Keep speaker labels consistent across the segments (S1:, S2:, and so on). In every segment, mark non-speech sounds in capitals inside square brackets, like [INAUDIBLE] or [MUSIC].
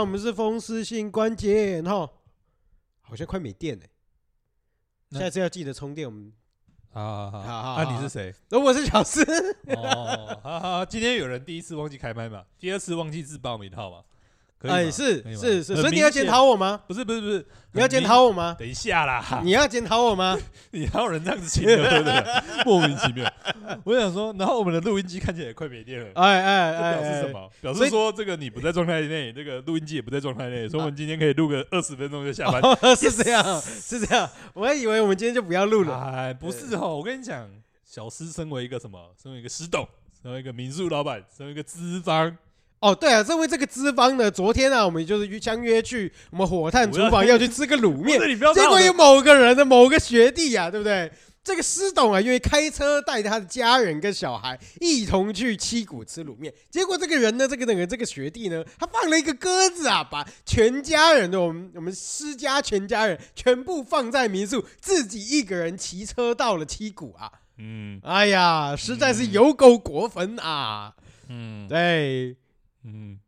S1: 我们是风湿性关节炎哈，好像快没电了、
S2: 那
S1: 下次要记得充电。我们
S2: 好好
S1: 好好
S2: 好，那你
S1: 好
S2: 是谁？
S1: 如果是小四，
S2: 哦，好好，今天有人第一次忘记开麦嘛，第二次忘记自报名号嘛，可以吗？
S1: 哎，是
S2: 可以吗
S1: 是是，
S2: 很
S1: 所以你要
S2: 明显
S1: 检讨我吗？
S2: 不是不是不是，
S1: 你要
S2: 很
S1: 检
S2: 明
S1: 讨我吗？
S2: 等一下啦，
S1: 你要检讨我
S2: [LAUGHS]
S1: 吗？
S2: 你还有人这样子请的，对不对？莫名其妙。我想说，然后我们的录音机看起来也快没电了，
S1: 哎哎
S2: 这
S1: 哎，
S2: 表示
S1: 哎
S2: 什？么？表
S1: 所
S2: 示
S1: 以
S2: 说这个你不在状态内，这个录音机也不在状态内，所以我们今天可以录个二十分钟就下班。哎
S1: 哦， [LAUGHS] 是这样，是这样。我还以为我们今天就不要录了。
S2: 哎，不是哦，我跟你讲，小施身为一个什么？身为一个师董，身为一个民宿老板，身为一个资方，
S1: 哦，对啊，这位这个资方呢，昨天啊，我们就是约相约去我们火炭厨
S2: 我
S1: 房
S2: 要
S1: 要去吃个卤
S2: 不
S1: 面，
S2: 是你 [LAUGHS] 不要
S1: 结
S2: 打我
S1: 果
S2: 的
S1: 有某个人的某个学弟呀、啊，对不对？这个师董啊，愿意开车带他的家人跟小孩一同去七股吃卤面。结果这个人呢，这个那个这个学弟呢，他放了一个鸽子啊，把全家人的我们我们施家全家人全部放在民宿，自己一个人骑车到了七股啊！
S2: 嗯
S1: 哎呀，实在是有狗果粉啊！
S2: 嗯
S1: 对，
S2: 嗯。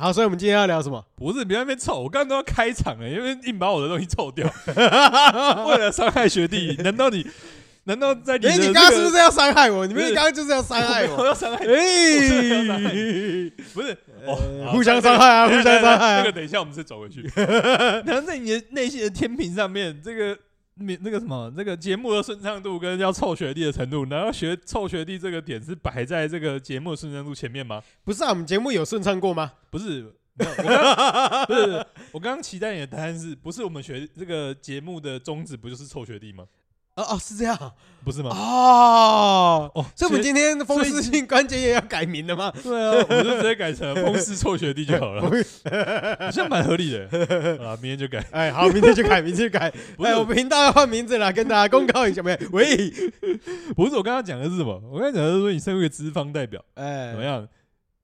S1: 好，所以我们今天要聊什么？
S2: 不是，你别在那边臭，我刚刚都要开场了，因为硬把我的东西
S1: [LAUGHS]
S2: 臭掉，为了伤害学弟，难道你，难道在你的、
S1: 哎，
S2: 这个？
S1: 你刚刚是不是要伤害我？你
S2: 不
S1: 们
S2: 是
S1: 刚刚就是要伤害
S2: [LAUGHS] 我没有
S1: 哎我！
S2: 要伤害你，真的要伤害
S1: 哎，
S2: 不是
S1: 呃
S2: 哦，
S1: 互相伤害啊，
S2: 好
S1: 互相伤害
S2: 这个
S1: 啊！
S2: 等一下我们再
S1: [LAUGHS]
S2: 走回去。然后在你的内心的天平上面，这个你那个什么，这个节目的顺畅度跟要臭学弟的程度，难道学臭学弟这个点是摆在这个节目的顺畅度前面吗？
S1: 不是啊，我们节目有顺畅过吗？
S2: 不是，没有我刚不是，我刚刚期待你的答案是不是我们学这个节目的宗旨不就是臭学弟吗？
S1: 哦哦，是这样
S2: 不是吗？
S1: 哦。
S2: 哦，
S1: 所以我们
S2: 学
S1: 今天风湿性关节炎要改名了吗？
S2: 对啊，我们就直接改成风湿臭学弟就好
S1: [LAUGHS]
S2: 了，好像蛮合理的。啊，明天就改，
S1: 哎，好，明天就改，明天就改。
S2: 不是
S1: 哎，我们频道要换名字了，跟大家公告一下没？喂，
S2: [LAUGHS] 不是我刚刚讲的是什么？我刚刚讲的是说你身为一个资方代表，怎么
S1: 哎，
S2: 样？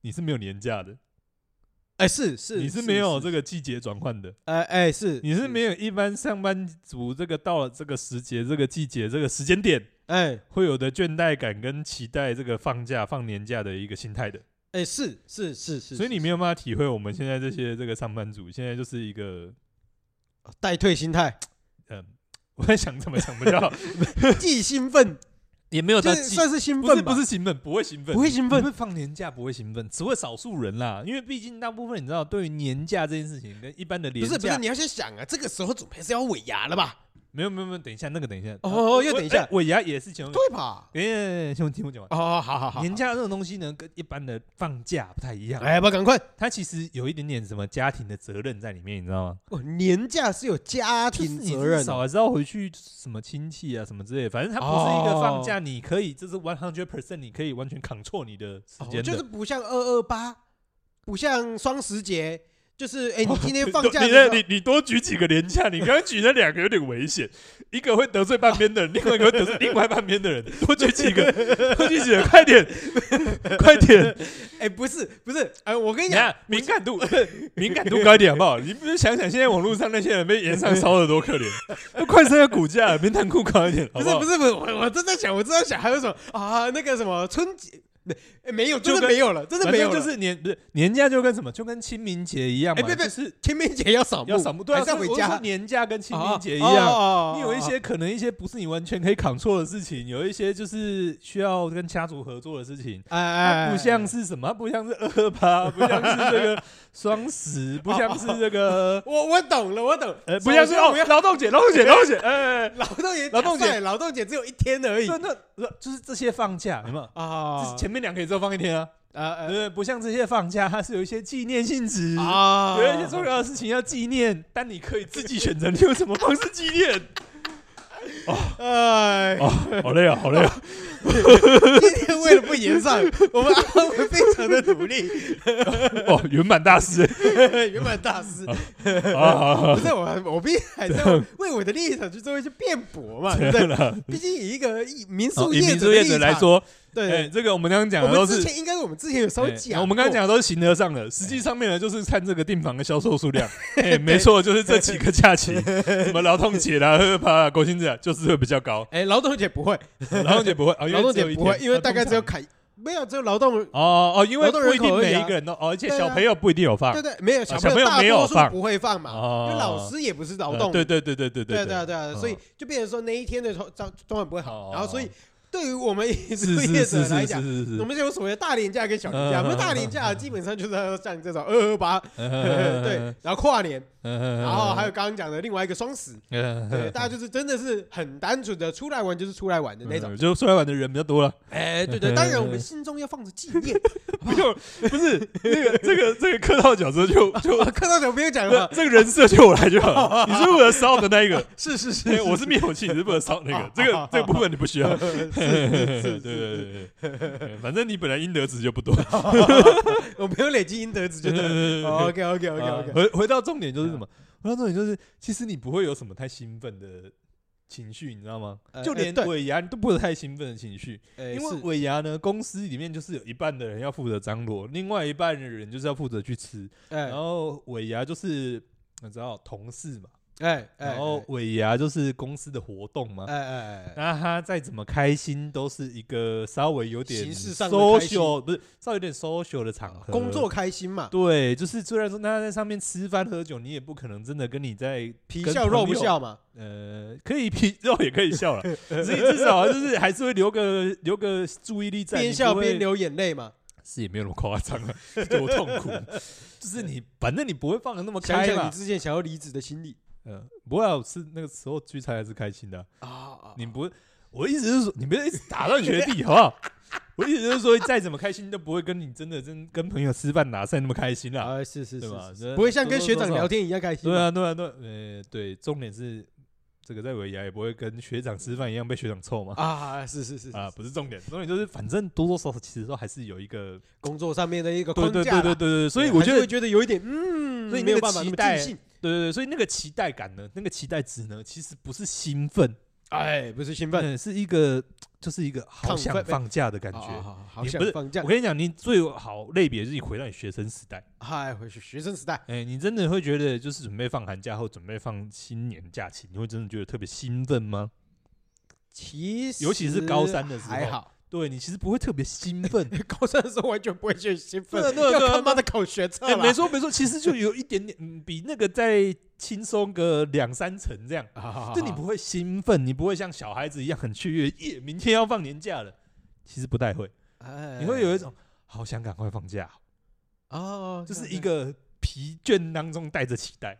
S2: 你是没有年假的，
S1: 哎，是是，
S2: 你是没有
S1: 是，
S2: 这个季节转换的，
S1: 哎哎是，
S2: 你是没有一般上班族这个到了这个时节、这个季节、这个时间点
S1: 哎
S2: 会有的倦怠感跟期待这个放假放年假的一个心态的，
S1: 哎是是是是，
S2: 所以你
S1: 是
S2: 没有办法体会我们现在这些这个上班族现在就是一个
S1: 代退心态，
S2: 嗯。 [LAUGHS] 我在想怎么想不到，
S1: 既兴奋，
S2: [LAUGHS] 也没有
S1: 就
S2: 到
S1: 是
S2: 季
S1: 算是兴
S2: 不
S1: 奋
S2: 是
S1: 吧？
S2: 不是兴奋，不会兴奋，
S1: 不会兴奋
S2: 你会放年假不会兴奋，只会少数人啦。因为毕竟大部分你知道，对于年假这件事情跟一般的
S1: 不
S2: 年
S1: 是不是，
S2: 假，
S1: 你要先想啊，这个时候总还是要尾牙了吧？
S2: 没有没有没有，等一下那个等一下
S1: 哦
S2: 啊
S1: 又
S2: 我
S1: 等一下
S2: 哎尾牙也是其中一个。
S1: 对吧？
S2: 哎哎，哎兄弟，听我讲完。
S1: 哦，好好好，
S2: 年假这种东西呢，跟一般的放假不太一样，
S1: 哎，不赶快！
S2: 它其实有一点点什么家庭的责任在里面，你知道吗？
S1: 哦，年假是有家庭
S2: 就是你
S1: 责
S2: 至
S1: 任啊
S2: 少
S1: 的，
S2: 还是要回去什么亲戚啊什么之类的，反正它不是一个放假，你可以这是 one hundred percent，你可以完全 control 你的时
S1: 哦
S2: 间的。 [LAUGHS]
S1: 就是不像二二八，不像双十节，就是哎，你今天放假
S2: 哦你
S1: 的
S2: 那
S1: 时候
S2: 你你多举几个廉价，你刚刚举那两个有点危险，一个会得罪半边的人，另外一个会得罪另外半边的人，多举几个， [LAUGHS] 多举几个，快点， [LAUGHS] 快点！
S1: 哎，不是不是，哎，我跟
S2: 你
S1: 你讲，
S2: 看敏感度，敏感度高一点好不好？你不是想想现在网络上那些人被盐上烧的多可怜，那快升个股价了，冰糖裤高一点，好
S1: 不
S2: 不
S1: 是
S2: 好？
S1: 不
S2: 是
S1: 是不是，我我正在想，我正在想还有什么啊？那个什么春节，哎没有，真
S2: 就
S1: 的
S2: 跟
S1: 没有了，真的没有了，
S2: 就是年不是年假就跟什么，就跟清明节一样嘛，
S1: 哎别别
S2: 就是
S1: 清明节要扫墓，
S2: 要扫墓，对啊，
S1: 还是要回
S2: 我说
S1: 家，
S2: 年假跟清明节一
S1: 哦
S2: 样。
S1: 哦
S2: 你有一些可能一些不是你完全可以 control 的事情，有一些就是需要跟家族合作的事情。
S1: 哎哎，
S2: 它不像是什么，它不像是二八，不像是这个双十，不像是这个
S1: 我我懂了，我懂，
S2: 呃，不像是哦
S1: 不要，
S2: 劳动节，劳动节，劳动节，哎，
S1: 劳动节，
S2: 劳动节
S1: 假赛，劳动节只有一天而已
S2: 那那那呃就是这些放假，有没有？
S1: 啊
S2: 这，前面两个也只有放一天啊，
S1: 啊啊
S2: 对不对？不像这些放假，它是有一些纪念性质，
S1: 啊
S2: 有一些重要的事情要纪念，但你可以自己选择你用什么方式纪念。
S1: 哎，
S2: 哦， [LAUGHS] 好累啊，好累啊。 [LAUGHS]
S1: 今天为了 [LAUGHS] 不延上，我们阿文非常的努力， [LAUGHS]
S2: 哦，圆满大 [LAUGHS] 师
S1: 原本大师
S2: 啊
S1: 不！是我，我毕竟还是要为我的立场去做一些辩驳嘛，对不对？
S2: [LAUGHS]
S1: 毕竟以一个民
S2: 啊哦
S1: 宿
S2: 以
S1: 业
S2: 民
S1: 者
S2: 宿
S1: 的
S2: 业
S1: 立
S2: 者
S1: 场
S2: 来，说，哎，
S1: 对，
S2: 这个我们刚刚讲
S1: 我
S2: 的都
S1: 们之
S2: 是，
S1: 前应该我们之前有稍微
S2: 哎
S1: 讲过，
S2: 我们刚刚讲的都是形而上的，实际上面呢就是看这个订房的销售数量。哎，没错，就是这几个假 [LAUGHS] 期，什么劳动节啦、二八啦、国庆节啊，就是会比较高。
S1: 哎，劳动节不会，
S2: [LAUGHS] 劳动节不会，啊因为
S1: 劳动
S2: 只有
S1: 节
S2: 一
S1: 不会，
S2: 天哦
S1: 因为大概只有
S2: 通
S1: 砍没有，只有劳动，
S2: 哦哦，因为
S1: 劳动人
S2: 不一定
S1: 口而已
S2: 每
S1: 啊
S2: 一个人都，哦而且
S1: 对啊
S2: 小朋友不一定有放呃
S1: 对对，没有小
S2: 小朋友
S1: 大
S2: 没有
S1: 多数
S2: 放
S1: 不会放嘛，因
S2: 哦，
S1: 为老师也不是劳动
S2: 呃，对对对对对
S1: 对啊对啊
S2: 对，
S1: 对啊，
S2: 嗯
S1: 所以就变成说那一天的中中中文不会好，
S2: 哦
S1: 然后所以对于我们饮食
S2: 是是
S1: 业
S2: 是
S1: 者来
S2: 是
S1: 讲。
S2: 是是
S1: 我
S2: 是，
S1: 们就有所谓的大年假跟小年假，
S2: 嗯
S1: 我们大年假基本上就是要像这种二二八，
S2: [LAUGHS] 嗯
S1: [LAUGHS] 对，啊然后跨年，
S2: 然
S1: 然后还有刚刚讲的另外一个双
S2: 嗯
S1: 十，对，
S2: 对
S1: 大家就是真的是很单纯的出来玩就是出来玩的那种。
S2: 嗯就出来玩的人比较
S1: [LAUGHS]
S2: 多了。
S1: 哎，对对，当然我们心中要放着纪
S2: [LAUGHS]
S1: 念，
S2: 没有，不是那个这个这个客套角色就
S1: [LAUGHS]
S2: 就
S1: 我看到什么没有讲
S2: 不是 [LAUGHS]
S1: 了？
S2: 这个人设就我来
S1: [LAUGHS]
S2: 就好，你是负责烧的那一个，
S1: 是是是哦
S2: 对，，我是灭火器，你是负责烧那个，这个这个部分你不需要。
S1: [LAUGHS] 是是
S2: 对 [LAUGHS] 对
S1: 是
S2: 对对对，反正你本来应得值就不多。
S1: 我没有累积应得值，就
S2: 嗯
S1: 哦对了。OK OK OK
S2: 啊
S1: OK，
S2: 回回到重点就是什么？回到重点就是，其实你不会有什么太兴奋的情绪，你知道吗？
S1: 呃
S2: 就
S1: 呃
S2: 连
S1: 对哎
S2: 尾牙你都不有太兴奋的情绪，因为尾牙呢，公司里面就是有一半的人要负责张罗，另外一半的人就是要负责去吃。
S1: 哎
S2: 然后尾牙就是你知道同事嘛，
S1: 哎哎，
S2: 然后尾牙就是公司的活动嘛
S1: 哎。哎哎，
S2: 啊那他再怎么开心，都是一个稍微有点
S1: 形式上的开心
S2: social，不是稍微有点 social 的场合。
S1: 工作开心嘛，
S2: 呃对，就是虽然说大家在上面吃饭喝酒，你也不可能真的跟你在
S1: 皮
S2: 跟
S1: 笑肉
S2: 朋
S1: 不
S2: 友，
S1: 笑嘛，
S2: 呃，可以皮肉也可以
S1: [LAUGHS]
S2: 笑了，至至少啊就是还是会留个留个注意力在，你
S1: 边
S2: 不
S1: 笑边
S2: 会，
S1: 流眼泪嘛，
S2: 是也没有那么夸张啊，多痛苦， [LAUGHS] 就是你反正你不会放的那么
S1: 想
S2: 开
S1: 想你
S2: 嘛，
S1: 之前想要离职的心理
S2: 嗯、不过、啊、是那个时候聚餐还是开心的啊、
S1: 啊
S2: 你不，我意思是说，你不要一直打断学弟，好不好？我意思就是说，再怎么开心都不会跟你真的真跟朋友吃饭哪算那么开心啦、
S1: 啊，是是
S2: 对吧
S1: 是，？
S2: 这
S1: 不会像跟学长
S2: 多多少少
S1: 聊天一样开心，
S2: 对，啊，对啊，对啊，呃，对，重点是这个在尾牙也不会跟学长吃饭一样被学长臭嘛。
S1: 啊，是是是
S2: [LAUGHS] 啊，不是重点，重点就是反正多多少少其实都还是有一个
S1: 工作上面的一个
S2: 对
S1: 框
S2: 对
S1: 架
S2: 对对对
S1: 啦，
S2: 对，所以我觉得
S1: 会
S2: 对
S1: 觉得有一点嗯，
S2: 所以那
S1: 没有
S2: 个
S1: 办法
S2: 期
S1: 那么
S2: 待
S1: 尽兴，
S2: 对对，所以那个期待感呢，那个期待值呢，其实不是兴奋，
S1: 哎，不是兴奋，
S2: 嗯，是一个就是一个好
S1: 亢
S2: 想
S1: 奋
S2: 放假的感
S1: 好好
S2: 觉。
S1: 啊好好
S2: 你
S1: 想
S2: 不是
S1: 放假
S2: 我，跟你讲，你最好类别就是你回到你学生时代，
S1: 嗨，回去学生时代，
S2: 哎、你真的会觉得就是准备放寒假后，准备放新年假期，你会真的觉得特别兴奋吗？
S1: 其实
S2: 尤其是高三的时候
S1: 还好。 [LAUGHS]
S2: 对你其实不会特别兴奋，
S1: 高三的时候完全不会觉得兴奋
S2: 对啊，对啊
S1: 要
S2: 对啊
S1: 他妈的考学测
S2: 哎，
S1: 了。
S2: 没错没错，其实就有一点点，嗯，比那个再轻松个两三成这样。
S1: 好，好好
S2: 就你不会兴奋，你不会像小孩子一样很雀跃，耶，明天要放年假了。其实不太会，
S1: 哎
S2: 你会有一种好想赶快放假，
S1: 哦，
S2: 就是一个疲倦当中带着期待，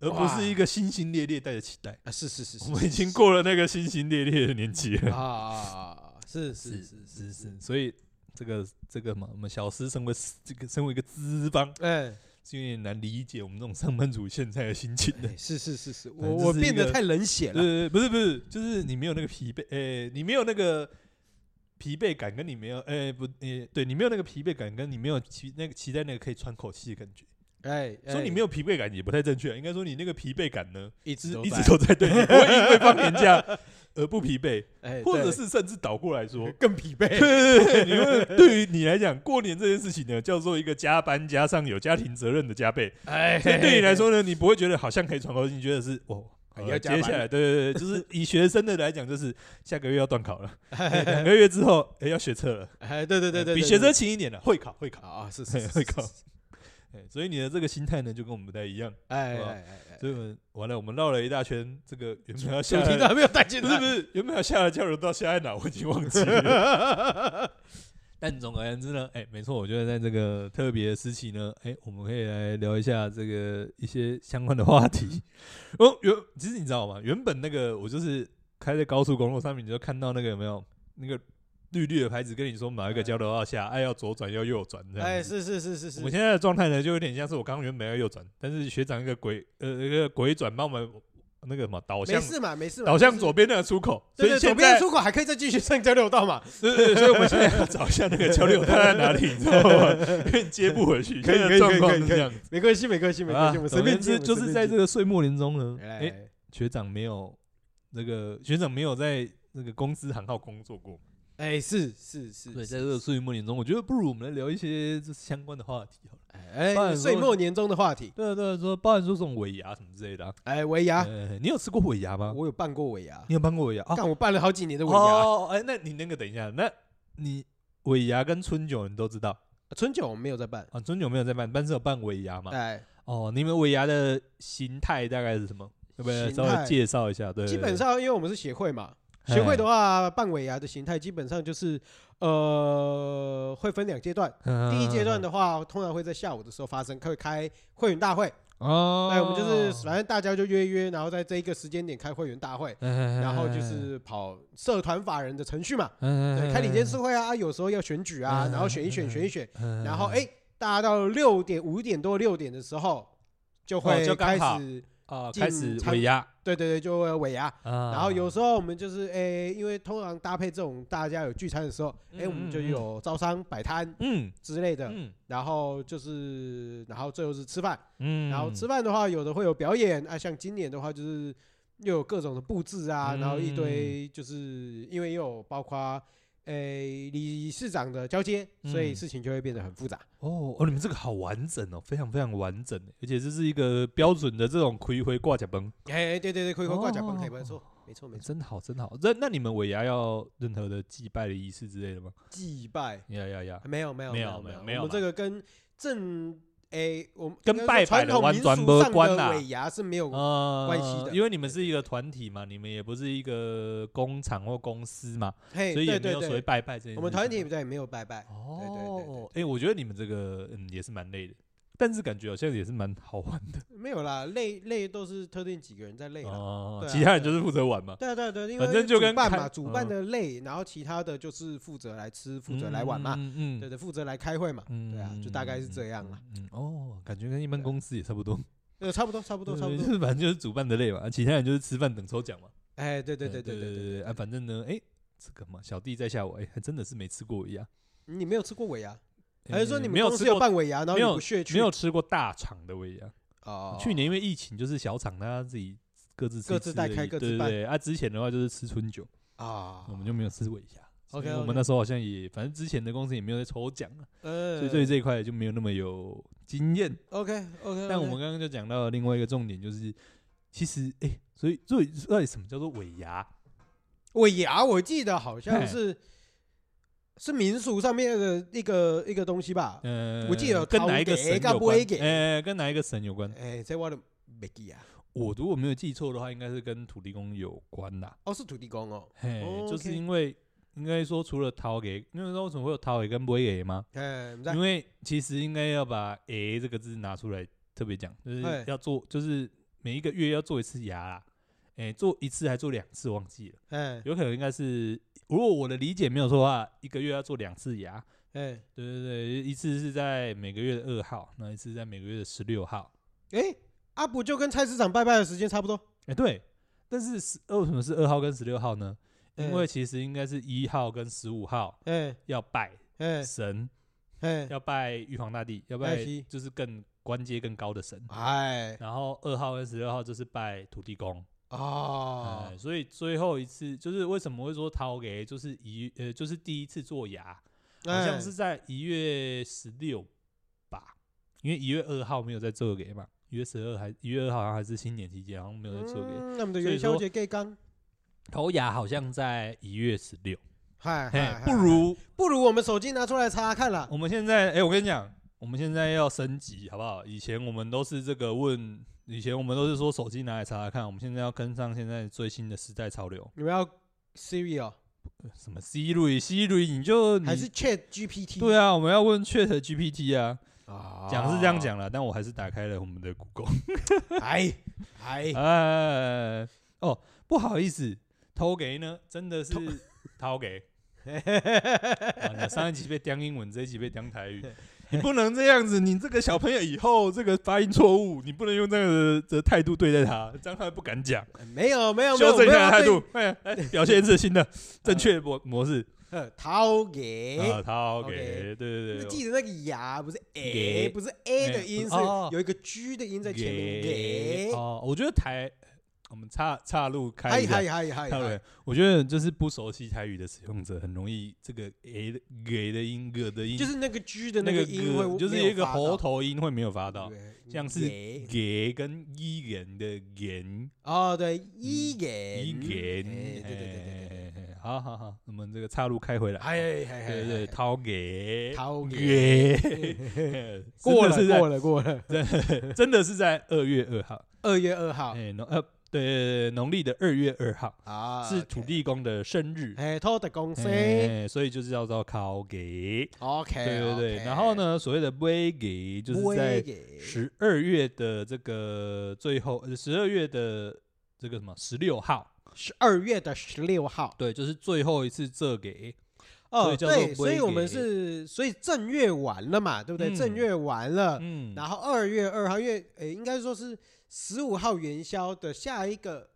S2: 而不
S1: 哇
S2: 是一个心心烈烈带着期待。
S1: 啊，是是是，是
S2: 我们已经
S1: 是
S2: 过了那个心心烈烈的年纪
S1: 是
S2: 了，
S1: 啊啊啊啊，是是是是
S2: 是是，所以这个这个嘛，我们小师身为这个身为一个资方，
S1: 哎，
S2: 是有点难理解我们这种上班族现在的心情的。
S1: 哎是是是是，我
S2: 正
S1: 我
S2: 就是
S1: 变
S2: 一
S1: 得
S2: 个
S1: 太冷血了，
S2: 呃，不是不是，就是你没有那个疲惫，呃，你没有那个疲惫感，跟你没有，呃，不，呃，对你没有那个疲惫感，跟你没有期那个期待那个可以喘口气的感觉。
S1: 哎，
S2: 说你没
S1: 有
S2: 有疲惫感也不太正确，应该说你那个疲惫感呢，
S1: 一
S2: 是
S1: 直
S2: 一
S1: 在
S2: 直都在，对，你不会因为放年假而不疲惫，
S1: 哎，
S2: 或者
S1: 对。
S2: 是甚至倒过来说
S1: [LAUGHS] 更疲惫
S2: [LAUGHS] 对对对，你会对于你来讲，过年这件事情呢，叫做一个加班加上有家庭责任的加倍。 [LAUGHS]
S1: 哎，
S2: 所以对你来说呢，你不会觉得好像可以喘口气，你觉得是哦，好了
S1: 要加班
S2: 接下来，对对对，就是以学生的来讲，就是下个月要断考了， [LAUGHS]
S1: 哎，
S2: 两个月之后哎要学测了，
S1: 哎，对对对对，
S2: 比
S1: 对
S2: 学
S1: 对
S2: 生轻一点了，会考
S1: [LAUGHS]
S2: 会考，
S1: 啊啊是是是
S2: 会 [LAUGHS]
S1: 是
S2: 考
S1: 是
S2: 哎，所以你的这个心态呢，就跟我们不太一样。
S1: 哎
S2: 是吧
S1: 哎哎哎，
S2: 所以我们完了，我们绕了一大圈，这个原本要
S1: 主
S2: 下
S1: 题都
S2: 的
S1: 还没有带进
S2: [LAUGHS] 不是
S1: 来
S2: 不，是原本要下的交流到下在哪，我已经忘记了。 [LAUGHS] 但总而言之呢，哎、没错，我觉得在这个特别时期呢，哎、我们可以来聊一下这个一些相关的话题。 [LAUGHS] 哦，原其实你知道吗？原本那个我就是开在高速公路上面，你就看到那个有没有那个绿绿的牌子跟你说哪一个交流要下，哎、要左转要右转这样子。
S1: 哎，是是是是是
S2: 我，现在的状态呢，就有点像是我刚刚原本要右转，但是学长一个鬼呃一个鬼转帮我们那个什么导
S1: 没
S2: 向
S1: 事嘛没事嘛，
S2: 导
S1: 就
S2: 向
S1: 是
S2: 左，边那个出口，
S1: 对
S2: 所以
S1: 对，
S2: 现
S1: 左边
S2: 在
S1: 的出口还可以再继续上交流道嘛，
S2: 对对，对所以我们现在要找一下那个交流道在哪
S1: [LAUGHS]
S2: 里，你知道吗？因为接不回去，
S1: 可以
S2: 现在
S1: 可以
S2: 状况
S1: 可以
S2: 是
S1: 可以
S2: 这样子
S1: 没关系没关系没关
S2: 啊。
S1: 系，我们随
S2: 总而
S1: 便
S2: 言
S1: 接
S2: 之，就是在这个岁末年终呢，
S1: 哎，
S2: 哎，
S1: 哎
S2: 学长没有那个学长没有在那个公司行号工作过，
S1: 哎是是是，
S2: 对，在这个岁末年终，我觉得不如我们来聊一些就是相关的话题好了。不
S1: 哎
S2: 然
S1: 岁
S2: 说
S1: 末年终的话题，
S2: 对啊对啊，说包含说这种尾牙什么之类的啊。
S1: 哎啊尾牙，
S2: 呃你有吃过尾牙吗？
S1: 我有办过尾牙，
S2: 你有办过尾牙啊？
S1: 哦但我办了好几年的尾牙，
S2: 哦，哎，那你那个等一下，那你尾牙跟春酒你都知道
S1: 春酒我们没有在办，
S2: 啊，春酒没有在办，但是有办尾牙嘛。
S1: 哎，
S2: 哦，你们尾牙的形态大概是什么？要不要
S1: 形
S2: 稍
S1: 态
S2: 微介绍一下？对，
S1: 基本上因为我们是协会嘛，
S2: 嘿
S1: 协会的话，办尾牙的形态基本上就是呃会分两阶段。
S2: 嗯
S1: 第一阶段
S2: 的
S1: 的话，通常会在下午的时候发生，会开会员大会。哎
S2: 哦，
S1: 对，我们就是反正大家就约一约，然后在这一个时间点开会员大
S2: 嗯
S1: 会，
S2: 然
S1: 然后
S2: 嗯
S1: 就是跑社团法人的程序嘛，对，开
S2: 开
S1: 理监事会啊，有时候要选举啊，
S2: 嗯
S1: 然后选一选，选一选，
S2: 嗯
S1: 然后哎，大家到六点五点多六点的时候就
S2: 哦
S1: 会
S2: 就刚
S1: 开
S2: 好
S1: 始，
S2: 哦，
S1: 进
S2: 开始
S1: 餐
S2: 尾牙，啊
S1: 对对对，就会尾牙。
S2: 然
S1: 然后有时候我们就是哎，因为通常搭配这种大家有聚餐的时候，哎，我
S2: 嗯嗯
S1: 们就
S2: 嗯
S1: 有招商摆摊
S2: 嗯
S1: 之类的，
S2: 嗯
S1: 然后就是，然后最后是吃饭，
S2: 嗯，
S1: 然后吃饭的话，有的会有表演啊，像今年的话就是又有各种的布置啊，
S2: 嗯
S1: 然后一堆就是因为又有包括诶理事长的交接，所以
S2: 嗯
S1: 事情就会变得很复杂。
S2: 哦哦，你们这个好完整哦，非常非常完整，而且这是一个标准的这种葵回挂甲崩，
S1: 哎，对对对，葵花挂甲崩，哎，
S2: 哦
S1: 没错，没错没错，
S2: 真好真好。那那你们尾牙要任何的祭拜的仪式之类的吗？
S1: 祭拜
S2: 呀呀呀，
S1: 没有没有
S2: 没有
S1: 有
S2: 没有
S1: 有，
S2: 没有
S1: 我们这
S2: 啦
S1: 个跟正诶我们
S2: 跟
S1: 应该说
S2: 拜拜
S1: 传
S2: 的
S1: 统
S2: 完
S1: 民
S2: 全
S1: 俗
S2: 没
S1: 上
S2: 关啊
S1: 的
S2: 啦
S1: 尾牙是没有
S2: 呃
S1: 关系的
S2: 因为你们是一个团体嘛，你们也不是一个工厂或公司嘛，
S1: 嘿，
S2: 所
S1: 对
S2: 以也没
S1: 对
S2: 有所谓
S1: 对，
S2: 拜拜这件事情。
S1: 我们团体比较也没有拜拜，对对对
S2: 哦，哎，我觉得你们这个嗯也是蛮累的，但是感觉好像也是蛮好玩的
S1: 没有啦，累累都是特定几个人在累啦。
S2: 哦
S1: 对啊
S2: 其他人
S1: 对
S2: 就是负责玩嘛。
S1: 对啊对啊对啊，因
S2: 反
S1: 为
S2: 正就跟
S1: 主办
S2: 看
S1: 嘛，主办
S2: 嗯
S1: 的累，然后其他的就是负责来吃，负责来玩嘛，
S2: 嗯嗯
S1: 对对，负责来开会嘛，
S2: 嗯
S1: 对啊，就大概是这样啦
S2: 了。，嗯，嗯哦，感觉跟一般
S1: 对啊
S2: 公司也差不多，
S1: 呃，差不多差不
S2: 不
S1: 多差不
S2: 就
S1: 多，
S2: 是反正就是主办的累嘛，啊其他人就是吃饭等抽奖嘛。
S1: 哎，对对对
S2: 对
S1: 对
S2: 对
S1: 对对，
S2: 对，啊，反正呢，哎，这个嘛，小弟在下我，哎，还真的是没吃过一样。
S1: 你没有吃过尾牙，
S2: 哎
S1: 还是说你
S2: 没
S1: 们
S2: 有
S1: 公司
S2: 吃
S1: 有
S2: 过
S1: 办尾牙，然后
S2: 没
S1: 你
S2: 有
S1: 不屑去？
S2: 没有吃过大厂的尾牙？
S1: 哦，
S2: 去年因为疫情，就是小厂大家自己各自吃
S1: 各
S2: 一
S1: 自
S2: 吃
S1: 带
S2: 而
S1: 开
S2: 已
S1: 各
S2: 对
S1: 自
S2: 对
S1: 办
S2: 对，啊，之前的话就是吃春酒，
S1: 啊，
S2: 我们就没有吃尾牙。所以
S1: OK，OK
S2: 我们那时候好像也，反正之前的公司也没有在抽奖啊，
S1: 呃，
S2: 所以对这一块就没有那么有经验。
S1: OK OK，
S2: 但我们刚刚就讲到了另外一个重点，就是其实哎、诶所以所以到底什么叫做尾牙？
S1: 尾牙我记得好像
S2: 嘿
S1: 是是民俗上面的一个一个东西吧，
S2: 呃，
S1: 我记得有
S2: 跟哪一
S1: 陶
S2: 个
S1: 给
S2: 神
S1: 跟
S2: 有
S1: 不
S2: 关
S1: 会给？
S2: 呃，跟哪一个神有关？
S1: 哎，这我都没记啊，
S2: 我如果没有记错的话，应该是跟土地公有关啦。
S1: 哦是土地公哦，
S2: 嘿，
S1: 哦
S2: 就是
S1: OK
S2: 因为应该说除了陶给，那时候为什么会有陶给跟不会给吗？
S1: 哎，我们在
S2: 因为其实应该要把“诶”这个字拿出来特别讲，就是
S1: 嘿
S2: 要做，就是每一个月要做一次牙啦。哎、做一次还做两次，忘记了，
S1: 哎
S2: 有可能应该是，如果我的理解没有错的话，一个月要做两次牙，
S1: 哎
S2: 对对对，一次是在每个月的二号，那一次在每个月的十六号。
S1: 哎，阿不就跟菜市场拜拜的时间差不多？
S2: 哎、对，但是十呃为什么是二号跟十六号呢？因
S1: 嗯
S2: 为其实应该是一号跟十五号
S1: 哎
S2: 要拜
S1: 哎
S2: 神，
S1: 哎
S2: [LAUGHS] 要拜玉皇大帝，要
S1: 拜
S2: 拜
S1: 西
S2: 就是更官阶更高的神。
S1: 哎
S2: 然后二号跟十六号就是拜土地公，
S1: 哦
S2: 哎，所以最后一次就是为什么会说陶给，就是一呃就是第一次做牙，哎好
S1: 哎
S2: 像是在一月十六吧，因为一月二号没有在做给嘛，一月十二还一月二号好像还是新年期间，好像没有在做给。
S1: 嗯那我们的
S2: 所以
S1: 元宵
S2: 说
S1: 节 gay 刚，
S2: 头牙好像在一月十六，
S1: 嗨
S2: 嘿
S1: 嗨，，
S2: 不
S1: 嗨
S2: 如
S1: 不如我们手机拿出来查查看啦。
S2: 我们现在，哎、我跟你讲，我们现在要升级好不好？以前我们都是这个问，以前我们都是说手机拿来查查看，我们现在要跟上现在最新的时代潮流，
S1: 你们要 Siri 哦，
S2: 什么 Siri、Siri，你就你
S1: 还是 Chat GPT？
S2: 对啊，我们要问 Chat GPT 啊，
S1: 啊
S2: 讲是这样，讲了，但我还是打开了我们的 Google。
S1: 哎哎，
S2: 哎，哦，不好意思，偷给呢，真的是偷给。完了上一集被刁英文，这一集被刁台语，你不能这样子，你这个小朋友以后这个发音错误，你不能用这样的的态度对待他，这样他不敢讲，
S1: 没有没有没有，
S2: 呃修正一
S1: 没有
S2: 下态
S1: 对
S2: 度，哎，哎表现一次新的正确模模式
S1: 呃，掏给，
S2: 啊，偷给，对
S1: ，OK
S2: 对
S1: 那
S2: 对，
S1: 记得那个牙不是
S2: 给
S1: a，不是 a 的音
S2: 不
S1: 是
S2: 是哦
S1: 有一个 g 的音在前面，
S2: 给
S1: 给，
S2: 哦，我觉得台我们岔岔路开
S1: 嗨
S2: 一下
S1: 嗨，嗨嗨
S2: 当然
S1: 嗨，，
S2: 我觉得就是不熟悉台语的使用者，很容易这个 a 的给的音、g 的音，
S1: 就是那个 g 的
S2: 那
S1: 个
S2: 个
S1: 音会
S2: g，就是
S1: 没有
S2: 一个
S1: 发
S2: 喉
S1: 到
S2: 头音会没有发到。
S1: 对
S2: 像是
S1: 给
S2: 给跟一元的元
S1: 哦，对，一给
S2: 嗯一元，
S1: 哎对对对对对对，
S2: 哎好好好，我们这个岔路开回来。
S1: 哎哎哎，
S2: 对对，
S1: 哎，
S2: 掏给
S1: 掏
S2: 给 [LAUGHS]
S1: 给，过了过
S2: 了，
S1: 了过
S2: [LAUGHS]
S1: 了，
S2: 真的是在二月二号，
S1: 二月二号
S2: 哎，农呃对对对，农历的二月二号
S1: 啊，
S2: 是土
S1: OK，
S2: 地公的生日，
S1: 哎，托的公司
S2: 哎，所以就是叫做考给，
S1: 哎，OK，
S2: 对对对。然后，呢，所谓的微给就是在十二月的这个最后，呃十二月的这个什么十六号，
S1: 十二月的十六号，
S2: 对，就是最后一次这给，所
S1: 哦，
S2: 以叫做
S1: 对，所以我们
S2: 微给
S1: 是，所以正月完了嘛，对不对？正
S2: 嗯
S1: 月完了，
S2: 嗯，
S1: 然后二月二号，因为诶，应该说是十五号元宵的下一个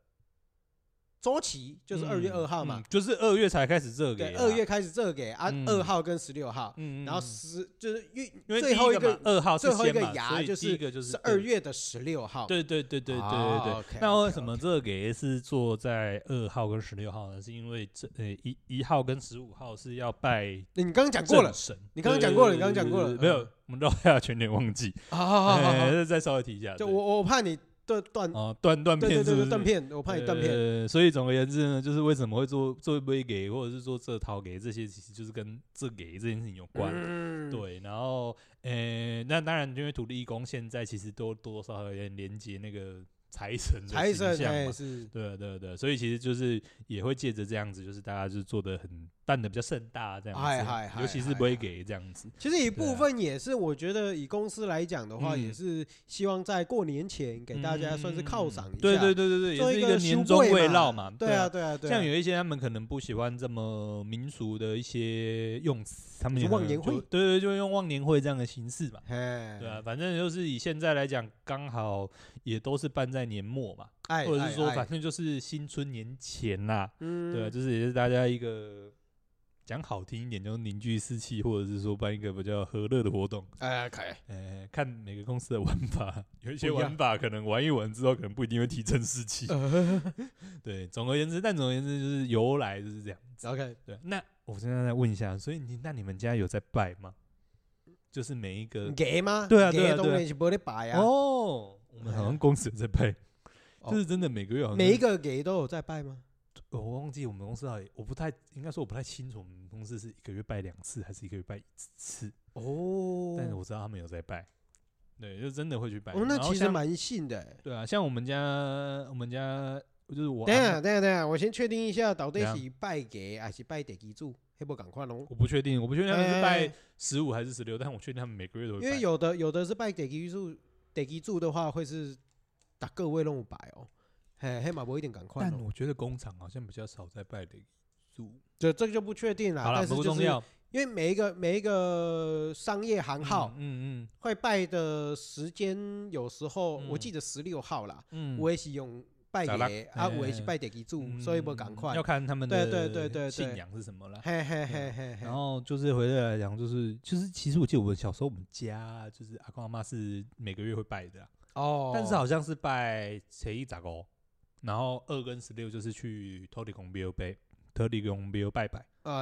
S1: 周期，就是二月
S2: 嗯
S1: 二号嘛
S2: 嗯。就是二月才开始这给
S1: 对，
S2: 啦，
S1: 二月开始这给啊，
S2: 嗯
S1: 二号跟十六号，
S2: 嗯，嗯，
S1: 然后
S2: 嗯
S1: 十就是因
S2: 因为
S1: 最后
S2: 第一
S1: 个
S2: 个二号是
S1: 最后一
S2: 先
S1: 个
S2: 嘛所
S1: 牙
S2: 以
S1: 就
S2: 第一个就是是
S1: 二，月的十六号。
S2: 对对对对对对对
S1: 啊，OK，OK，OK
S2: 那为什么这给是做在二号跟十六号呢？是因为这呃一一号跟十五号是要拜
S1: 你刚刚讲过了
S2: 正神，
S1: 你刚刚
S2: 对
S1: 讲过了
S2: 对
S1: 你刚刚
S2: 对
S1: 讲过了
S2: 对对没有
S1: 嗯，
S2: 我们绕一下圈，有点忘记，
S1: 啊，好好好好
S2: 哎再稍微提一下，
S1: 就
S2: 对
S1: 我我怕你断断，
S2: 哦断断
S1: 对
S2: 片
S1: 对
S2: 是
S1: 对
S2: 不
S1: 对
S2: 是
S1: 断。片，我怕你断片。嗯
S2: 呃，所以总而言之呢，就是为什么会做做微给，或者是做这套给，这些其实就是跟这给这件事情有关。
S1: 嗯，
S2: 对，然后呃，那当然，因为土地公现在其实都多多少少有点连接那个财神的
S1: 财神
S2: 形象
S1: 哎
S2: 嘛
S1: 是
S2: 对对对，所以其实就是也会借着这样子，就是大家就是做的很办的比较盛大这样子，
S1: 嗨嗨嗨
S2: 尤其是
S1: 嗨
S2: 不会
S1: 嗨
S2: 给这样子，
S1: 其实一
S2: 对
S1: 部
S2: 啊
S1: 分也是，我觉得以公司来讲的话，
S2: 嗯
S1: 也是希望在过年前给大家算是犒赏一下。
S2: 嗯对对，对对对，
S1: 做
S2: 也是
S1: 一
S2: 一个
S1: 收
S2: 年终
S1: 尾
S2: 慰
S1: 嘛
S2: 劳嘛，
S1: 对啊，对啊，对啊。
S2: 像有一些他们可能不喜欢这么民俗的一些用词，他们
S1: 就
S2: 可
S1: 忘
S2: 能
S1: 年
S2: 就
S1: 会
S2: 对对，就用忘年会这样的形式嘛。
S1: 哎，
S2: 对啊，，反正就是以现在来讲，刚好也都是办在年末嘛，
S1: 哎，
S2: 或者是说
S1: 哎
S2: 反，正就是新春年前啦，
S1: 嗯，
S2: 对啊，就是也是大家一个讲好听一点，就是凝聚士气，或者是说办一个比较和乐的活动。
S1: 哎，可
S2: [LAUGHS]
S1: 以，
S2: 呃，看每个公司的玩法，有一些
S1: 不一样
S2: 玩法可能玩一玩之后，可能不一定会提振
S1: [LAUGHS]
S2: 士气。对，总而言之，但总而言之就是由来就是这样。
S1: OK，
S2: 对，那我现在再问一下，所以你那你们家有在拜吗？就是每一个
S1: 给吗？
S2: 对啊对啊
S1: 给的
S2: 对啊
S1: 东西是不得摆嗯啊。
S2: 哦，我们好像公司有在拜，
S1: 哦
S2: [LAUGHS] 就是真的每个月好像
S1: 每一个给都有在拜吗？
S2: 我忘记我们公司到底，我不太应该说我不太清楚，我们公司是一个月拜两次还是一个月拜一次，
S1: 哦，
S2: 但是我知道他们有在拜，对，就真的会去拜。
S1: 哦，那
S2: 然后
S1: 其实
S2: 像
S1: 蛮信的欸。
S2: 对啊，像我们家我们家就是我
S1: 等一
S2: 阿
S1: 下，
S2: 嬷，
S1: 等一下，等一下，我先确定一下，到底
S2: 怎样
S1: 是拜给还是拜地基主？还不赶快弄？
S2: 我不确定，我不确定他们是拜
S1: 哎
S2: 十五还是十六，但我确定他们每个月都会拜，
S1: 因为有的有的是拜地基主，地基主的话会是打个位弄摆哦，嘿，黑马不一定赶快
S2: 但
S1: 哦，
S2: 我觉得工厂好像比较少在拜的。主。
S1: 这这个就不确定啦。
S2: 好了，
S1: 但是
S2: 不
S1: 就
S2: 重
S1: 是
S2: 要。
S1: 因为每一个每一个商业行号
S2: 嗯嗯
S1: 会拜的时间，有时候我
S2: 嗯
S1: 记得十六号啦，
S2: 嗯，
S1: 我也是用拜
S2: 早啦
S1: 给啊，
S2: 嘿嗯
S1: 我也是拜地基主，所以不赶快
S2: 要。看他们
S1: 对
S2: 的
S1: 对对对对
S2: 信仰是什么啦。
S1: 嘿嘿嘿嘿嘿
S2: 然，后就是回来来讲，就是就是，其实我记得我们小时候我们家就是阿公阿妈是每个月会拜的啊、
S1: 哦，
S2: 但是好像是拜前一咋个，哦然后二跟十六就是去托地公庙拜，托地公庙拜拜。
S1: 呃，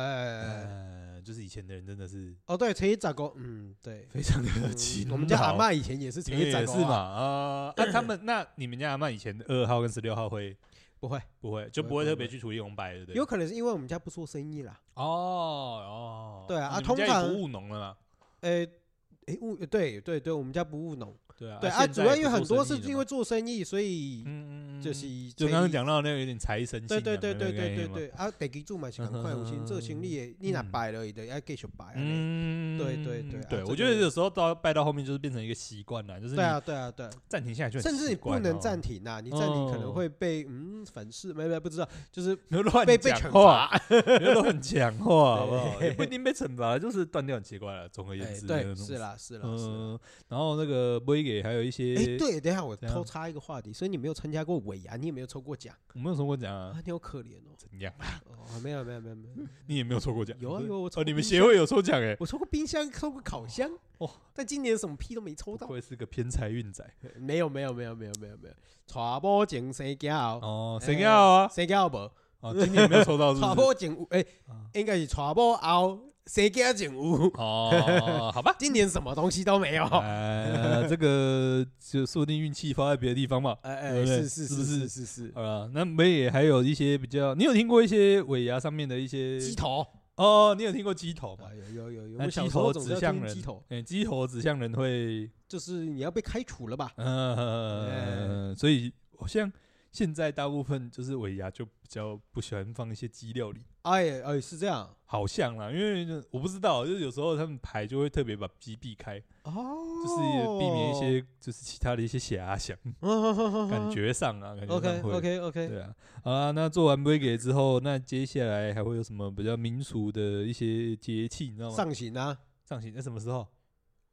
S2: 呃，就是以前的人真的是
S1: 哦对，初一十五，嗯，对，
S2: 非 [LAUGHS] 常的
S1: 嗯
S2: 勤劳、
S1: [LAUGHS] 我们家阿嬷以前也是初
S2: 你
S1: 一
S2: 们
S1: 十
S2: 也
S1: 五
S2: 是
S1: 啊
S2: 嘛？啊、那、他们那你们家阿嬷以前的二号跟十六号会
S1: 不会，
S2: 不会就
S1: 不会不会
S2: 不会特
S1: 不
S2: 别
S1: 会
S2: 去土地公拜，对不对？
S1: 有可能是因为我们家不做生意啦。
S2: 哦哦，
S1: 对啊啊
S2: 你们家也
S1: 通常
S2: 不务农了嘛。
S1: 呃，诶，务对对对，我们家不务农。
S2: 对啊，
S1: 对啊，
S2: 啊，
S1: 主要因为很多是因为
S2: 为
S1: 做生意，所以
S2: 嗯嗯，嗯
S1: 就是
S2: 嗯
S1: 初
S2: 就刚刚
S1: 一
S2: 讲到那个有点财神
S1: 对
S2: 信
S1: 对
S2: 仰的
S1: 对
S2: 那个
S1: 对
S2: 啊
S1: 对对
S2: 概念嘛，
S1: 对，啊，地基主嘛是赶快，有时做生意的，你若
S2: 嗯
S1: 摆落去，就要继续摆啊。
S2: 嗯，
S1: 对对对啊
S2: 对，
S1: 这
S2: 我觉得
S1: 个
S2: 有时候到拜到后面就是变成一个习惯了，就是
S1: 对啊，对啊，对啊，
S2: 你暂停下来就很
S1: 甚至
S2: 习
S1: 你不
S2: 惯
S1: 能
S2: 哦 [LAUGHS]
S1: 暂，停呐，你暂停可能
S2: 哦
S1: 会被嗯粉饰，没没不知道，就是
S2: 不要乱
S1: 被被
S2: 讲
S1: 惩
S2: 话
S1: 罚，
S2: [LAUGHS] 不要乱讲话，
S1: [LAUGHS]
S2: 好不好？
S1: 对
S2: 也不一定被惩罚，就是断掉很奇怪了。总而言
S1: 哎
S2: 之，
S1: 对，是，啦是啦是啦。
S2: 嗯，然后那个 b 给还有一些，
S1: 哎，，对，等一下我
S2: 怎样
S1: 偷插一个话题，所以你没有参加过尾牙，你也没有抽过奖
S2: 我没有抽过奖
S1: 啊
S2: 啊，，
S1: 你好可怜
S2: [LAUGHS]
S1: 哦。
S2: 怎样？
S1: 哦，没有没有没有
S2: [LAUGHS]
S1: 没有，
S2: 你也没有抽过奖，
S1: 有啊
S2: 对
S1: 有啊我抽
S2: 哦，你们
S1: 冰
S2: 协会有抽奖哎，
S1: 我抽过冰箱，抽过烤箱，
S2: [LAUGHS] 哦
S1: [LAUGHS] 但今年什么屁都没抽
S2: 不
S1: 到。
S2: 愧是个偏财运仔
S1: [LAUGHS] 没有没有没有没有没有没有，娶某前生囝后，
S2: 哦，
S1: 哎
S2: 谁要啊？
S1: 生囝后无， [LAUGHS]
S2: 哦，今年没有抽到是
S1: 娶
S2: 不是？
S1: 某前有诶哎
S2: 啊，
S1: 应该是娶某后谁给他景屋？
S2: 哦，好吧
S1: [LAUGHS] ，今年什么东西都没有。
S2: [LAUGHS] 呃，这个就说不定运气发在别的地方嘛。
S1: [LAUGHS] 哎哎，
S2: 对不对
S1: 是是
S2: 是不
S1: 是
S2: 是
S1: 是是是，
S2: 好了，那没也还有一些比较，你有听过一些尾牙上面的一些
S1: 鸡头
S2: 呃哦，你有听过鸡头吗
S1: 啊，？有有有有，
S2: 那
S1: 我
S2: 鸡
S1: 小时候
S2: 头
S1: 总
S2: 指
S1: 是要
S2: 向
S1: 听
S2: 人，
S1: 鸡头，
S2: 哎，鸡头指向人会，
S1: 就是你要被开除了吧？
S2: 呃，所以好像现在大部分就是尾牙就比较不喜欢放一些鸡料理，
S1: 哎哎，是这样
S2: 好像啦，因为就我不知道，就是有时候他们排就会特别把鸡避开，
S1: 哦，
S2: 就是避免一些就是其他的一些遐想，
S1: [LAUGHS]
S2: 感觉上啊，感觉
S1: OK
S2: 上会。
S1: OK OK，
S2: 对啊，好啦，那做完 b r e 之后，那接下来还会有什么比较民俗的一些节气，你知道吗？
S1: 上行啊，
S2: 上行在什么时候？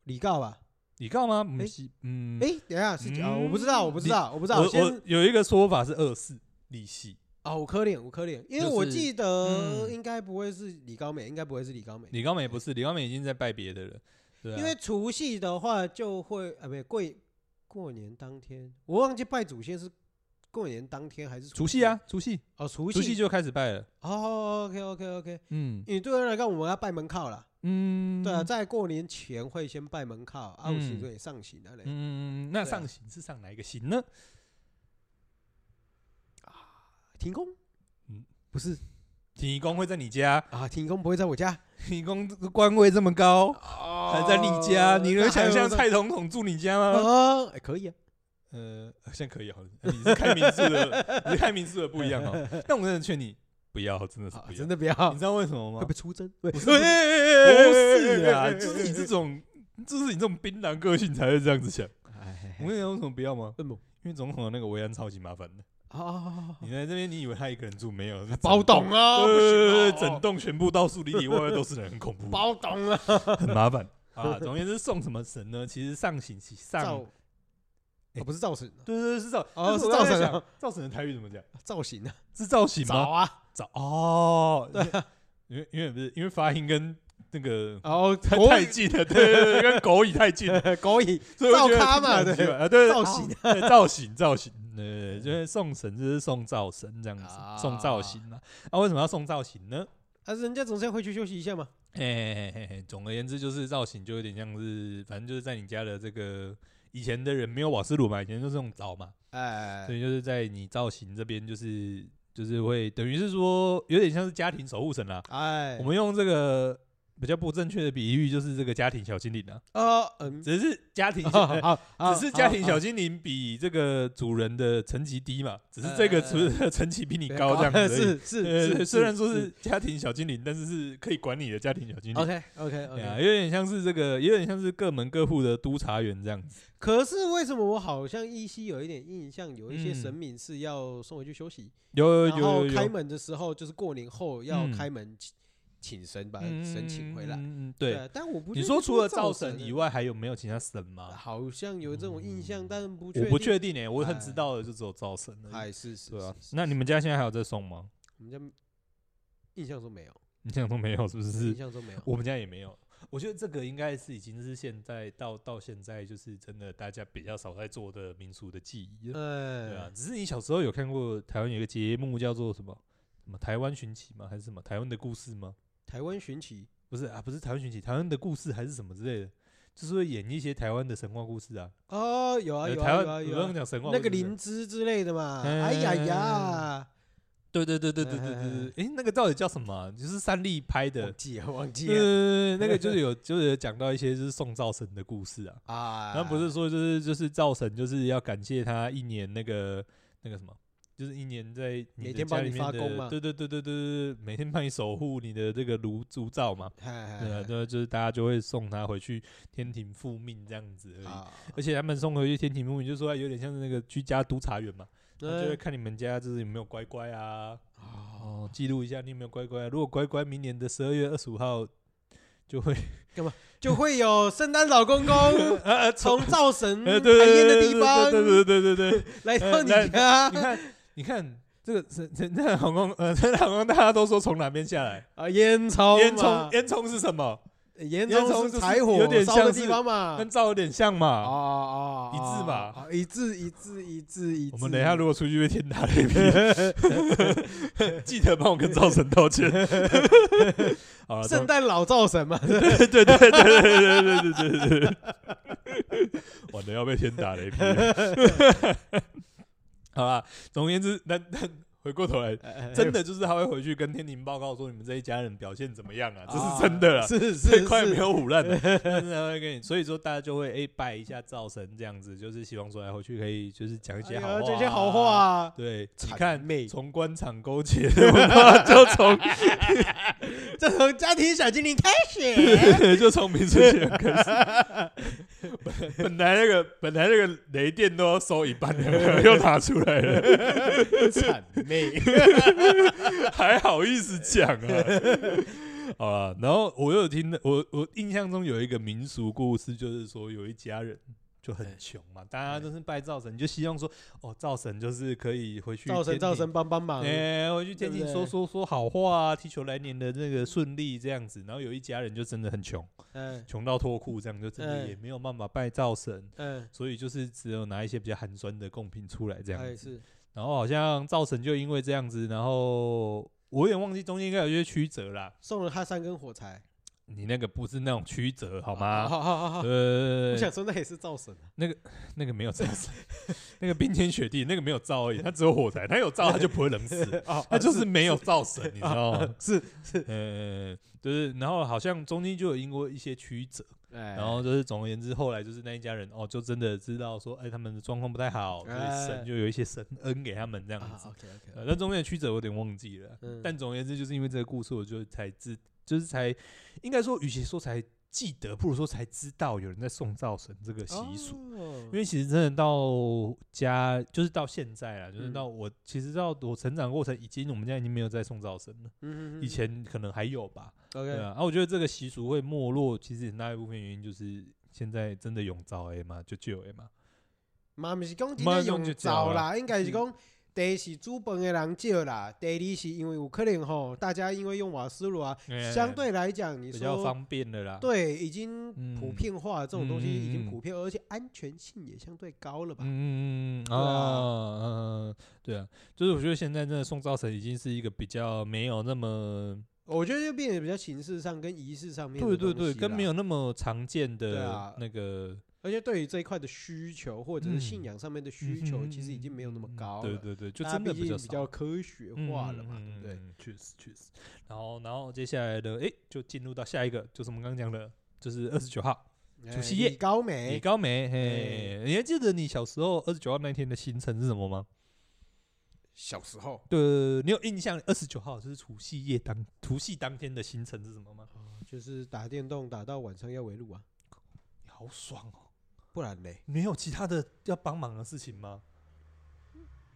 S1: 李告吧？
S2: 你告吗？不
S1: 诶
S2: 是，嗯，
S1: 哎，等一下是啊，
S2: 嗯
S1: 我不知道，我不知道，我不知
S2: 我
S1: 道，我
S2: 我
S1: 先
S2: 有一个说法是二四立系，
S1: 啊，五颗脸，五颗脸，因为
S2: 就是
S1: 我记得
S2: 嗯
S1: 应该不会是李高美，应该不会是李高美，
S2: 李高美不是，李高美已经在拜别的了，对啊，
S1: 因为除夕的话就会啊，不对，过过年当天，我忘记拜祖先是过年当天还是
S2: 除夕啊？，除夕，
S1: 哦，除
S2: 除夕
S1: 夕
S2: 就开始拜了，
S1: 哦，OK OK OK，
S2: 嗯
S1: 因为对我来讲，我们要拜门靠啦。
S2: 嗯，
S1: 对啊，在过年前会先拜门靠，啊，
S2: 嗯
S1: 有时阵也上行啊嘞。
S2: 嗯，那
S1: 对啊
S2: 上行是上哪一个行呢？
S1: 停工？
S2: 嗯
S1: 嗯，不是
S2: 提公会在你家， [LAUGHS]
S1: 啊，停工不会在我家，
S2: 提公这个官位这么高，
S1: 哦
S2: 哦还在你家，你能
S1: 那还有
S2: 想象
S1: 呢
S2: 蔡总统住你家吗？
S1: 啊？哎可以啊，
S2: 呃，好像可以好了。你是开民宿的，你是开民宿的不一样 [LAUGHS] 哦。但我真的劝你不要，真的是
S1: 啊
S2: 不要。
S1: 真的不要，
S2: 你知道为什么
S1: 会哎
S2: 吗
S1: 被？出征？不
S2: 不是不
S1: 是
S2: 是啊，就是你这种，就是你这种槟榔个性才会这样子想。 [LAUGHS] 我
S1: 哎，
S2: 跟你讲为什么不要吗？
S1: 什么？
S2: 因为总统的那个维安超级麻烦的。
S1: 啊，
S2: 你在这边，你以为他一个人住没 [LAUGHS] 有？是
S1: 包
S2: 整
S1: 懂
S2: 栋。
S1: 啊，不
S2: 呃，
S1: 行啊，
S2: 整栋全部到处里里外外都是人，很恐怖，
S1: 包懂啊，
S2: [LAUGHS] 很麻烦 [LAUGHS] 啊。总而言之，送什么神呢？其实上行
S1: 造
S2: 上，
S1: 啊不是造神啊，
S2: 对对对，是造，
S1: 哦
S2: 但
S1: 是
S2: 我刚才
S1: 造神啊
S2: 想，造神的台语怎么讲？
S1: 造型啊，
S2: 是造型吗
S1: 早？啊，
S2: 早哦，对，因为因为不是因为发音跟
S1: [LAUGHS]
S2: 那个
S1: 然后
S2: 哦太
S1: 狗
S2: 太近了，对对对，跟狗语太近了，
S1: 影狗影
S2: 所以我觉得
S1: 造咖嘛
S2: 听起来很奇怪
S1: 对
S2: 啊，对对
S1: 造型
S2: 对对造型造型，对对对，就是送神就是送造神这样子，
S1: 啊
S2: 送造型啊，啊，为什么要送造型呢？
S1: 啊，人家总是要回去休息一下嘛。
S2: 哎，嘿嘿嘿总而言之就是造型就有点像是，反正就是在你家的这个。以前的人没有瓦斯炉嘛，以前就是用灶嘛，
S1: 哎
S2: 所，以就是在你造型这边，就是就是会等于是说有点像是家庭守护神啦，
S1: 哎，
S2: 我们用这个比较不正确的比喻，就是这个家庭小精灵啊，
S1: 呃嗯，啊
S2: 只是
S1: [LAUGHS]
S2: 家庭小，呃
S1: 好，好
S2: 只是家庭小
S1: 好
S2: 精灵比这个主人的层级低
S1: 哎
S2: 嘛，只是这个主层级比你高这样子而已。
S1: 啊 [LAUGHS] 是
S2: 对对
S1: 是
S2: 对
S1: 是，
S2: 虽然说是家庭小精灵，但是是可以管理的家庭小精灵。
S1: OK OK
S2: 对啊，
S1: OK，
S2: 有点像是这个，有点像是各门各户的督察员这样子。
S1: 可是为什么我好像依稀有一点印象，有一些
S2: 嗯
S1: 神明是要送回去休息，
S2: 有有
S1: 然后
S2: 有有
S1: 开
S2: 有，
S1: 门的时候就是过年后要
S2: 嗯
S1: 开门请请神，把
S2: 嗯
S1: 神请回来。
S2: 嗯，嗯嗯对，
S1: 啊，但我不
S2: 你
S1: 确
S2: 说
S1: 定
S2: 除了
S1: 造
S2: 灶神以
S1: 的，
S2: 外，还有没有其他神吗？
S1: 好像有这种印象，但不确
S2: 我不
S1: 定。
S2: 确定欸诶，我很知
S1: 哎
S2: 道的就只有灶神而已。
S1: 哎，是是
S2: 对啊，
S1: 是是
S2: 那你们家现在还有在送吗？
S1: 我们家印象中没有，
S2: 你想都没有是不
S1: 印
S2: 是？
S1: 象中没有。
S2: 我们家也没有。我觉得这个应该是已经是现在到到现在就是真的大家比较少在做的民俗的记忆了。
S1: 哎，
S2: 对啊，只是你小时候有看过台湾有一个节目叫做什么什么台湾寻奇吗？还是什么台湾的故事吗？
S1: 台湾寻奇
S2: 不是啊，不是台湾寻奇，台湾的故事还是什么之类的，就是会演一些台湾的神话故事啊。
S1: 哦，有啊
S2: 呃
S1: 有
S2: 台
S1: 啊
S2: 湾
S1: 有啊
S2: 我
S1: 有
S2: 刚
S1: 啊
S2: 刚，讲神话故
S1: 那
S2: 事，
S1: 个灵芝之类的嘛。
S2: 嗯
S1: 哎呀呀，
S2: 对对对对对对对对，诶，那个到底叫什么啊？就是三立拍的
S1: 忘，记了忘记
S2: 对
S1: 了
S2: 对对，那个就是有 [LAUGHS] 就是有讲到一些就是宋造神的故事啊，
S1: 啊。
S2: 然后不是说就是就是造神就是要感谢他一年那个那个什么，就是一年在
S1: 每
S2: 你的
S1: 天
S2: 家
S1: 帮
S2: 里
S1: 你
S2: 面
S1: 发功
S2: 的，
S1: 嘛
S2: 对对对对对对，对每天帮你守护你的这个炉炉灶嘛，
S1: 哎，哎
S2: 对啊，
S1: 哎
S2: 对啊，就是大家就会送他回去天庭复命这样子而已。
S1: 啊，
S2: 而且他们送回去天庭复命，就说哎有点像是那个居家督察员嘛，他就会
S1: 对
S2: 看你们家就是有没有乖乖啊，
S1: 哦，
S2: 哦，记录一下你有没有乖乖、啊。如果乖乖，明年的十二月二十五号就会哦
S1: 就会有圣诞老公公
S2: 呃
S1: 从灶神
S2: 呃
S1: 排
S2: 对对
S1: 烟的
S2: 对
S1: 地方
S2: 对对对对对对，
S1: 来到你
S2: 呃
S1: 家
S2: 你看你看这个神神探航空呃神探航空大家都说从哪边下来？
S1: 啊，烟囱
S2: 烟哎
S1: 嘛
S2: 囱烟囱是什么？
S1: 严
S2: 严嵩
S1: 嵩
S2: 就是
S1: 是柴火
S2: 有点
S1: 烧的
S2: 像
S1: 地
S2: 是
S1: 方嘛，
S2: 跟赵有点像
S1: 哦
S2: 嘛。
S1: 哦，
S2: 一致吧
S1: 哦，一致一致一致一致。
S2: 我们等一下如果出去被天打雷劈，记得帮我跟赵神道歉。好了，
S1: 圣诞老灶神
S2: [LAUGHS]
S1: 嘛，
S2: 对对对对对对对对对对，完了要被天打雷劈了。好啦，总而言之，那那回过头来，真的就是他会回去跟天庭报告说你们这一家人表现怎么样啊？这是真的啦，
S1: 是
S2: 这
S1: 是
S2: 快没
S1: 是
S2: 有腐 [LAUGHS] 烂了，但是他会跟你，所以说大家就会哎、拜一下灶神这样子，就是希望说哎回去可以就是讲一些好话、
S1: 哎呦这些好话。啊，
S2: 对，你
S1: 谄
S2: 看
S1: 媚，
S2: 从官场勾结 [LAUGHS] 的文化，就从
S1: [LAUGHS]
S2: [LAUGHS]
S1: 这从家庭小精灵开始。
S2: [LAUGHS] 就从民俗节开始。 [LAUGHS] 本本来那个本来那个雷电都要收一半了，又拿出来了，
S1: 谄媚，
S2: 还好意思讲啊？好了，然后我有听，我我印象中有一个民俗故事，就是说有一家人。就很穷嘛，大家都是拜灶神，就希望说，哦，灶神就是可以回去
S1: 造
S2: 天
S1: 神造
S2: 庭
S1: 神帮帮忙。
S2: 哎、我去天
S1: 对
S2: 津
S1: 不
S2: 说
S1: 对
S2: 说说好话啊，踢球来年的那个顺利这样子。然后有一家人就真的很穷，
S1: 嗯
S2: 穷到脱裤，这样就真的
S1: 哎
S2: 也没有办法拜灶神，
S1: 嗯，
S2: 所以就是只有拿一些比较寒酸的贡品出来这样
S1: 哎
S2: 子。
S1: 是
S2: 然后好像灶神就因为这样子，然后我有点忘记中间应该有一些曲折啦。
S1: 送了他三根火柴，啊
S2: 你那个不是那种曲折好
S1: 好
S2: 吗？
S1: 好好好好，
S2: 呃
S1: 我，想说那也是造神啊。
S2: 那个没有灶神， [LAUGHS] 那个冰天雪地，那个没有灶而已，它只有火柴，它有灶它就不会冷死。
S1: [LAUGHS] 哦
S2: 他就是没有造神，你知道吗？
S1: 是
S2: 是，呃，就是，然后好像中间就有因过一些曲折，
S1: 哎，
S2: 然后就是总而言之，后来就是那一家人哦，就真的知道说，哎，他们的状况不太好，所以
S1: 哎
S2: 神就有一些神恩给他们这样
S1: 啊
S2: 子。
S1: ，OK OK，
S2: 呃，那中间的曲折我有点忘记了，
S1: 嗯
S2: 但总而言之，就是因为这个故事，我就才知，就是才应该说，与其说才记得，不如说才知道有人在送灶神这个习俗。
S1: 哦
S2: 因为其实真的到家，就是到现在啦，就是
S1: 嗯
S2: 到我、其实到我成长过程，已经我们家已经没有在送灶神了，
S1: 嗯嗯嗯
S2: 以前可能还有吧，对
S1: OK，
S2: 啊。啊，我觉得这个习俗会没落，其实很大一部分原因就是现在真的用灶 A 嘛，就旧 A [LAUGHS] 嘛，
S1: 嘛毋是讲真
S2: 嘛
S1: 正
S2: 是讲
S1: 用
S2: 就
S1: 灶
S2: 少
S1: 啦，应该是讲第一是煮饭的人少啦，第二是因为有可能吼，大家因为用瓦斯炉啊，相对来讲你
S2: 哎比较
S1: 说。
S2: 方便的啦。
S1: 对，已经普
S2: 嗯
S1: 遍化了，这种东西已
S2: 嗯嗯嗯
S1: 经普遍，而且安全性也相对高了吧？
S2: 嗯嗯嗯
S1: 啊
S2: 啊嗯，对啊，就是我觉得现在真的送灶神已经是一个比较没有那么
S1: 我觉得就变得比较形式上跟仪式上面的
S2: 对对
S1: 东
S2: 对，
S1: 西
S2: 跟
S1: 啦
S2: 没有那么常见
S1: 对
S2: 的
S1: 啊
S2: 那个
S1: 而且对于这一块的需求或者
S2: 嗯
S1: 是信仰上面的需求，
S2: 嗯
S1: 其实已经没有那么高
S2: 对
S1: 了。
S2: 对对，就
S1: 大家
S2: 真的
S1: 毕
S2: 比较
S1: 竟比
S2: 少
S1: 较科学化了嘛，
S2: 嗯
S1: 对不对？？
S2: 确实确实。然后然后接下来的诶，就进入到下一个，就是我们刚刚讲的，就是二十九号嗯除
S1: 哎
S2: 夕夜
S1: 李高
S2: 李
S1: 梅，
S2: 高梅。嘿，你还记得你小时候二十九号那天的行程是什么吗？
S1: 小时候
S2: 对，你有印象？二十九号就是除夕夜当除夕当天的行程是什么吗？
S1: 就是打电动打到晚上要围路啊，
S2: 你好爽哦！
S1: 不然嘞，
S2: 没有其他的要帮忙的事情吗？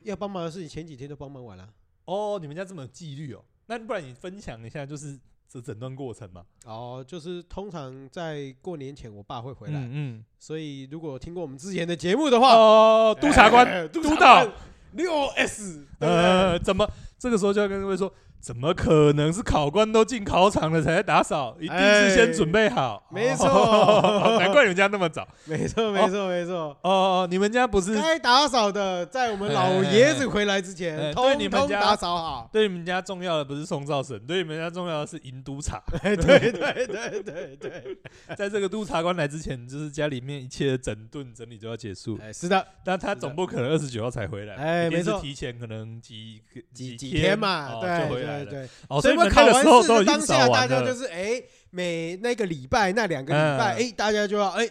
S1: 要帮忙的事情前几天都帮忙完了。
S2: 哦，你们家这么有纪律哦？那不然你分享一下，就是这整段过程嘛？
S1: 哦，就是通常在过年前，我爸会回来，
S2: 嗯，
S1: 所以如果听过我们之前的节目的话，
S2: [LAUGHS] 哦，督察官，
S1: 哎督
S2: 督
S1: 察
S2: 导
S1: 官六 S，对不对？
S2: 呃，怎么这个时候就要跟各位说，怎么可能是考官都进考场了才来打扫？一定是先准备好。
S1: 哎没错
S2: 哦难怪人家那么早。
S1: 没错，没错，没错。
S2: 哦，你们家不是
S1: 该打扫的，在我们老爷子回来之
S2: 哎哎
S1: 前，
S2: 哎对
S1: 通
S2: 你们
S1: 通
S2: 家
S1: 打扫好。
S2: 对你们家重要的不是宋兆神，对你们家重要的是银督察。
S1: 对对对对对对，
S2: [LAUGHS] 在这个督察官来之前，就是家里面一切的整顿整理就要结束。
S1: 哎，是的，
S2: 但他总不可能二十九号才回来，
S1: 哎
S2: 一定是
S1: 没错
S2: 提前可能几个
S1: 几几
S2: 几
S1: 天嘛，
S2: 哦
S1: 对
S2: 就回
S1: 对
S2: 来了。
S1: 对。所
S2: 哦，所
S1: 以
S2: 以
S1: 我
S2: 你们
S1: 们
S2: 看的时候都已经
S1: 当
S2: 扫
S1: 下大
S2: 完
S1: 家就
S2: 了，
S1: 是哎，每那个礼拜那两个礼拜，
S2: 嗯
S1: 哎，大家就要哎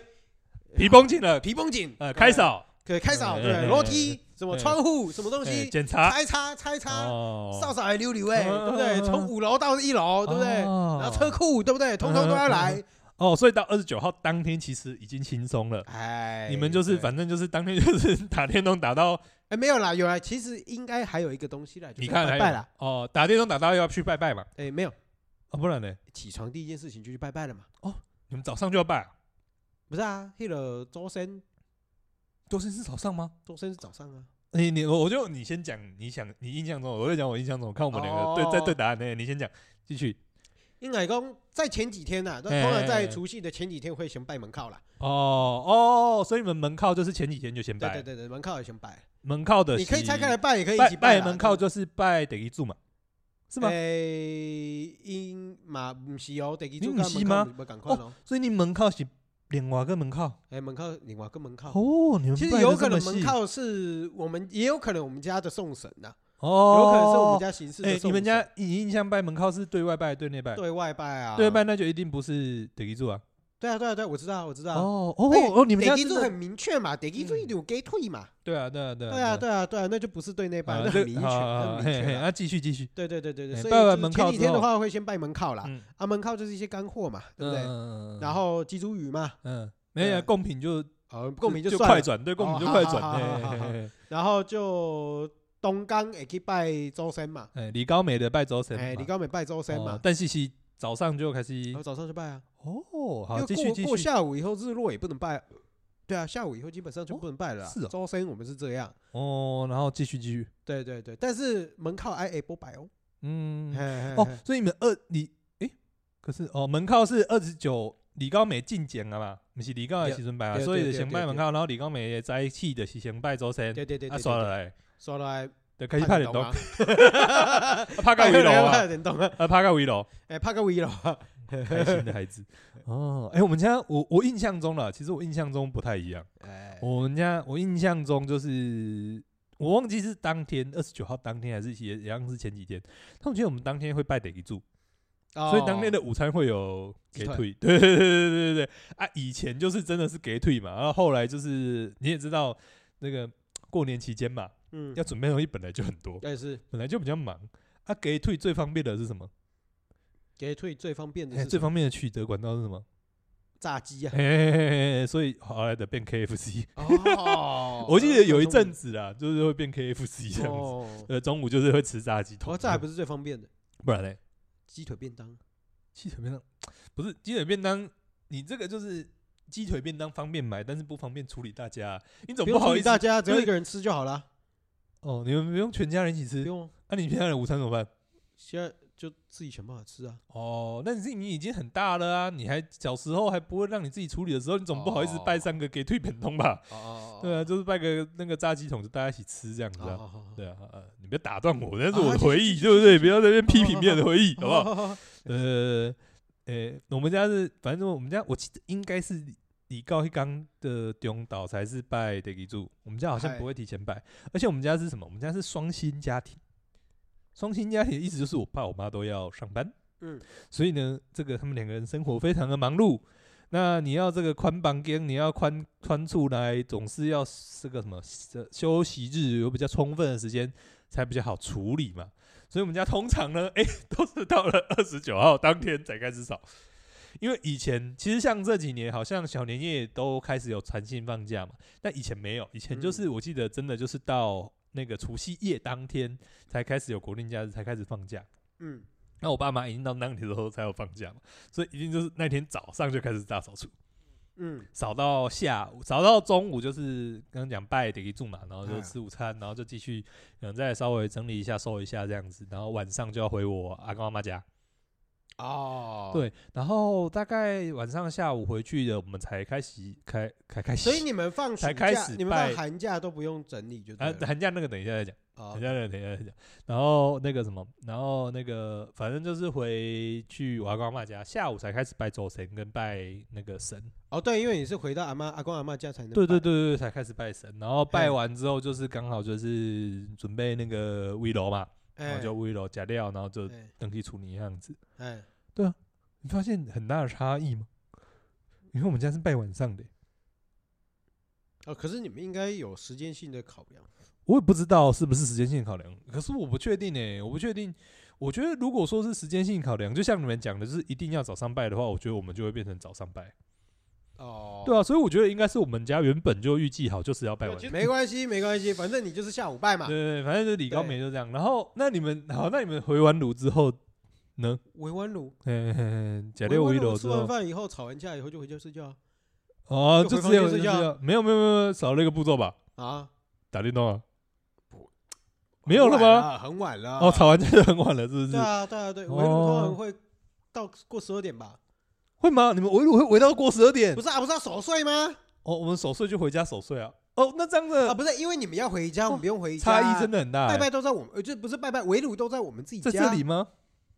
S2: 皮绷紧了，
S1: 皮绷紧，
S2: 呃，开扫，
S1: 对，开扫，
S2: 哎哎哎
S1: 对，楼梯什么
S2: 哎
S1: 窗户什么东
S2: 哎
S1: 西，
S2: 检查，
S1: 拆擦拆擦，
S2: 哦
S1: 扫扫还溜溜哎，
S2: 嗯
S1: 对不
S2: 嗯
S1: 对？
S2: 嗯
S1: 从五楼到一楼，对不对？
S2: 然
S1: 然后车库对不对？通通都要
S2: 嗯嗯
S1: 来，
S2: 哦，所以到二十九号当天其实已经轻松了。
S1: 哎，
S2: 你们就是
S1: 对
S2: 反正就是当天就是 [LAUGHS] 打电动打到
S1: 哎，没有啦，有啦，其实应该还有一个东西啦，就是
S2: 你看还
S1: 拜
S2: 有
S1: 拜啦。
S2: 哦，打电动打到要去拜拜嘛，
S1: 哎，没有，
S2: 哦不然呢，
S1: 起床第一件事情就去拜拜了嘛。
S2: 你们早上就要拜啊，
S1: 不是啊，那个周三，
S2: 周星是早上吗？
S1: 周三是早上啊。
S2: 你你我我就你先讲，你想你印象中，我就讲我印象中，看我们两个
S1: 哦
S2: 对在对答案呢，你先讲，继续
S1: 应该讲在前几天呐、啊，都
S2: 哎
S1: 通常
S2: 哎哎
S1: 在除夕的前几天会先拜门靠啦。
S2: 哦哦，所以你们门靠就是前几天就先
S1: 对
S2: 拜
S1: 对对对，门靠也先拜，
S2: 门靠的，
S1: 你可以拆开来拜，也可以一
S2: 拜
S1: 起
S2: 拜
S1: 啦
S2: 门靠就是拜得一柱嘛，是吗？
S1: 诶，因嘛唔是哦，第几
S2: 你
S1: 组
S2: 唔
S1: 跟
S2: 是
S1: 门
S2: 吗
S1: 口不赶快哦，
S2: 所以你门靠是另外一个门靠
S1: 诶，门口另外一个门口，
S2: 哦，你们
S1: 其
S2: 拜
S1: 实
S2: 得
S1: 有
S2: 这
S1: 可
S2: 么
S1: 能门
S2: 细
S1: 靠是我们，也有可能我们家的送神呐，
S2: 哦，
S1: 有可能是我们家形式的
S2: 哎
S1: 送，神，
S2: 你们家你印象拜门靠是对外拜对内拜？
S1: 对外拜啊，
S2: 对外拜那就一定不是得一柱啊。
S1: 对啊对啊对啊，我知道我知道，
S2: 哦哦
S1: 哎
S2: 哦，你们
S1: 第
S2: 家
S1: 几
S2: 真
S1: 组
S2: 的
S1: 很明确嘛，第几组一定有给退嘛，
S2: 对啊对啊对啊
S1: 对啊对啊对啊，那就不是对内拜，
S2: 啊
S1: 那
S2: 这
S1: 很明确，
S2: 好好
S1: 那
S2: 好
S1: 很明
S2: 嘿嘿
S1: 确啦。
S2: 那继续继续，
S1: 对对对对对，
S2: 哎
S1: 所以
S2: 拜
S1: 就
S2: 完
S1: 是
S2: 门靠
S1: 前几
S2: 之
S1: 天的
S2: 后
S1: 话会先拜门靠啦，
S2: 嗯，
S1: 啊门靠就是一些干货嘛，对不对？
S2: 嗯
S1: 然后鸡猪鱼嘛，
S2: 嗯，没有
S1: 呃
S2: 贡品就
S1: 呃，共鸣
S2: 就
S1: 算
S2: 快
S1: 了，
S2: 转，对，贡品
S1: 哦
S2: 就
S1: 好
S2: 快
S1: 好
S2: 转，
S1: 好
S2: 嘿
S1: 好
S2: 嘿
S1: 好
S2: 嘿嘿
S1: 然后就东港也去拜周三嘛，
S2: 哎，李高美的拜周神嘛，
S1: 哎，你刚没拜周三
S2: 哦
S1: 嘛，
S2: 但是是早上就开始
S1: 然后早上就拜啊，
S2: 哦，
S1: 因
S2: 好，
S1: 为
S2: 继续
S1: 过
S2: 继
S1: 过
S2: 续，
S1: 下午以后日落也不能拜，对啊，下午以后基本上就
S2: 哦
S1: 不能拜了啦
S2: 是哦，
S1: 周三我们是这样，
S2: 哦，然后继续继续，
S1: 对对对，但是门靠挨 A 不摆哦，
S2: 嗯
S1: 嘿，嘿
S2: 哦
S1: 嘿，
S2: 所以你们二你诶，可是哦，门靠是二十九，李高美进前啊嘛，不是李高的时阵拜啊，
S1: 对
S2: 所以
S1: 对
S2: 就
S1: 对
S2: 先
S1: 对
S2: 拜
S1: 对
S2: 门靠，然后李高美也在一起的是先拜周神，
S1: 对对对对
S2: 啊，
S1: 对，
S2: 刷
S1: 对
S2: 了，来，
S1: 刷了来，
S2: 就开始拍
S1: 电
S2: 电
S1: 动
S2: 动，
S1: 啊
S2: 啊，
S1: [LAUGHS]
S2: [LAUGHS] 拍到围楼
S1: 拍
S2: 啊，
S1: 电动啊，
S2: 啊，拍到围 [LAUGHS] 楼，
S1: 哎，拍个围楼啊，
S2: 开心的孩子。 [LAUGHS] 哦，哎，我们家我我印象中啦，其实我印象中不太一样，
S1: 哎，
S2: 我们家我印象中就是。我忘记是当天二十九号当天还是也也像是前几天，他们觉得我们当天会拜得一柱，所以当天
S1: 的
S2: 的午餐会有给
S1: 哦鸡
S2: 退， [LAUGHS] 对对对对对对对啊！以前就是真的是给退嘛，然后后来就是你也知道那个过年期间嘛，
S1: 嗯
S2: 要，准备的东西本来就很多，
S1: 但是
S2: 本来就比较忙啊。给退最方便的是什么？
S1: 给退最方便的
S2: 哎
S1: 是什
S2: 最
S1: 么
S2: 方便的取得管道是什么？
S1: 炸鸡
S2: [LAUGHS]
S1: 啊，
S2: 嘿嘿嘿嘿嘿所以后来的变 KFC。
S1: 哦
S2: 我记得有一阵子啦，就是会变 KFC 这样子。
S1: 哦，
S2: 呃，中午就是会吃炸鸡头，
S1: 哦，这还不是最方便的，
S2: 不然嘞，
S1: 鸡腿便当。
S2: 鸡腿便当不是鸡腿便当，你这个就是鸡腿便当方便买，但是不方便处理大家啊、你总
S1: 不
S2: [LAUGHS] 不
S1: 用处
S2: 好
S1: 理
S2: 意
S1: 大
S2: 思
S1: 家，只要
S2: 就是
S1: 一个人吃就好了，
S2: 哦，你们不用全家人一起
S1: 不
S2: 吃，
S1: 用。
S2: 那、你平常的午餐怎么办？
S1: 现在就自己想办法吃啊。
S2: 哦，那你是你已经很大了啊，你还小时候还不会让你自己处理的时候，你总不好意思拜
S1: 哦
S2: 三个给退本通吧？
S1: 哦
S2: 对啊，，就是拜个那个炸鸡桶，就大家一起吃这样子
S1: 好
S2: 啊。
S1: 好好。
S2: 对啊，呃，你不要打断我，那是
S1: 啊
S2: 我的
S1: 继
S2: 回
S1: 续
S2: 忆，
S1: 继
S2: 对不
S1: 续
S2: 对？
S1: 继
S2: 不要在那边批
S1: 好
S2: 评
S1: 好
S2: 别人的回
S1: 哦
S2: 忆，好不好？
S1: 好？
S2: 呃，诶、我们家是，反正我们家我记得应该是李高一刚的中岛才是拜得给柱，我们家好像
S1: 嗨
S2: 不会提前拜，而且我们家是什么？我们家是双薪家庭。双薪家庭的意思就是我爸我妈都要上班，
S1: 嗯，
S2: 所以呢，这个他们两个人生活非常的忙碌。那你要这个宽绑间，你要宽宽出来，总是要这个什么呃休息日有比较充分的时间，才比较好处理嘛。所以我们家通常呢，哎、 [LAUGHS] 都是到了二十九号当天才开始扫。因为以前其实像这几年，好像小年夜都开始有弹性放假嘛，但以前没有，以前就是我记得真的就是到那个除夕夜当天才开始有国定假日才开始放假。
S1: 嗯，
S2: 那我爸妈已经到那里的时候才有放假嘛，所以一定就是那天早上就开始大扫除，
S1: 嗯，
S2: 扫到下午，扫到中午就是刚刚讲拜得一住嘛，然后就
S1: 嗯
S2: 吃午餐，然后就继续可能再稍微整理一下、收一下这样子，然后晚上就要回我阿公阿妈家。
S1: 哦，。
S2: 对，然后大概晚上下午回去的，我们才开始开开开始。
S1: 所以你们放暑
S2: 才
S1: 假
S2: 开始
S1: 你们放
S2: 拜
S1: 寒假都不用整理就对
S2: [LAUGHS] 啊，
S1: 了。
S2: 寒假那个等一下再讲，
S1: 哦
S2: 寒假那个等一下再讲。然后那个什么，然后那个反正就是回去我阿公阿妈家，下午才开始拜周神跟拜那个神。
S1: 哦，对，因为你是回到阿妈、阿公、阿妈家才能。
S2: 对对。对对，才开始拜神，然后拜
S1: 嘿
S2: 完之后就是刚好就是准备那个微楼嘛，然
S1: 哎
S2: 后，就微楼加料，然后就
S1: 哎
S2: 登记处理这样子。
S1: 哎，
S2: 你发现很大的差异吗？因为我们家是拜晚上的、
S1: 哦，可是你们应该有时间性的考量。
S2: 我也不知道是不是时间性考量，可是我不确定诶、我不确定。我觉得如果说是时间性考量，就像你们讲的，就是一定要早上拜的话，我觉得我们就会变成早上拜。
S1: 哦。
S2: 对啊，所以我觉得应该是我们家原本就预计好就是要拜晚上。
S1: 没关系，没关系，反正你就是下午拜嘛。
S2: 对对，对反正就是李高
S1: 对
S2: 梅就这样。然后那你们好，那你们回完炉之后呢？
S1: 围完炉，
S2: 嗯，嘿嘿假
S1: 围
S2: 六
S1: 完
S2: 围
S1: 炉
S2: 炉
S1: 吃
S2: 之
S1: 完
S2: 后，
S1: 饭以后，吵完架以后就回家睡觉啊
S2: 哦，
S1: 就回
S2: 就直
S1: 房
S2: 接
S1: 间
S2: 回
S1: 睡
S2: 家
S1: 觉
S2: 睡觉没有没有没有，少了一个步骤吧？
S1: 啊。
S2: 打电动啊？
S1: 不
S2: 没有了
S1: 很
S2: 吗？
S1: 晚？很晚了。
S2: 哦哦，吵完架就很晚了，是不是
S1: 对？啊，对啊，对，
S2: 哦
S1: 围炉通常会到过十二点吧？
S2: 会吗？你们围炉会围到过十二点
S1: 不？是啊，不是要守岁吗？
S2: 哦，我们守岁就回家守岁啊。哦，那这样
S1: 啊，
S2: 的
S1: 不是，因为你们要回家，我们不用回家啊。
S2: 差异真的很大、
S1: 拜
S2: 欸。
S1: 拜都在我们，呃，就不是拜拜，围炉都在我们自己
S2: 在
S1: 家。
S2: 这里吗？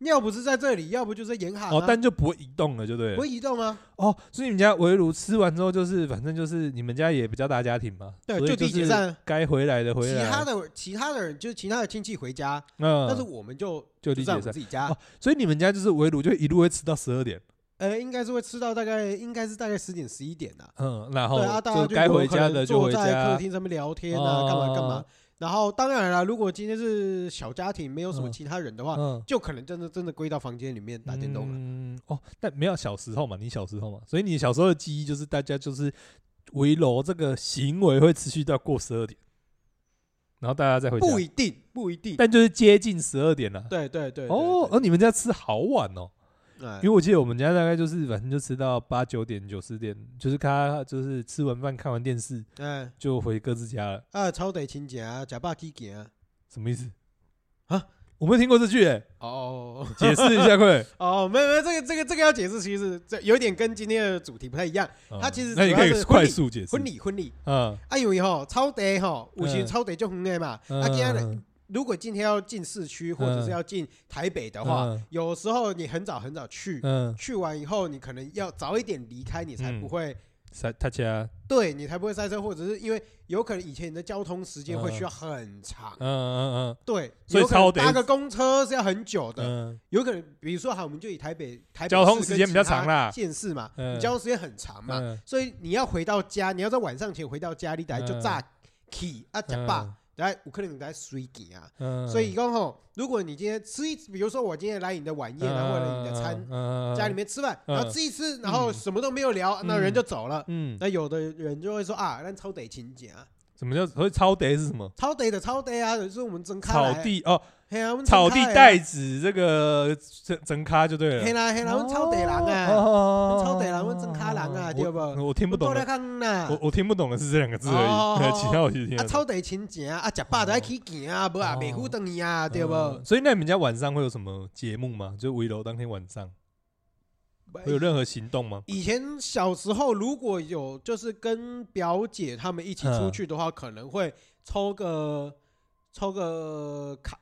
S1: 要不是在这里，要不就在沿海啊。
S2: 哦，但就不会移动了，就对了。
S1: 不会移动啊。
S2: 哦，所以你们家围炉吃完之后，就是反正就是你们家也比较大家庭嘛，
S1: 对
S2: 所以
S1: 就地
S2: 是
S1: 解散
S2: 该回来的回
S1: 其
S2: 来。啊
S1: 他的其他的人就是其他的亲戚回家，
S2: 嗯，
S1: 但是我们就
S2: 就
S1: 就
S2: 地
S1: 在我
S2: 解
S1: 们
S2: 散。
S1: 自己家
S2: 哦。所以你们家就是围炉，就一路会吃到十二点。
S1: 呃，应该是会吃到大概应该是大概十点十一点呐。
S2: 嗯，然后
S1: 对啊，大家
S2: 就
S1: 就
S2: 该
S1: 有
S2: 回
S1: 可
S2: 家
S1: 能
S2: 的就
S1: 坐
S2: 回
S1: 在客
S2: 家。
S1: 厅上面聊天啊，干嘛干嘛
S2: 哦。
S1: 然后当然了，如果今天是小家庭，没有什么其他人的话，
S2: 嗯，
S1: 就可能真的真的归到房间里面打电动了。
S2: 嗯，哦，但没有小时候嘛，你小时候嘛，所以你小时候的记忆就是大家就是围楼这个行为会持续到过十二点，然后大家再回家，
S1: 不一定，不一定。
S2: 但就是接近十二点了。
S1: 对对对。对
S2: 哦，，而你们家吃好晚哦，
S1: 对哎
S2: 因为我记得我们家大概就是反正就吃到八九点、九十点，就是他就是吃完饭看完电视
S1: 哎
S2: 就回各自家了，
S1: 啊，超得勤俭啊，假爸基俭啊。
S2: 什么意思
S1: 啊？
S2: 我没有听过这句、欸，
S1: 哦
S2: 解释
S1: [LAUGHS]
S2: 一下快。
S1: 哦，没有没有，这个这个这个要解释，其实这有点跟今天的主题不太一样。他其实
S2: 嗯那你可
S1: 主要
S2: 以
S1: 是
S2: 快速解释
S1: 婚，礼婚礼，
S2: 嗯
S1: 啊因为吼超地吼，有时
S2: 嗯
S1: 超地就很远嘛。
S2: 嗯
S1: 啊，今天如果今天要进市区或者是要进台北的话
S2: 嗯，
S1: 有时候你很早很早去，
S2: 嗯，
S1: 去完以后你可能要早一点离开，你才不会
S2: 塞他
S1: 啊
S2: 家，
S1: 对你才不会塞车，或者是因为有可能以前你的交通时间会需要很长
S2: 嗯，嗯嗯
S1: 对，
S2: 所以
S1: 有可能
S2: 超得
S1: 搭个公车是要很久的。
S2: 嗯
S1: 有可能，比如说好，我们就以台北台北
S2: 交通
S1: 市
S2: 时
S1: 跟
S2: 间比较
S1: 其他
S2: 长啦
S1: 县市嘛，
S2: 嗯
S1: 你交通时间很长嘛，
S2: 嗯，
S1: 所以你要回到家，你要在晚上前回到家，你大概就炸起啊，假爸，大概有可能大概睡起啊。
S2: 嗯嗯，嗯
S1: 所以讲吼，如果你今天吃一，比如说我今天来你的晚宴啊，或者你的餐，
S2: 嗯
S1: 家里，面吃饭，
S2: 嗯
S1: 然后吃一吃，然后什么都没有聊，
S2: 嗯
S1: 那人就走了。
S2: 嗯嗯嗯，嗯
S1: 那有的人就会说啊，那超得勤俭啊，
S2: 什么叫所以超得是什么？
S1: 超得的超得啊，就是我们真开
S2: 草
S1: 来，
S2: 地哦，
S1: 嘿啊，我们
S2: 草
S1: 真
S2: 地
S1: 开来啊
S2: 带，子这个整整咖就对了
S1: 嘿。啦嘿啦，我们超得人啊。
S2: 啊
S1: 草地人阮种卡人啊对不
S2: 哦我听不懂
S1: 我倒
S2: 的
S1: 来，看啦，
S2: 我我听不懂的是这两个字
S1: 哦
S2: 而已， [LAUGHS] 其他我其实听
S1: 啊
S2: 得懂。
S1: 草地亲情啊，啊食饱就爱去行啊，无啊
S2: 哦
S1: 袂赴等伊啊，对
S2: 嗯
S1: 无？
S2: 所以那你们家晚上会有什么节目吗？就围楼当天晚上
S1: 哎
S2: 会有任何行动吗？
S1: 以前小时候如果有就是跟表姐他们一起出去的话，可能会抽个抽个卡，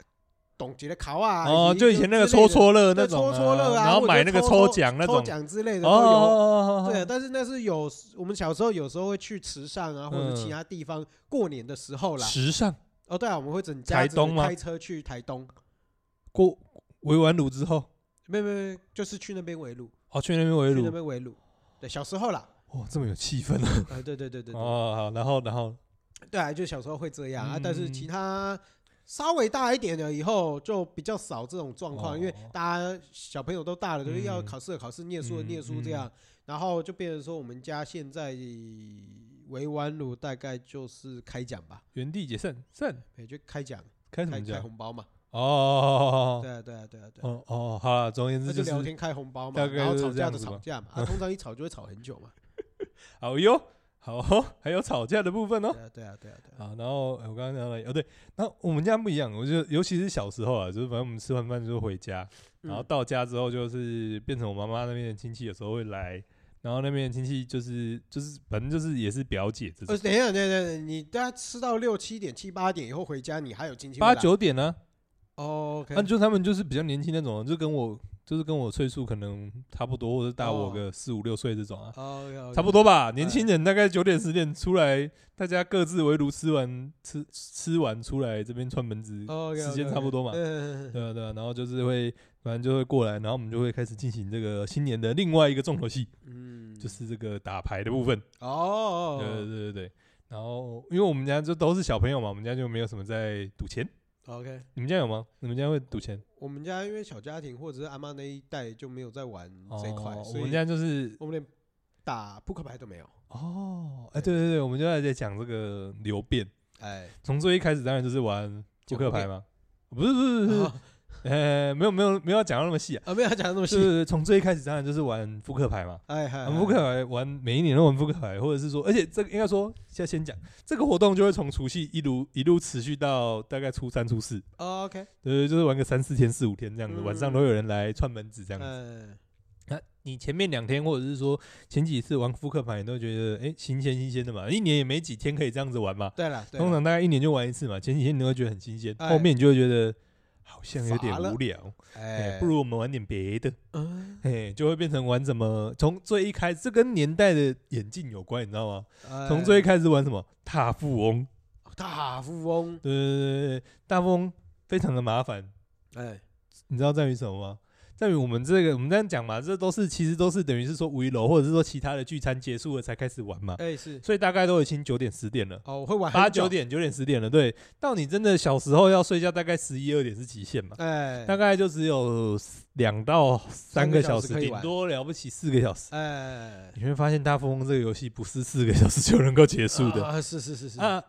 S1: 懂级的卡啊，
S2: 哦，就以前那个戳戳乐那种啊，
S1: 对戳戳乐啊
S2: 然后
S1: 或者
S2: 买那个
S1: 抽
S2: 奖那
S1: 抽
S2: 种，
S1: 奖之类的都有。
S2: 哦，
S1: 对，啊但是那是有我们小时候有时候会去池上啊，或
S2: 嗯
S1: 者其他地方过年的时候啦。
S2: 时尚
S1: 哦，对啊，我们会整家
S2: 台
S1: 子
S2: 东吗
S1: 开车去台东，
S2: 过围完炉之后，
S1: 没有没有没有，就是去那边围炉。
S2: 哦，去那边围
S1: 去那
S2: 炉，
S1: 边围炉。对，小时
S2: [COUGHS]
S1: 候啦，
S2: 哇，这么有气氛啊！
S1: 呃，对对对对对，
S2: 哦，好，然后然后
S1: 对啊，就小时候会这样啊，
S2: 嗯
S1: 但是其他稍微大一点的以后就比较少这种状
S2: 哦
S1: 况，因为大家小朋友都大了，就是
S2: 嗯
S1: 要考试的考试，念书的
S2: 嗯
S1: 念书这样，然后就变成说我们家现在围完炉大概就是开奖吧，
S2: 原地解散，散
S1: 也就开奖，
S2: 开什
S1: 开
S2: 么
S1: 开
S2: 奖？
S1: 红包嘛，
S2: 哦，
S1: 对啊对啊对啊对啊。
S2: 哦哦，好了，总而言
S1: 那就
S2: 之就是
S1: 聊天开红包嘛，
S2: 大概
S1: 然后
S2: 就是
S1: 吵
S2: 这
S1: 架
S2: 样
S1: 就
S2: 子
S1: 吵
S2: 吧
S1: 架嘛，啊，通常一吵就会吵很久嘛。
S2: 好哟，好哦，还有吵架的部 [LAUGHS] 分哦。
S1: 对啊，对啊，对啊，对
S2: [LAUGHS]
S1: 啊。
S2: 啊，然后呃我刚刚讲到哪里哦，对，然后我们家不一样，我就尤其是小时候啊，就是反正我们吃完饭就回家，然后
S1: 嗯
S2: 到家之后就是变成我妈妈那边的亲戚有时候会来，然后那边的亲戚就是就是反正就是也是表姐这
S1: 呃，
S2: 种，
S1: 等一下，等一下，等一下，你大家吃到六七点、七八点以后回家，你还有亲戚会
S2: 八
S1: 来
S2: 九点呢、
S1: 哦
S2: 啊，
S1: ，OK，
S2: 那、就他们就是比较年轻那种，啊就跟我就是跟我岁数可能差不多，或者大我
S1: 哦
S2: 个四五六岁这种啊。
S1: 哦，
S2: 差不
S1: 多。
S2: 多吧，年轻人大概九点十点出来，大家各自围炉吃完吃吃完出来这边串门子，
S1: 哦，
S2: 时间差不多嘛
S1: 嗯，
S2: [LAUGHS] 对啊对啊，然后就是会，反正就会过来，然后我们就会开始进行这个新年的另外一个重头戏，
S1: 嗯，
S2: 就是这个打牌的部分。对对
S1: 哦
S2: 对对对。然后，因为我们家就都是小朋友嘛，我们家就没有什么在赌钱。
S1: ，OK。
S2: 你们家有吗？你们家会赌钱？
S1: 我们家因为小家庭或者是阿妈那一代就没有在玩嗯这一块，
S2: 哦
S1: 所
S2: 我们
S1: 以
S2: 家就是
S1: 我们连打扑克牌都没有。
S2: 哦，哎，对对对，我们就在讲这个流变。
S1: 哎，
S2: 从最一开始，当然就是玩扑克牌嘛。不是不 [LAUGHS] 是不是，
S1: 啊
S2: 呃，没有没有没有讲到那么细啊。
S1: 啊，没有讲那么
S2: 就
S1: 细。
S2: 是从最一开始，当然就是玩扑克牌嘛。
S1: 哎，嗨
S2: 玩扑克，牌玩每一年都玩扑克牌，或者是说，而且这个应该说，现在先讲这个活动就会从除夕一路一路持续到大概初三初四，
S1: 哦，OK，
S2: 对，就是玩个三四天四五天这样子，
S1: 嗯
S2: 晚上都有人来串门子这样子。
S1: 嗯，
S2: 你前面两天或者是说前几次玩扑克牌，你都觉得哎、诶新鲜新鲜的嘛，一年也没几天可以这样子玩嘛。
S1: 对了，对啦啊
S2: 通常大概一年就玩一次嘛，前几天你都会觉得很新鲜，
S1: 哎
S2: 后面你就会觉得好像有点
S1: 乏了
S2: 无聊，哎、
S1: 哎，
S2: 不如我们玩点别的，
S1: 嗯
S2: 哎、就会变成玩什么？从最一开始，这跟年代的眼镜有关，你知道吗？从最一开始玩什么大富翁，
S1: 哎大富翁，
S2: 对对对对对，大富翁非常的麻烦，
S1: 哎，
S2: 你知道在于什么吗？在于我们这个，我们这样讲嘛，这都是其实都是等于是说五一楼或者是说其他的聚餐结束了才开始玩嘛，
S1: 哎是，
S2: 所以大概都已经九点十点了。
S1: 哦，我会玩很
S2: 八
S1: 久
S2: 九，点、九点、十点了，对。到你真的小时候要睡觉，大概十一二点是极限嘛？
S1: 哎，
S2: 大概就只有两到三个小时，
S1: 三个小时可以
S2: 顶
S1: 玩
S2: 多了不起四个小时。
S1: 哎，
S2: 你会发现大富翁这个游戏不是四个小时就能够结束的
S1: 啊，是是是是，
S2: 啊。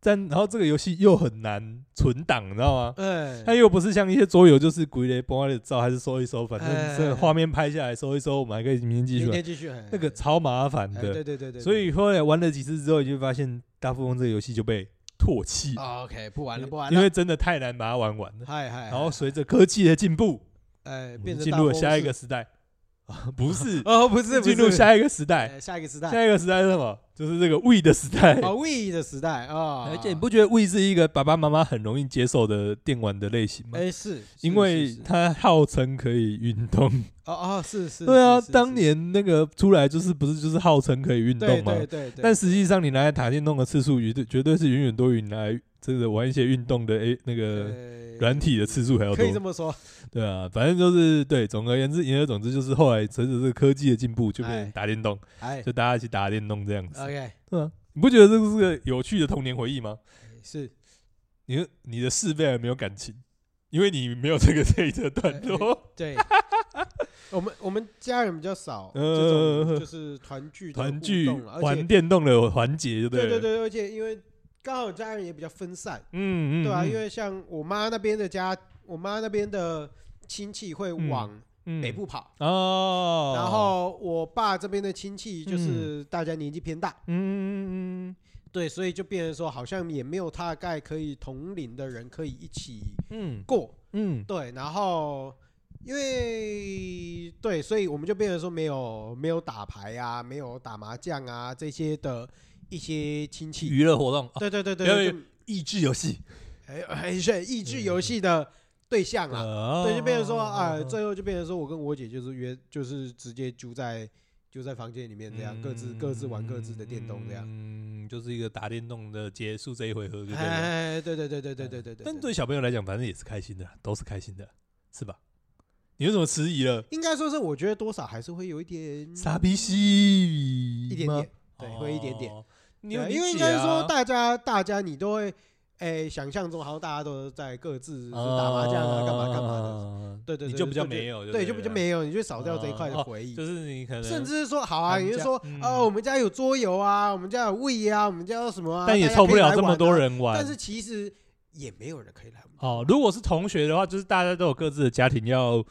S2: 但然后这个游戏又很难存档，你知道吗？
S1: 哎，
S2: 它又不是像一些桌游，就是鬼雷崩的照，还是收一收，反
S1: 哎
S2: 正这个画面拍下来收一收，我们还可以明天继续
S1: 明
S2: 玩。
S1: 天继续，哎
S2: 那个超麻烦
S1: 哎对
S2: 的，
S1: 对对对，
S2: 所以后来玩了几次之后，你就发现大富翁这个游戏就被唾弃
S1: 对。哦 OK，不玩了不玩
S2: 因
S1: 了，
S2: 为真的太难把它玩完了。
S1: 嗨嗨，
S2: 然后
S1: 嗨
S2: 随着科技的进步，
S1: 哎
S2: 我
S1: 变
S2: 们
S1: 成
S2: 进
S1: 大
S2: 入了
S1: 富翁
S2: 下一
S1: 是
S2: 个时代， [LAUGHS] 啊不
S1: [LAUGHS]
S2: 是
S1: 哦不是不
S2: 进入
S1: 是
S2: 下一个时代，
S1: 哎下一个时代，
S2: 下一个时代是什么？就是这个 We 的时代。
S1: 哦 We 的时代啊，
S2: 而且你不觉得 We 是一个爸爸妈妈很容易接受的电玩的类型吗？
S1: 哎是，
S2: 因
S1: 是
S2: 为
S1: 是是
S2: 它号称可以运动，
S1: 哦哦是是，
S2: 对啊，
S1: 是是
S2: 当
S1: 是
S2: 年那个出来就是不是就是号称可以运
S1: 对
S2: 动吗？
S1: 对对对，
S2: 但实际上你拿来打电动的次数，绝对绝对是远远多于你拿来这个玩一些运动的诶那个
S1: 呃
S2: 软体的次数还要多。
S1: 可以这么说，
S2: 对啊，反正就是对，总而言之，言而总之就是后来随着这个科技的进步，就变
S1: 哎
S2: 成打电动，
S1: 哎
S2: 就大家一起打电动这样子。
S1: ，OK，
S2: 对啊，你不觉得这个是个有趣的童年回忆吗？
S1: 是
S2: 你的你的四辈还没有感情，因为你没有这个这一个段落
S1: 对。 [LAUGHS] 我们我们家人比较少这
S2: 呃
S1: 种就是团聚的
S2: 团
S1: 互
S2: 聚
S1: 动啊而且
S2: 玩电动的环节，对不
S1: 对
S2: 对
S1: 对对，而且因为刚好家人也比较分散，
S2: 嗯嗯，
S1: 对啊，
S2: 嗯
S1: 因为像我妈那边的家，我妈那边的亲戚会
S2: 嗯
S1: 往
S2: 嗯
S1: 北部跑，
S2: 哦，
S1: 然后我爸这边的亲戚就是大家年纪偏大，
S2: 嗯嗯
S1: 对，所以就变成说好像也没有大概可以同龄的人可以一起
S2: 嗯
S1: 过，
S2: 嗯
S1: 对，然后因为对，所以我们就变成说没有没有打牌啊，没有打麻将啊这些的一些亲
S2: 嗯，
S1: 戚。
S2: 娱乐活动，啊
S1: 对对对对
S2: 因为
S1: 对，
S2: 嗯
S1: 就
S2: 益智游戏
S1: 哎哎是益智游戏的对象啊。对，
S2: 对
S1: 就变
S2: 哦
S1: 成说啊，最后就变成说我跟我姐就是约，就是直接住在就在房间里面这样，各自各自玩各自的电动这样。
S2: 嗯，就是一个打电动的结束这一回合，对不嗯对？
S1: 哎，对对对对对对对对。
S2: 但对小朋友来讲，反正也是开心的啦，都是开心的，是吧？你为什么迟疑了？
S1: 应该说是我觉得多少还是会有一点
S2: 傻逼西，
S1: 一点
S2: 吗
S1: 点，对，会一点点。
S2: 哦。你
S1: 对
S2: 有
S1: 啊
S2: 理
S1: 因为应
S2: 解
S1: 该
S2: 啊
S1: 说大家大家你都会，哎，想象中好像大家都在各自就打麻将啊，干嘛干嘛的。
S2: 啊
S1: 对对，
S2: 哦你
S1: 对
S2: 就比较
S1: 对
S2: 没有，
S1: 对，就比较
S2: 了，
S1: 没有，你就少掉这一块
S2: 哦
S1: 的回忆。
S2: 就是你可能
S1: 甚。至是说好啊，
S2: 寒
S1: 你就
S2: 假
S1: 说
S2: 嗯
S1: 呃，我们家有桌游啊，我们家有 We 啊，我们家有什么啊，
S2: 但也
S1: 大家
S2: 凑
S1: 可
S2: 不
S1: 以
S2: 了
S1: 来
S2: 这么
S1: 玩
S2: 多
S1: 啊
S2: 人玩
S1: 但，是其实也没有人可以来我们家。
S2: 哦，如果是同学的话，就是大家都有各自的家庭要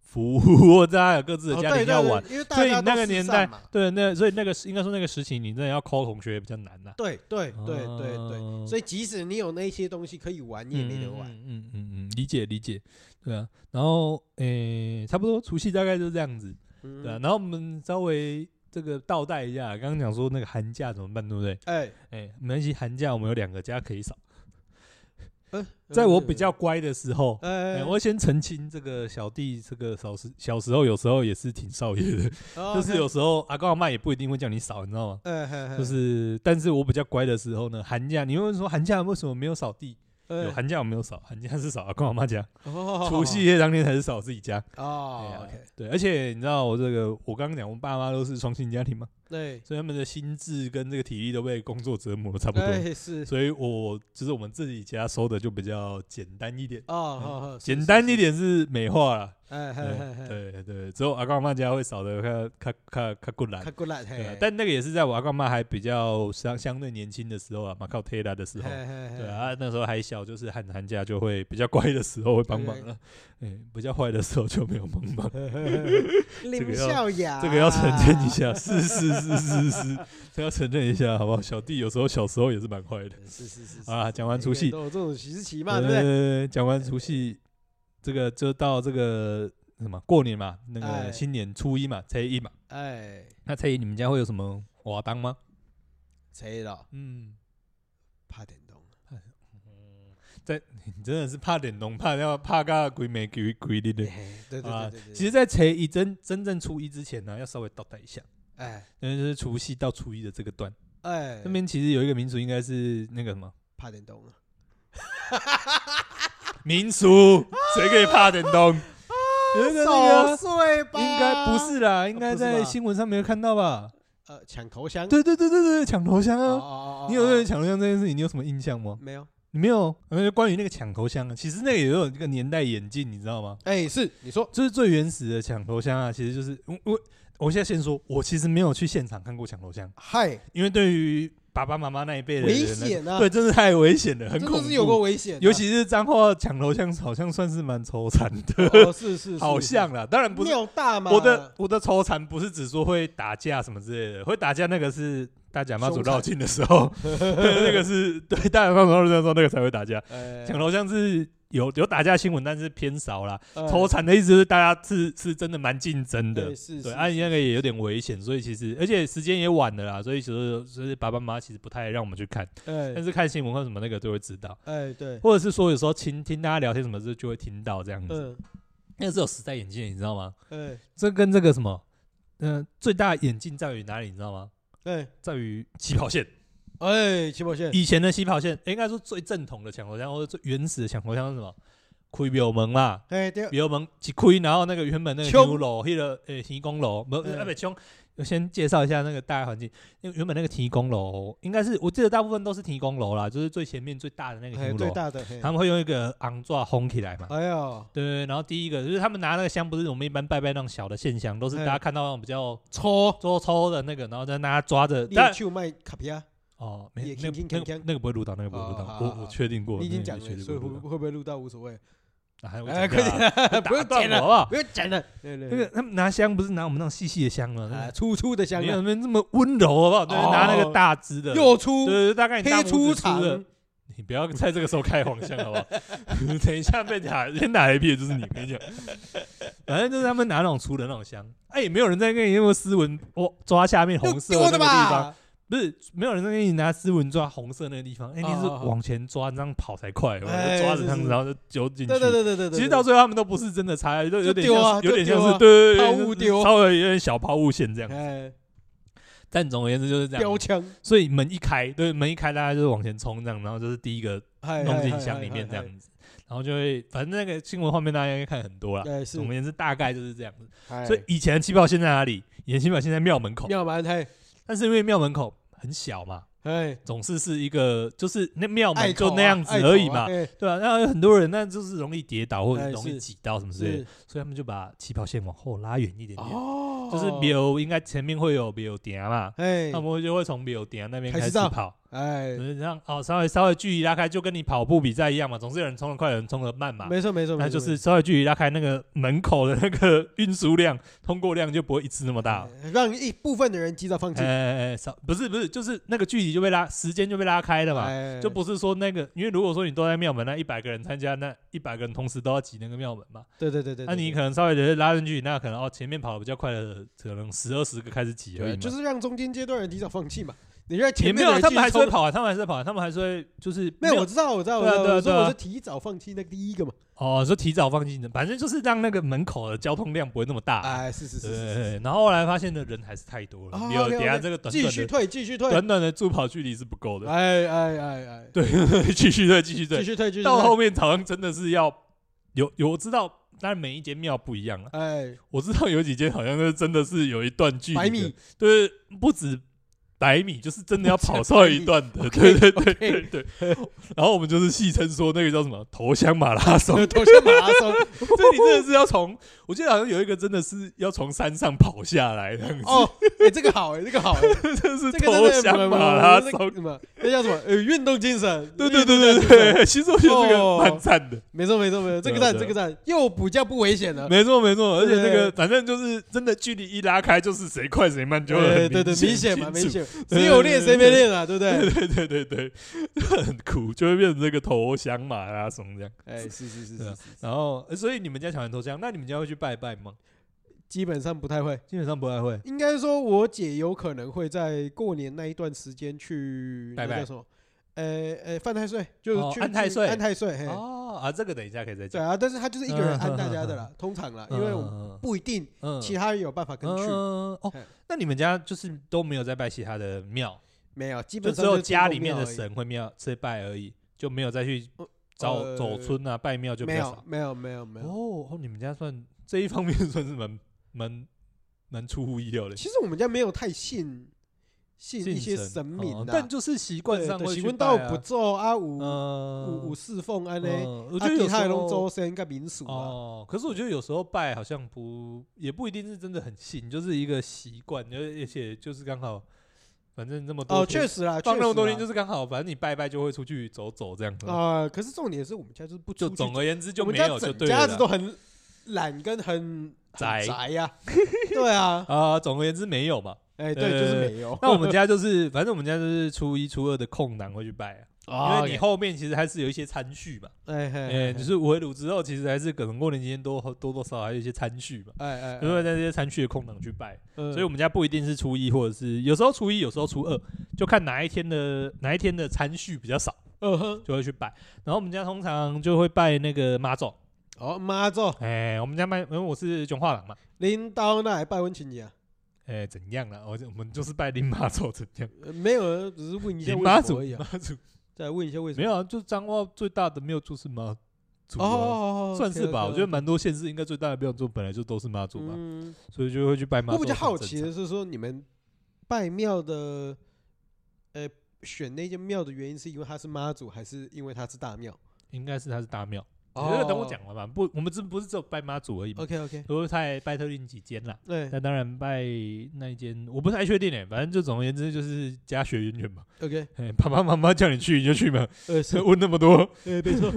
S2: 服务， [LAUGHS] 或者大家有各自的
S1: 哦
S2: 家庭
S1: 对
S2: 要
S1: 对对
S2: 玩。
S1: 因为大
S2: 所以
S1: 家
S2: 那
S1: 都
S2: 个
S1: 四
S2: 年
S1: 散
S2: 代
S1: 嘛，
S2: 对，那所以那个应该说那个时期，你真的要抠同学也比较难呐、
S1: 对对对对对，
S2: 对
S1: 所以即使你有那些东西可以玩，你也没得玩。
S2: 嗯嗯嗯嗯，理解理解，对啊。然后诶、差不多除夕大概就是这样子，
S1: 嗯
S2: 对啊。然后我们稍微这个倒带一下，刚刚讲说那个寒假怎么办，对不对？
S1: 哎，
S2: 哎、没关系，寒假我们有两个家可以扫。
S1: 呃
S2: 在我比较乖的时候，哎、
S1: 呃，
S2: 我先澄清，这个小弟这个小时小时候有时候也是挺少爷的，
S1: 就
S2: 就是有，时候阿公阿妈也不一定会叫你少，你知道吗？
S1: 哦哎嘿嘿
S2: 就是，但是我比较乖的时候呢，寒假你会问说寒假为什么没有扫地？
S1: 哎
S2: 有寒假我没有扫，寒假是扫阿公阿妈家，
S1: 哦
S2: 除夕夜当天才是扫自己家。哎呀
S1: 哦，OK，
S2: 对，而且你知道我这个，我刚刚讲我爸妈都是双薪家庭嘛，
S1: 对，
S2: 所以他们的心智跟这个体力都被工作折磨得差不多，
S1: 哎是
S2: 所以我就是我们自己家收的就比较简单一点，
S1: 哦好好，是
S2: 嗯简单一，点是美化啦。
S1: 是是哎嘿嘿嘿，
S2: 对对对，只有阿公阿妈家会少的较较较较困难
S1: 看。过来，
S2: 对啊
S1: 嘿，
S2: 但那个也是在我阿公阿妈还比较相相对年轻的时候啊，马靠特拉的时候，
S1: 嘿嘿嘿
S2: 对啊，那时候还小，就是寒寒假就会比较乖的时候会帮忙了、哎、比较坏的时候就没有帮
S1: [LAUGHS]
S2: 忙。
S1: 林
S2: 要
S1: 笑雅，
S2: 这个要承
S1: [LAUGHS]
S2: 认一，下，是是是是是，这要承认一下，好不好？小弟有时候小时候也是蛮坏的。
S1: 嗯是是是是
S2: 好啦
S1: 是
S2: 啊讲完
S1: 每
S2: 除
S1: 个人
S2: 夕
S1: 都有这种习气嘛，对不对？
S2: 呃，讲完除夕，这个就到这个什么过年嘛，那
S1: 哎
S2: 个新年初一嘛，初一嘛，
S1: 哎，
S2: 那初一你们家会有什么瓦当吗？
S1: 谁了？
S2: 嗯，
S1: 怕点动。
S2: 在 [LAUGHS] 你真的是怕点东，怕要怕个鬼没鬼鬼的
S1: 嘿
S2: 的。
S1: 嘿对对
S2: 啊
S1: 对对对，
S2: 其实，在初一真真正初一之前呢，要稍微倒带一下，
S1: 哎
S2: 因为就是除夕到初一的这个段，
S1: 哎，
S2: 那边其实有一个民俗，应该是那个什么
S1: 怕点动啊了。
S2: 民俗，谁可以怕点东？有一个那
S1: 守
S2: 个
S1: 岁吧？
S2: 应该不是啦，应该
S1: 不是
S2: 在
S1: 吧
S2: 新闻上没有看到吧？
S1: 呃抢头香。
S2: 对对对对对，抢头香
S1: 哦，
S2: 啊！
S1: 哦哦
S2: 你有对
S1: 哦
S2: 抢头香这件事情，你有什么印象吗？
S1: 没有？
S2: 你没有？呃，关于那个抢头香啊，其实那个也有一个年代演进，你知道吗？
S1: 哎，是你说
S2: 就是最原始的抢头香啊，其实就是我我我现在先说，我其实没有去现场看过抢头香，
S1: 嗨，
S2: 因为对于爸爸妈妈那一辈的人
S1: 危
S2: 来说，
S1: 险啊！
S2: 对，真的太危险了，很
S1: 真
S2: 恐
S1: 的
S2: 怖。
S1: 是有过危险的，啊
S2: 尤其是彰化抢头香，好像算是蛮抽残的，
S1: 哦是是是
S2: 好像啦，当然不是
S1: 尿大嘛。
S2: 我的我的愁缠不是指说会打架什么之类的，会打架那个是大甲妈祖绕境的时
S1: [LAUGHS]
S2: 候，那个是对大甲妈祖绕境的时候那个才会打架。
S1: 哎，
S2: 抢头像是有有打架新闻，但是偏少啦。
S1: 哎
S2: 愁缠的意思就是大家是是真的蛮竞争的
S1: 对，是
S2: 对，啊
S1: 是
S2: 按、你那个也有点危险，所以其实而且时间也晚了啦，所以其实就是爸爸妈妈其实不太让我们去看，但
S1: 哎
S2: 是看新闻或什么那个都会知道，
S1: 哎对，
S2: 或者是说有时候听听大家聊天什么就就会听到这样子，
S1: 嗯
S2: 那个是有时代眼镜的，你知道吗？
S1: 哎
S2: 这跟这个什么，嗯、最大的眼镜在于哪里？你知道吗？
S1: 哎
S2: 在于起
S1: [LAUGHS]
S2: 跑线。
S1: 哎，起跑线
S2: 以前的起跑线，诶应该说最正统的抢头香，或者最原始的抢头香是什么？开庙门嘛，
S1: 哎
S2: [LAUGHS]
S1: 对，
S2: 庙门一开，然后那个原本那个
S1: 冲
S2: 牛楼，那个诶提供楼，不
S1: 嗯
S2: 啊不冲。我先介绍一下那个大概环境，因为原本那个提供楼应该是我记得大部分都是提供楼啦，就是最前面最大的那个
S1: 哎
S2: 提供
S1: 最
S2: 楼，
S1: 大的，嘿
S2: 哦他们会用一个昂抓烘起来嘛，
S1: 哎呦
S2: 对对对，然后第一个就是他们拿那个香，不是我们一般拜拜那种小的线香，都是
S1: 哎
S2: 大家看到那种比较
S1: 搓
S2: 抽抽的那个，然后再拿它抓着。但
S1: 练球卖卡皮啊，
S2: 哦，没
S1: 也
S2: 那
S1: 轻轻
S2: 那
S1: 锵锵
S2: 那个不会录到，那个不会录
S1: 哦
S2: 到，
S1: 好好
S2: 我
S1: 好
S2: 我确定过，
S1: 你已经
S2: 那
S1: 讲
S2: 个
S1: 了
S2: 也，确
S1: 所以会
S2: 定过
S1: 不会会不会录到无所谓，
S2: 啊还有
S1: 哎，
S2: 我
S1: 快
S2: 讲过啊
S1: 点，不
S2: 打
S1: 用
S2: 断
S1: 讲
S2: 我
S1: 了，
S2: 好不好？
S1: 不用讲
S2: [LAUGHS]
S1: 了，对对
S2: 那个他们拿香不是拿我们那种细细的香吗？
S1: 啊，
S2: 那
S1: 粗粗的香
S2: 个没
S1: 啊
S2: 有，那么这么温柔好不好？对，
S1: 哦
S2: 拿那个大支的，
S1: 又粗
S2: 对对，对大概你大
S1: 黑
S2: 拇
S1: 粗
S2: 指粗的
S1: 长，，
S2: 你不要在这个时候开黄腔好不 [LAUGHS] 好？等一下被打先打一屁的就是你，跟你讲，反正就是他们拿那种粗的那种香，哎、也没有人在跟你用斯文哦抓下面红色
S1: 又
S2: 那
S1: 丢的
S2: 个地方，
S1: 吧？
S2: 不是没有人在跟你拿斯文抓红色那个地方，哎、你是
S1: 哦哦哦
S2: 往前抓，这样跑才快，
S1: 哎
S2: 我就抓着
S1: 是
S2: 他们，
S1: 是
S2: 然后就揪进去。
S1: 对对对对对对，
S2: 其实到最后他们都不是真的插，就有点
S1: 就丢
S2: 像
S1: 啊
S2: 是，有点
S1: 就丢
S2: 像是
S1: 啊
S2: 对对对，
S1: 抛物
S2: 就是
S1: 丢
S2: 稍微有点小抛物线这样。
S1: 哎
S2: 但总而言之就是这
S1: 标
S2: 样，
S1: 枪，
S2: 所以门一开，对门一开，大家就是往前冲这样，然后就是第一个
S1: 哎
S2: 弄进箱里面这，样子，然后就会反正那个新闻画面大家应该看很多啦。
S1: 哎是
S2: 总而，言之，大概就是这样子。
S1: 哎
S2: 所以以前的气泡线在哪里？以前气泡线在庙门口，
S1: 妙蛮嘿，
S2: 但是因为庙门口很小嘛，
S1: 哎，
S2: 总是是一个就是那庙
S1: 爱
S2: 门
S1: 口
S2: 就
S1: 啊
S2: 那样子而已
S1: 爱口啊
S2: 嘛，，
S1: 哎
S2: [LAUGHS] 对啊，那有很多人那就是容易跌倒或者
S1: 哎
S2: 容易
S1: 是
S2: 挤到什么之类的，
S1: 是
S2: 所以他们就把起跑线往后拉远一点点，
S1: 哦，
S2: 就是庙应该前面会有庙埕嘛，
S1: 哎
S2: 他们就会从庙埕那边
S1: 开
S2: 开
S1: 始
S2: 始
S1: 绕
S2: 跑。
S1: 哎
S2: 就，是这样哦，稍微稍微距离拉开，就跟你跑步比赛一样嘛，总是有人冲得快，有人冲得慢嘛。
S1: 没错没错，
S2: 那
S1: 没错
S2: 就是稍微距离拉开，那个门口的那个运输量、通过量就不会一次那么大。
S1: 哎让一部分的人及早放弃
S2: 哎，哎哎，少不是不是，就是那个距离就被拉，时间就被拉开了嘛。
S1: 哎
S2: 就不是说那个，因为如果说你都在庙门，那一百个人参加，那一百个人同时都要挤那个庙门嘛。
S1: 对对对对，
S2: 那你可
S1: 看，
S2: 能稍微的拉进去，那可能哦前面跑的比较快的，可能十二十个开始挤而已
S1: 对，
S2: 嘛。
S1: 就是让中间阶段人及早放弃嘛，你让前
S2: 也
S1: 面
S2: 没
S1: 的
S2: 有啊，
S1: 人
S2: 他们
S1: 继续
S2: 还是会
S1: 冲
S2: 跑啊，他们还是会跑啊，他们还是会就是
S1: 没有，我知道，我知道，我
S2: 对啊
S1: 知道
S2: 对啊
S1: 我说
S2: 对啊
S1: 我是提早放弃那个第一个嘛。
S2: 哦，说提早放进的，反正就是让那个门口的交通量不会那么大。
S1: 哎，是是是是是，
S2: 对，然后后来发现呢，人还是太多了，
S1: 哦
S2: 没有
S1: OK，OK，
S2: 等一下这呃个短
S1: 继
S2: 短
S1: 续
S2: 的
S1: 退，继续退，
S2: 短短的助跑距离是不够的，
S1: 哎哎哎哎，
S2: 继续对，继续
S1: 继
S2: 对，
S1: 续退，继续退
S2: 到后，面好像真的是要有有我知道，当然每一间庙不一样了，啊
S1: 哎，
S2: 我知道有几间好像是真的是有一段距离的，
S1: 百米 [LAUGHS]
S2: 对，不止百米，就是真的要跑上一段
S1: 止百
S2: 的，对
S1: 米
S2: 对对对对。然后我们就是戏称说那个叫什么“头香马拉松”，
S1: 头先马拉松，
S2: 这里真的是要从，我记得好像有一个真的是要从山上跑下来的样子，
S1: 哦，哎，这个好，哎，这个好，哎
S2: 这是
S1: 这个
S2: 头
S1: 真的
S2: 香马拉
S1: 那个
S2: 松。
S1: 什么，那叫什么？呃，运动精神，
S2: 对对
S1: 运动
S2: 对对
S1: 精神
S2: 对，，对其实我觉得这个蛮赞的，
S1: 没错没错没错，这个
S2: 对
S1: 赞
S2: 啊对
S1: 这
S2: 啊
S1: 个赞，又比较不危险了，
S2: 没错没错，而且那
S1: 对对
S2: 个反正就是真的距离一拉开，就是谁快谁慢就会
S1: 哎
S2: 很
S1: 对对，明
S2: 显
S1: 显嘛，明
S2: 清楚。
S1: 显，只有练谁没练啊，对不对？
S2: 对 [LAUGHS] 对对对，很酷，就会变成这个投降马拉松啊这样。
S1: 哎，是是是
S2: 对
S1: 是
S2: 啊，然后，呃所以你们家小孩投降，那你们家会去拜拜吗？
S1: 基本上不太会。
S2: 基本上不太会。
S1: 应该说，我姐有可能会在过年那一段时间去
S2: 拜
S1: 那
S2: 拜
S1: 叫什么？呃呃，犯太岁，
S2: 哦
S1: 就是去
S2: 安太
S1: 去
S2: 岁
S1: 安太岁。嘿
S2: 哦啊，这个等一下可以再
S1: 对
S2: 讲。
S1: 啊，但是他就是一个人
S2: 嗯
S1: 安大家的啦，通常啦，因为我们
S2: 们
S1: 不一定
S2: 啊嗯
S1: 其他人有办法跟去，
S2: 嗯哦
S1: 嘿，
S2: 那你们家就是都没有在拜其他的庙，
S1: 没有，基
S2: 就
S1: 本
S2: 只
S1: 上
S2: 有
S1: 是
S2: 家
S1: 进
S2: 里面
S1: 宫
S2: 的
S1: 庙而已，
S2: 神会庙在拜而已，就没有再去找
S1: 呃
S2: 走村啊拜庙就比
S1: 没
S2: 较
S1: 有
S2: 少。
S1: 没有没有没有。
S2: 哦哦，你们家算这一方面算是蛮蛮蛮出乎意料的。
S1: 其实我们家没有太信信
S2: 信
S1: 一些
S2: 神
S1: 神明
S2: 哦
S1: 啊，
S2: 但就是习惯上会
S1: 喜
S2: 去
S1: 闻
S2: 拜
S1: 道
S2: 啊
S1: 不做啊，有
S2: 嗯，
S1: 有有侍奉安尼，啊，
S2: 嗯我觉得有
S1: 其
S2: 时
S1: 他的拢
S2: 候
S1: 周身跟民俗啊，
S2: 哦，可是我觉得有时候拜好像不也不一定是真的很信，就是一个习惯，而而且就是刚好，反正那么多
S1: 哦，
S2: 天
S1: 确实啦，
S2: 放那么多
S1: 确实啊啦
S2: 天就是刚好，反正你拜拜就会出去走走这样子。
S1: 啊，可是重点是我们家就是不
S2: 就
S1: 出去
S2: 总而言之就
S1: 我们
S2: 没
S1: 家
S2: 有就
S1: 整
S2: 对
S1: 家
S2: 了
S1: 子
S2: 啦。
S1: 都很懒跟很
S2: 宅
S1: 很宅呀， [LAUGHS] 对啊，
S2: 啊，总而言之没有
S1: [LAUGHS]
S2: 嘛。
S1: 哎对，就是没有。 [LAUGHS]
S2: 那我们家就是，反正我们家就是初一、初二的空档会去拜啊，
S1: 哦
S2: 因为你后面其实还是有一些餐序嘛。
S1: 哎 [LAUGHS] 哎
S2: 哎，就是围炉之后，其实还是可能过年期间多多多少少还有一些餐序嘛，
S1: 哎哎，嗯
S2: 就会在这些餐序的空档去拜。所以我
S1: 们
S2: 们家不一定是初一，或者是有时候初一，有时候初二，就看哪一天的哪一天的餐序比较少，
S1: 嗯哼，
S2: 就会去拜。然后我们家通常就会拜那个妈祖，
S1: 哦妈祖，
S2: 哎、我们家拜，因为我是囧化郎嘛，
S1: 领导那来拜温情节啊？
S2: 哎、怎样啦？我就我们就是拜林妈祖，怎
S1: [LAUGHS]
S2: 样？
S1: 呃没有，只是问一下
S2: 林
S1: 为
S2: 妈
S1: 什
S2: 祖，
S1: 么而已
S2: 妈
S1: 啊。
S2: 祖
S1: 再问一下为什
S2: 没
S1: 么？
S2: 有啊，就彰化最大的庙就是妈祖、
S1: 哦
S2: 啊。
S1: 哦哦，哦
S2: 算是吧，我觉得。蛮多县市应该最大的庙祝本来就都是妈祖
S1: OK，OK，OK
S2: 吧，
S1: 嗯，
S2: 所以就会去拜妈
S1: 我
S2: 祖。
S1: 比较好奇的，是说，你们拜庙的，呃，选那间庙的原因是因为它是妈祖，还是因为它是大庙？
S2: 应该是他是大庙。因为等我讲完嘛，不，我们这不是只有拜妈祖而已嘛，
S1: 哦 OK OK，
S2: 都在拜特定几间啦。 [LAUGHS]
S1: 对
S2: 那当然拜那一间，我不太确定诶、欸反正就总而言之就是家学渊源嘛。 [LAUGHS]
S1: ，OK，
S2: 嘿爸爸妈妈叫你去你就去
S1: [LAUGHS]
S2: 嘛，
S1: 呃，
S2: [LAUGHS]
S1: 是，
S2: 问那么多。
S1: 呃，没错，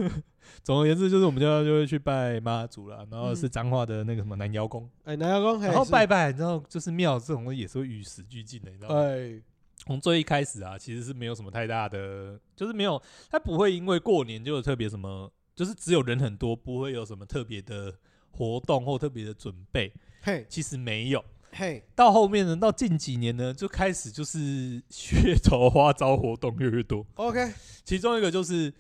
S2: 总而言之就是我们家就会去拜妈祖啦，然后是彰化的那个什么南瑶宫，
S1: 哎，南瑶宫，嘿
S2: 然后
S1: 嗯是
S2: 拜拜，然后就是庙这种东西也是会与时俱进的，你知道吗？
S1: 哎，
S2: 从最一开始啊，其实是没有什么太大的，就是没有，它不会因为过年就有特别什么，就是只有人很多，不会有什么特别的活动或特别的准备，
S1: 嘿
S2: 其实没有。
S1: 嘿，
S2: 到后面呢，到近几年呢，就开始就是 [LAUGHS] 噱头花招活动越来越多。
S1: ，OK，
S2: 其中一个就是，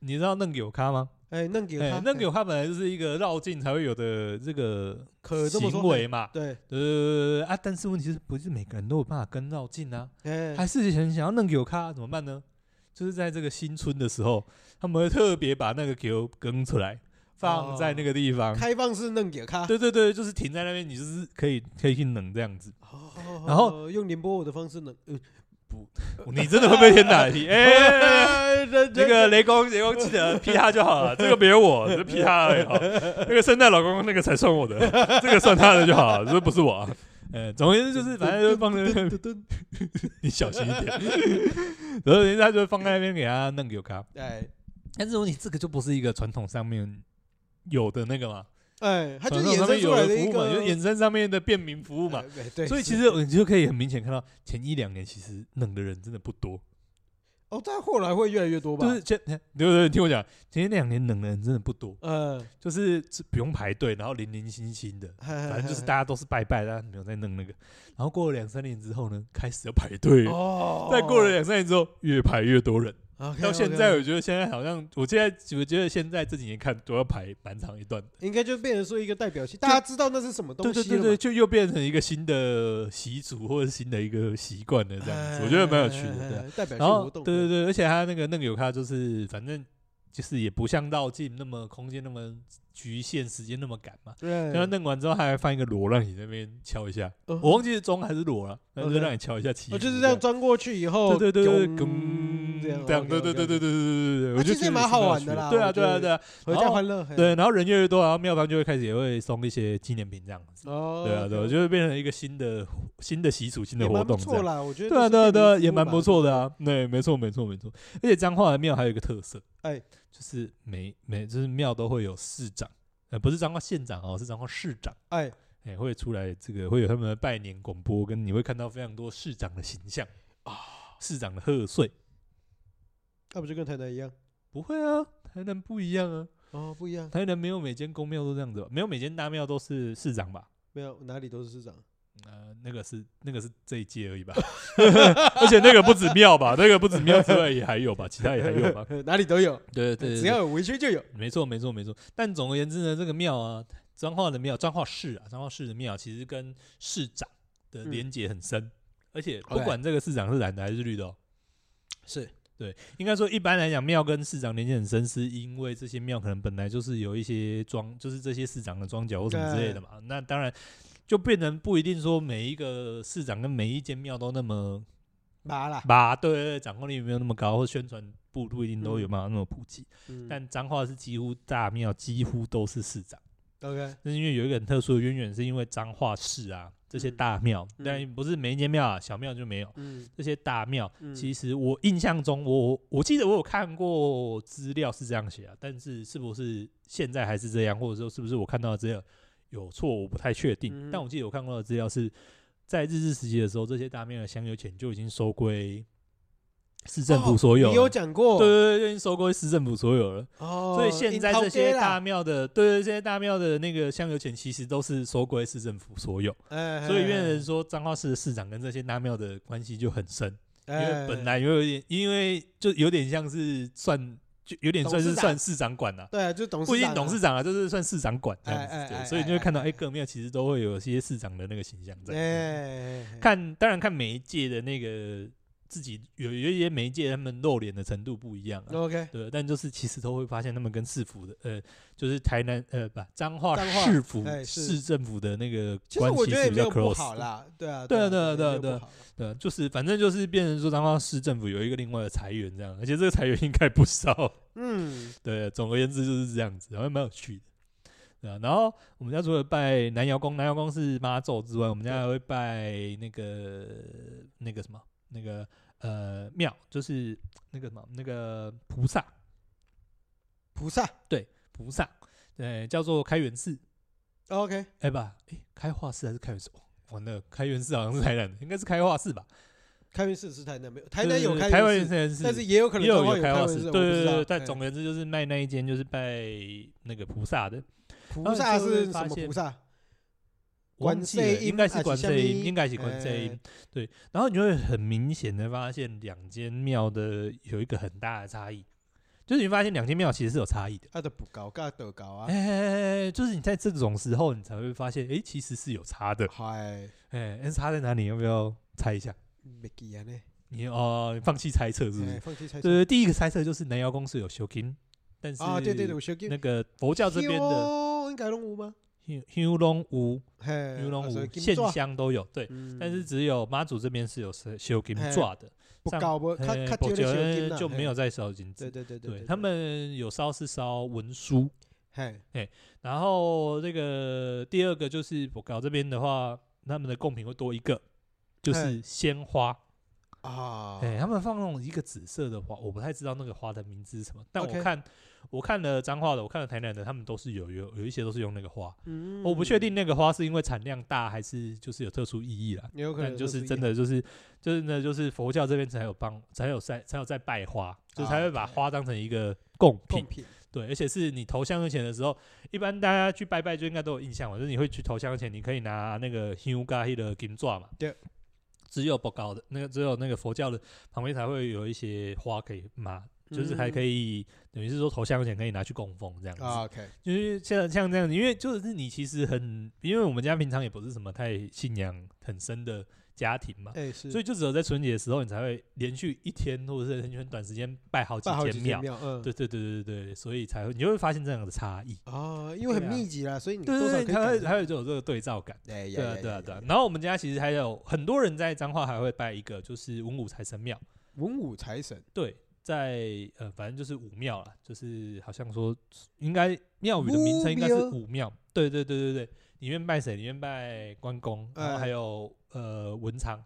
S2: 你知道嫩柳咖吗？
S1: 哎，弄给
S2: 哎、
S1: 他，
S2: 嫩
S1: 嘿
S2: 柳咖本来就是一个绕境才会有的这个
S1: 可这么
S2: 行
S1: 说，
S2: 为
S1: 嘿
S2: 嘛，
S1: 对，
S2: 呃啊，但是问题是不是每个人都有办法跟绕境啊？
S1: 哎，
S2: 还是很想要嫩柳咖啊怎么办呢？就是在这个新春的时候，他们会特别把那个球耕出来，放在那个地方。
S1: 开放式弄给他，
S2: 对对对，就是停在那边，你就是可以可以去冷这样子。
S1: 哦
S2: 然后
S1: 用宁波我的方式弄，呃
S2: 你真的会被天打一踢？哎、
S1: 这
S2: 那个雷公，雷公记得劈他就好了，这个别我，这劈他而已哈。那个圣诞老公公那个才算我的，这个算他的就好，这不是我、啊。呃，总而言之就是，反正就放在那
S1: [LAUGHS]
S2: 边，你小心一点。 [LAUGHS] 然后人家就会放在那边给他弄给我看。
S1: 哎
S2: 但是问题，这个就不是一个传统上面有的那个嘛，
S1: 哎，它就
S2: 传
S1: 是
S2: 统上
S1: 衍
S2: 面
S1: 生出
S2: 有
S1: 来
S2: 的服
S1: 一
S2: 务嘛，
S1: 个
S2: 就是衍生上面的便民服务嘛。
S1: 哎，哎对，
S2: 所以其
S1: 是
S2: 实你就可以很明显看到，前一两年其实弄的人真的不多。
S1: 哦，但后来会越来越多吧？
S2: 就是前，对对对，你听我讲，前两年冷的人真的不多，
S1: 呃，
S2: 就是不用排队，然后零零星星的，
S1: 反
S2: 反正就是大家都是拜拜，大家没有在弄那个。然后过了两三年之后呢，开始要排队。
S1: 哦，
S2: 再过了两三年之后，越排越多人。
S1: OK，OK，
S2: 到现在，我觉得现在好像，我现在我觉得现在这几年看都要排蛮长一段的。
S1: 应该就变成说一个代表性，大家知道那是什么东
S2: 对
S1: 西
S2: 对对对，就又变成一个新的习俗或者新的一个习惯了，这样子，我觉得蛮有趣的。对啊
S1: 的，代表
S2: 然
S1: 性活
S2: 后对
S1: 动，
S2: 对对，而且他那个那个有咖就是反正就是也不像绕境那么空间那么局限，时间那么赶嘛。
S1: 对，
S2: 然后弄完之后，他还放一个锣让你那边敲一下，
S1: 哦
S2: 我忘记是钟还是锣了，那就
S1: OK
S2: 让你敲一下旗鼓。
S1: 哦，就是这样钻过去以后，
S2: 对对对对，
S1: 咚
S2: 咚
S1: 这样，
S2: 这样，对对对对对对对对对，
S1: 那
S2: 我就
S1: 其实
S2: 觉得
S1: 蛮
S2: 是
S1: 好
S2: 有
S1: 玩
S2: 趣
S1: 的啦
S2: 对啊
S1: 我
S2: 对啊
S1: 觉
S2: 对啊，
S1: 回家欢乐，嘿，
S2: 对。然后人越来越多，然后庙方就会开始也会送一些纪念品这样子。
S1: 哦，
S2: 对啊对啊，
S1: OK，
S2: 就是变成一个新的新的习俗、新的
S1: 也
S2: 活
S1: 蛮不
S2: 动这样
S1: 错。啦，我觉得
S2: 对啊，
S1: 都
S2: 对啊，
S1: 是便
S2: 对啊，
S1: 民
S2: 也
S1: 服务
S2: 蛮
S1: 嘛
S2: 不错的啊。对，没错，没错，没错。而且彰化的庙还有一个特色，
S1: 哎，
S2: 就是每每就是庙都会有市长，呃，不是彰化县长哦，是彰化市长，
S1: 哎，
S2: 哎，会出来这个会有他们的拜年广播，跟你会看到非常多市长的形象。
S1: 啊
S2: 市长的贺岁。
S1: 那不就跟台南一样？
S2: 不会啊，台南不一样啊，
S1: 哦，不一样，
S2: 台南没有每间公庙都这样子吧？没有每间大庙都是市长吧？
S1: 没有哪里都是市长。 [LAUGHS]
S2: 呃，那个是那个是这一届而已吧， [LAUGHS] 而且那个不止庙吧，那个不止庙之外也还有吧，其他也还有吧。
S1: 哪里都有，
S2: 对对对，
S1: 只要有围圈就有。
S2: 没错，没错，没错。但总而言之呢，这个庙啊，彰化的庙，彰化市啊，彰化市的庙，其实跟市长的
S1: 嗯
S2: 连结很深，而且不
S1: OK
S2: 管这个市长是蓝的还是绿的、哦，
S1: 是
S2: 应该说一般来讲，庙跟市长连结很深，是因为这些庙可能本来就是有一些庄，就是这些市长的庄脚或什么之类的嘛。那当然就变成不一定说每一个市长跟每一间庙都那么
S1: 麻啦，
S2: 吧，对对对，掌控力没有那么高，或宣传部不一定都有办法那么普及。
S1: 嗯
S2: 但彰化是几乎大庙几乎都是市长。
S1: OK，
S2: 那是因为有一个很特殊的渊源，是因为彰化市啊这些
S1: 嗯
S2: 大庙，
S1: 嗯
S2: 但不是每一间庙啊，小庙就没有。
S1: 嗯
S2: 这些大庙，
S1: 嗯，
S2: 其实我印象中，我我我记得我有看过资料是这样写啊，但是是不是现在还是这样，或者说是不是我看到的资料有错，我不太确定。
S1: 嗯哼
S2: 但我记得我看过的资料是在日治时期的时候，这些大庙的香油钱就已经收归市政府所有
S1: 哦
S2: 啊
S1: 你
S2: 了，
S1: 有讲过，
S2: 对对对，就已经收归市政府所有了。
S1: 哦，
S2: 所以现在
S1: 樱桃
S2: 这些
S1: 街啦
S2: 大，庙的，对对，这些大庙的那个香油钱其实都是收归市政府所有，
S1: 哎
S2: 所以变成说彰化市的市长跟这些大庙的关系就很深，
S1: 因
S2: 因为本来有点，因为就有点像是算，就有点算是
S1: 董事长
S2: 算市长管了。
S1: 对啊，就董事
S2: 不一定
S1: 长
S2: 董
S1: 啊
S2: 事长啊，就是算市长管这样
S1: 哎哎
S2: 子，对
S1: 哎
S2: 所以你就会看到，
S1: 哎
S2: 哎，各庙其实都会有一些市长的那个形象在。
S1: 哎，哎
S2: 看，当然看每一届的那个自己有有一些每一届他们露脸的程度不一样啊
S1: 哎。OK，
S2: 对，但就是其实都会发现他们跟市府的，呃，就是台南呃不彰化
S1: 彰化
S2: 市府、
S1: 哎是
S2: 市政府的那个
S1: 其实
S2: 关
S1: 我
S2: 系
S1: 觉得也
S2: 是比
S1: 没
S2: 较
S1: 有不
S2: close
S1: 好
S2: 的。
S1: 啦，对啊，
S2: 对啊
S1: 啊，
S2: 对啊
S1: 对
S2: 对啊
S1: 啊，
S2: 对，就是反正就是变成说彰化市政府有一个另外的裁员这样，而且这个裁员应该不少。
S1: 嗯，
S2: 对，总而言之就是这样子，然后蛮有趣的。对啊，然后我们家除了拜南瑶宫，南瑶宫是妈祖之外，我们家还会拜那个那个什么那个呃庙，就是那个什么那个菩萨。
S1: 菩萨
S2: 菩萨，对，叫做开元寺，
S1: OK，
S2: 哎、吧，哎、开化寺还是开元寺？哦完了，开元寺好像是台南的，应该是开化寺吧？
S1: 开元寺是台南没有，台南有
S2: 对
S1: 开
S2: 台
S1: 元
S2: 湾
S1: 寺，
S2: 开寺，
S1: 但是也有可能
S2: 也有
S1: 彰化有
S2: 开
S1: 开
S2: 化
S1: 元
S2: 寺，
S1: 寺，我
S2: 对
S1: 不
S2: 对
S1: 知
S2: 对
S1: 道
S2: 对。但
S1: 哎
S2: 总而言之就是卖那一间就是拜那个菩萨的，
S1: 菩萨
S2: 就是
S1: 是
S2: 发
S1: 什么
S2: 现
S1: 菩萨？
S2: 我忘记
S1: 观
S2: 了
S1: 世音
S2: 应该是
S1: 还是
S2: 观
S1: 什
S2: 世音，
S1: 么
S2: 应该是观世音
S1: 哎。
S2: 对，然后你会很明显的发现两间庙的有一个很大的差异，就是你发现两间庙其实是有差异的。
S1: 他的啊不高，噶得高啊
S2: 哎、，就是你在这种时候，你才会发现，哎、其实是有差的。
S1: 嗨，
S2: 哎、那差在哪里？要不要猜一下？
S1: 没记啊呢，
S2: 你哦，你放弃猜测是不
S1: 哎
S2: 是？
S1: 放弃猜测
S2: 对对，第一个猜测就是南瑶公是有修金，但是
S1: 啊，对对对，我学给
S2: 那个佛教这边的
S1: 哦，应该拢有吗？
S2: 修龙屋、
S1: 嘿，
S2: 修龙
S1: 啊所以
S2: 屋
S1: 金
S2: 现
S1: 纸
S2: 香都有，对，
S1: 嗯
S2: 但是只有妈祖这边是有修金
S1: 嘿
S2: 抓的，
S1: 不
S2: 上
S1: 高不，
S2: 嘿
S1: 他他
S2: 佛
S1: 丢的
S2: 教
S1: 小金啊
S2: 就没。
S1: 嘿
S2: 有再烧金
S1: 对
S2: 子。
S1: 对对
S2: 对
S1: 对，
S2: 他们有烧是烧文书，
S1: 嘿，
S2: 然后这个第二个就是我搞这边的话，他们的贡品会多一个，就是
S1: 嘿
S2: 鲜花。
S1: 啊，
S2: 哎、他们放那种一个紫色的花，我不太知道那个花的名字是什么，但
S1: OK
S2: 我看我看了彰化的，我看了台南的，他们都是有有有一些都是用那个花，
S1: 嗯
S2: 我不确，定那个花是因为产量大还是就是有特殊意义啦。
S1: 有可
S2: 但
S1: 能
S2: 就是
S1: 这
S2: 真
S1: 样，
S2: 的就是就是呢就是佛教这边才有帮才有在才有在拜花，就
S1: 啊
S2: 是才会把
S1: OK
S2: 花当成一个贡品
S1: 贡，品
S2: 对，而且是你投香油钱的时候，一般大家去拜拜就应该都有印象嘛，就是你会去投香油钱，你可以拿那个香咖喱的金爪嘛。
S1: 对。
S2: 只有不高的那个，只有那个佛教的旁边才会有一些花可以拿，就是还可以，等于是说投香油钱可以拿去供奉这样子。
S1: 嗯啊，OK，
S2: 就是像像这样子，因为就是你其实很，因为我们家平常也不是什么太信仰很深的家庭嘛，
S1: 哎是，
S2: 所以就只有在春节的时候，你才会连续一天或者是很短时间拜好几
S1: 拜好
S2: 间
S1: 几
S2: 庙
S1: 间。庙，嗯，
S2: 对对对对对对，所以才会你就会发现这样的差异。
S1: 啊，因为很
S2: 对啊
S1: 密集啦，所以你
S2: 对
S1: 多少
S2: 对
S1: 可
S2: 对，
S1: 以
S2: 它
S1: 感
S2: 会
S1: 受
S2: 还有就有这个对照感。
S1: 哎呀
S2: 对啊
S1: 呀
S2: 对啊
S1: 呀
S2: 对啊
S1: 呀。
S2: 然后我们家其实还有很多人在彰化还会拜一个，就是文武财神庙。
S1: 文武财神，
S2: 对，在呃反正就是武庙啦，就是好像说应该庙宇的名称应该是
S1: 武庙
S2: 武庙。对对对对对，里面拜谁？里面拜关公，然后
S1: 哎
S2: 还有呃文昌，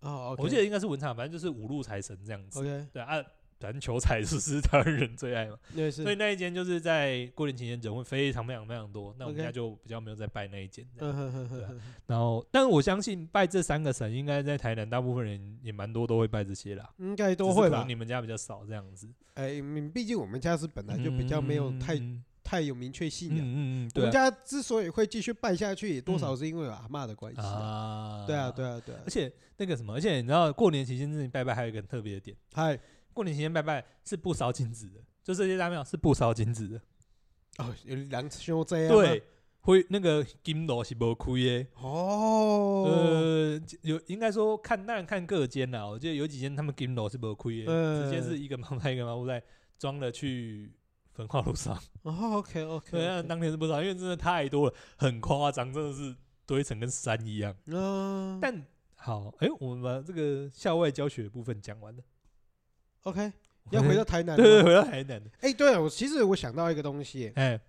S1: 哦，
S2: 我记得应该是文昌，反正就是五路财神这样子。
S1: OK，
S2: 对啊，篮球彩是是台湾人最爱嘛，
S1: 那是
S2: 所以那一间就是在过年期间人会非常非常非常多。那我们
S1: OK
S2: 家就比较没有在拜那一间这
S1: 嗯
S2: 样。
S1: 哼哼哼
S2: 对啊
S1: 哼
S2: 然后，但我相信拜这三个神，应该在台南大部分人也蛮多都会拜这些啦，
S1: 应该都
S2: 只是
S1: 会
S2: 可能
S1: 吧
S2: 你？们家比较少这样子，
S1: 哎，嗯毕竟我们家是本来就比较没有太
S2: 嗯
S1: 太有明确信
S2: 嗯
S1: 仰。
S2: 嗯嗯，
S1: 我
S2: 对
S1: 们
S2: 啊嗯
S1: 家之所以会继续拜下去，也多少是因为有阿嬷的关系啊。
S2: 啊
S1: 对啊，对。啊，对啊
S2: 而。且那个什么，而且你知道过年期间这里拜拜还有一个很特别的点，
S1: 嗨，
S2: 过年期间拜拜是不烧金纸的，就这些大庙是不烧金纸的，
S1: 哦，有两兄这样吗，
S2: 对，会那个金楼是不亏耶。
S1: 哦，
S2: 呃，有应该说看，当然看各间啦。我记得有几间他们金楼是不亏的，
S1: 嗯
S2: 直接是一个盲袋一个盲布袋装了去焚化
S1: [LAUGHS]
S2: 炉上。
S1: ，OK OK，
S2: 对啊，当天是不知道，因为真的太多了，很夸张，真的是堆成跟山一样。
S1: 嗯，
S2: 但好，哎、我们把这个校外教学的部分讲完了，
S1: OK，要
S2: [LAUGHS]
S1: 回到台南
S2: 对
S1: 了
S2: 对，
S1: 吗。
S2: 回到台南了。
S1: 哎，对我其实我想到一个东西耶，
S2: 哎，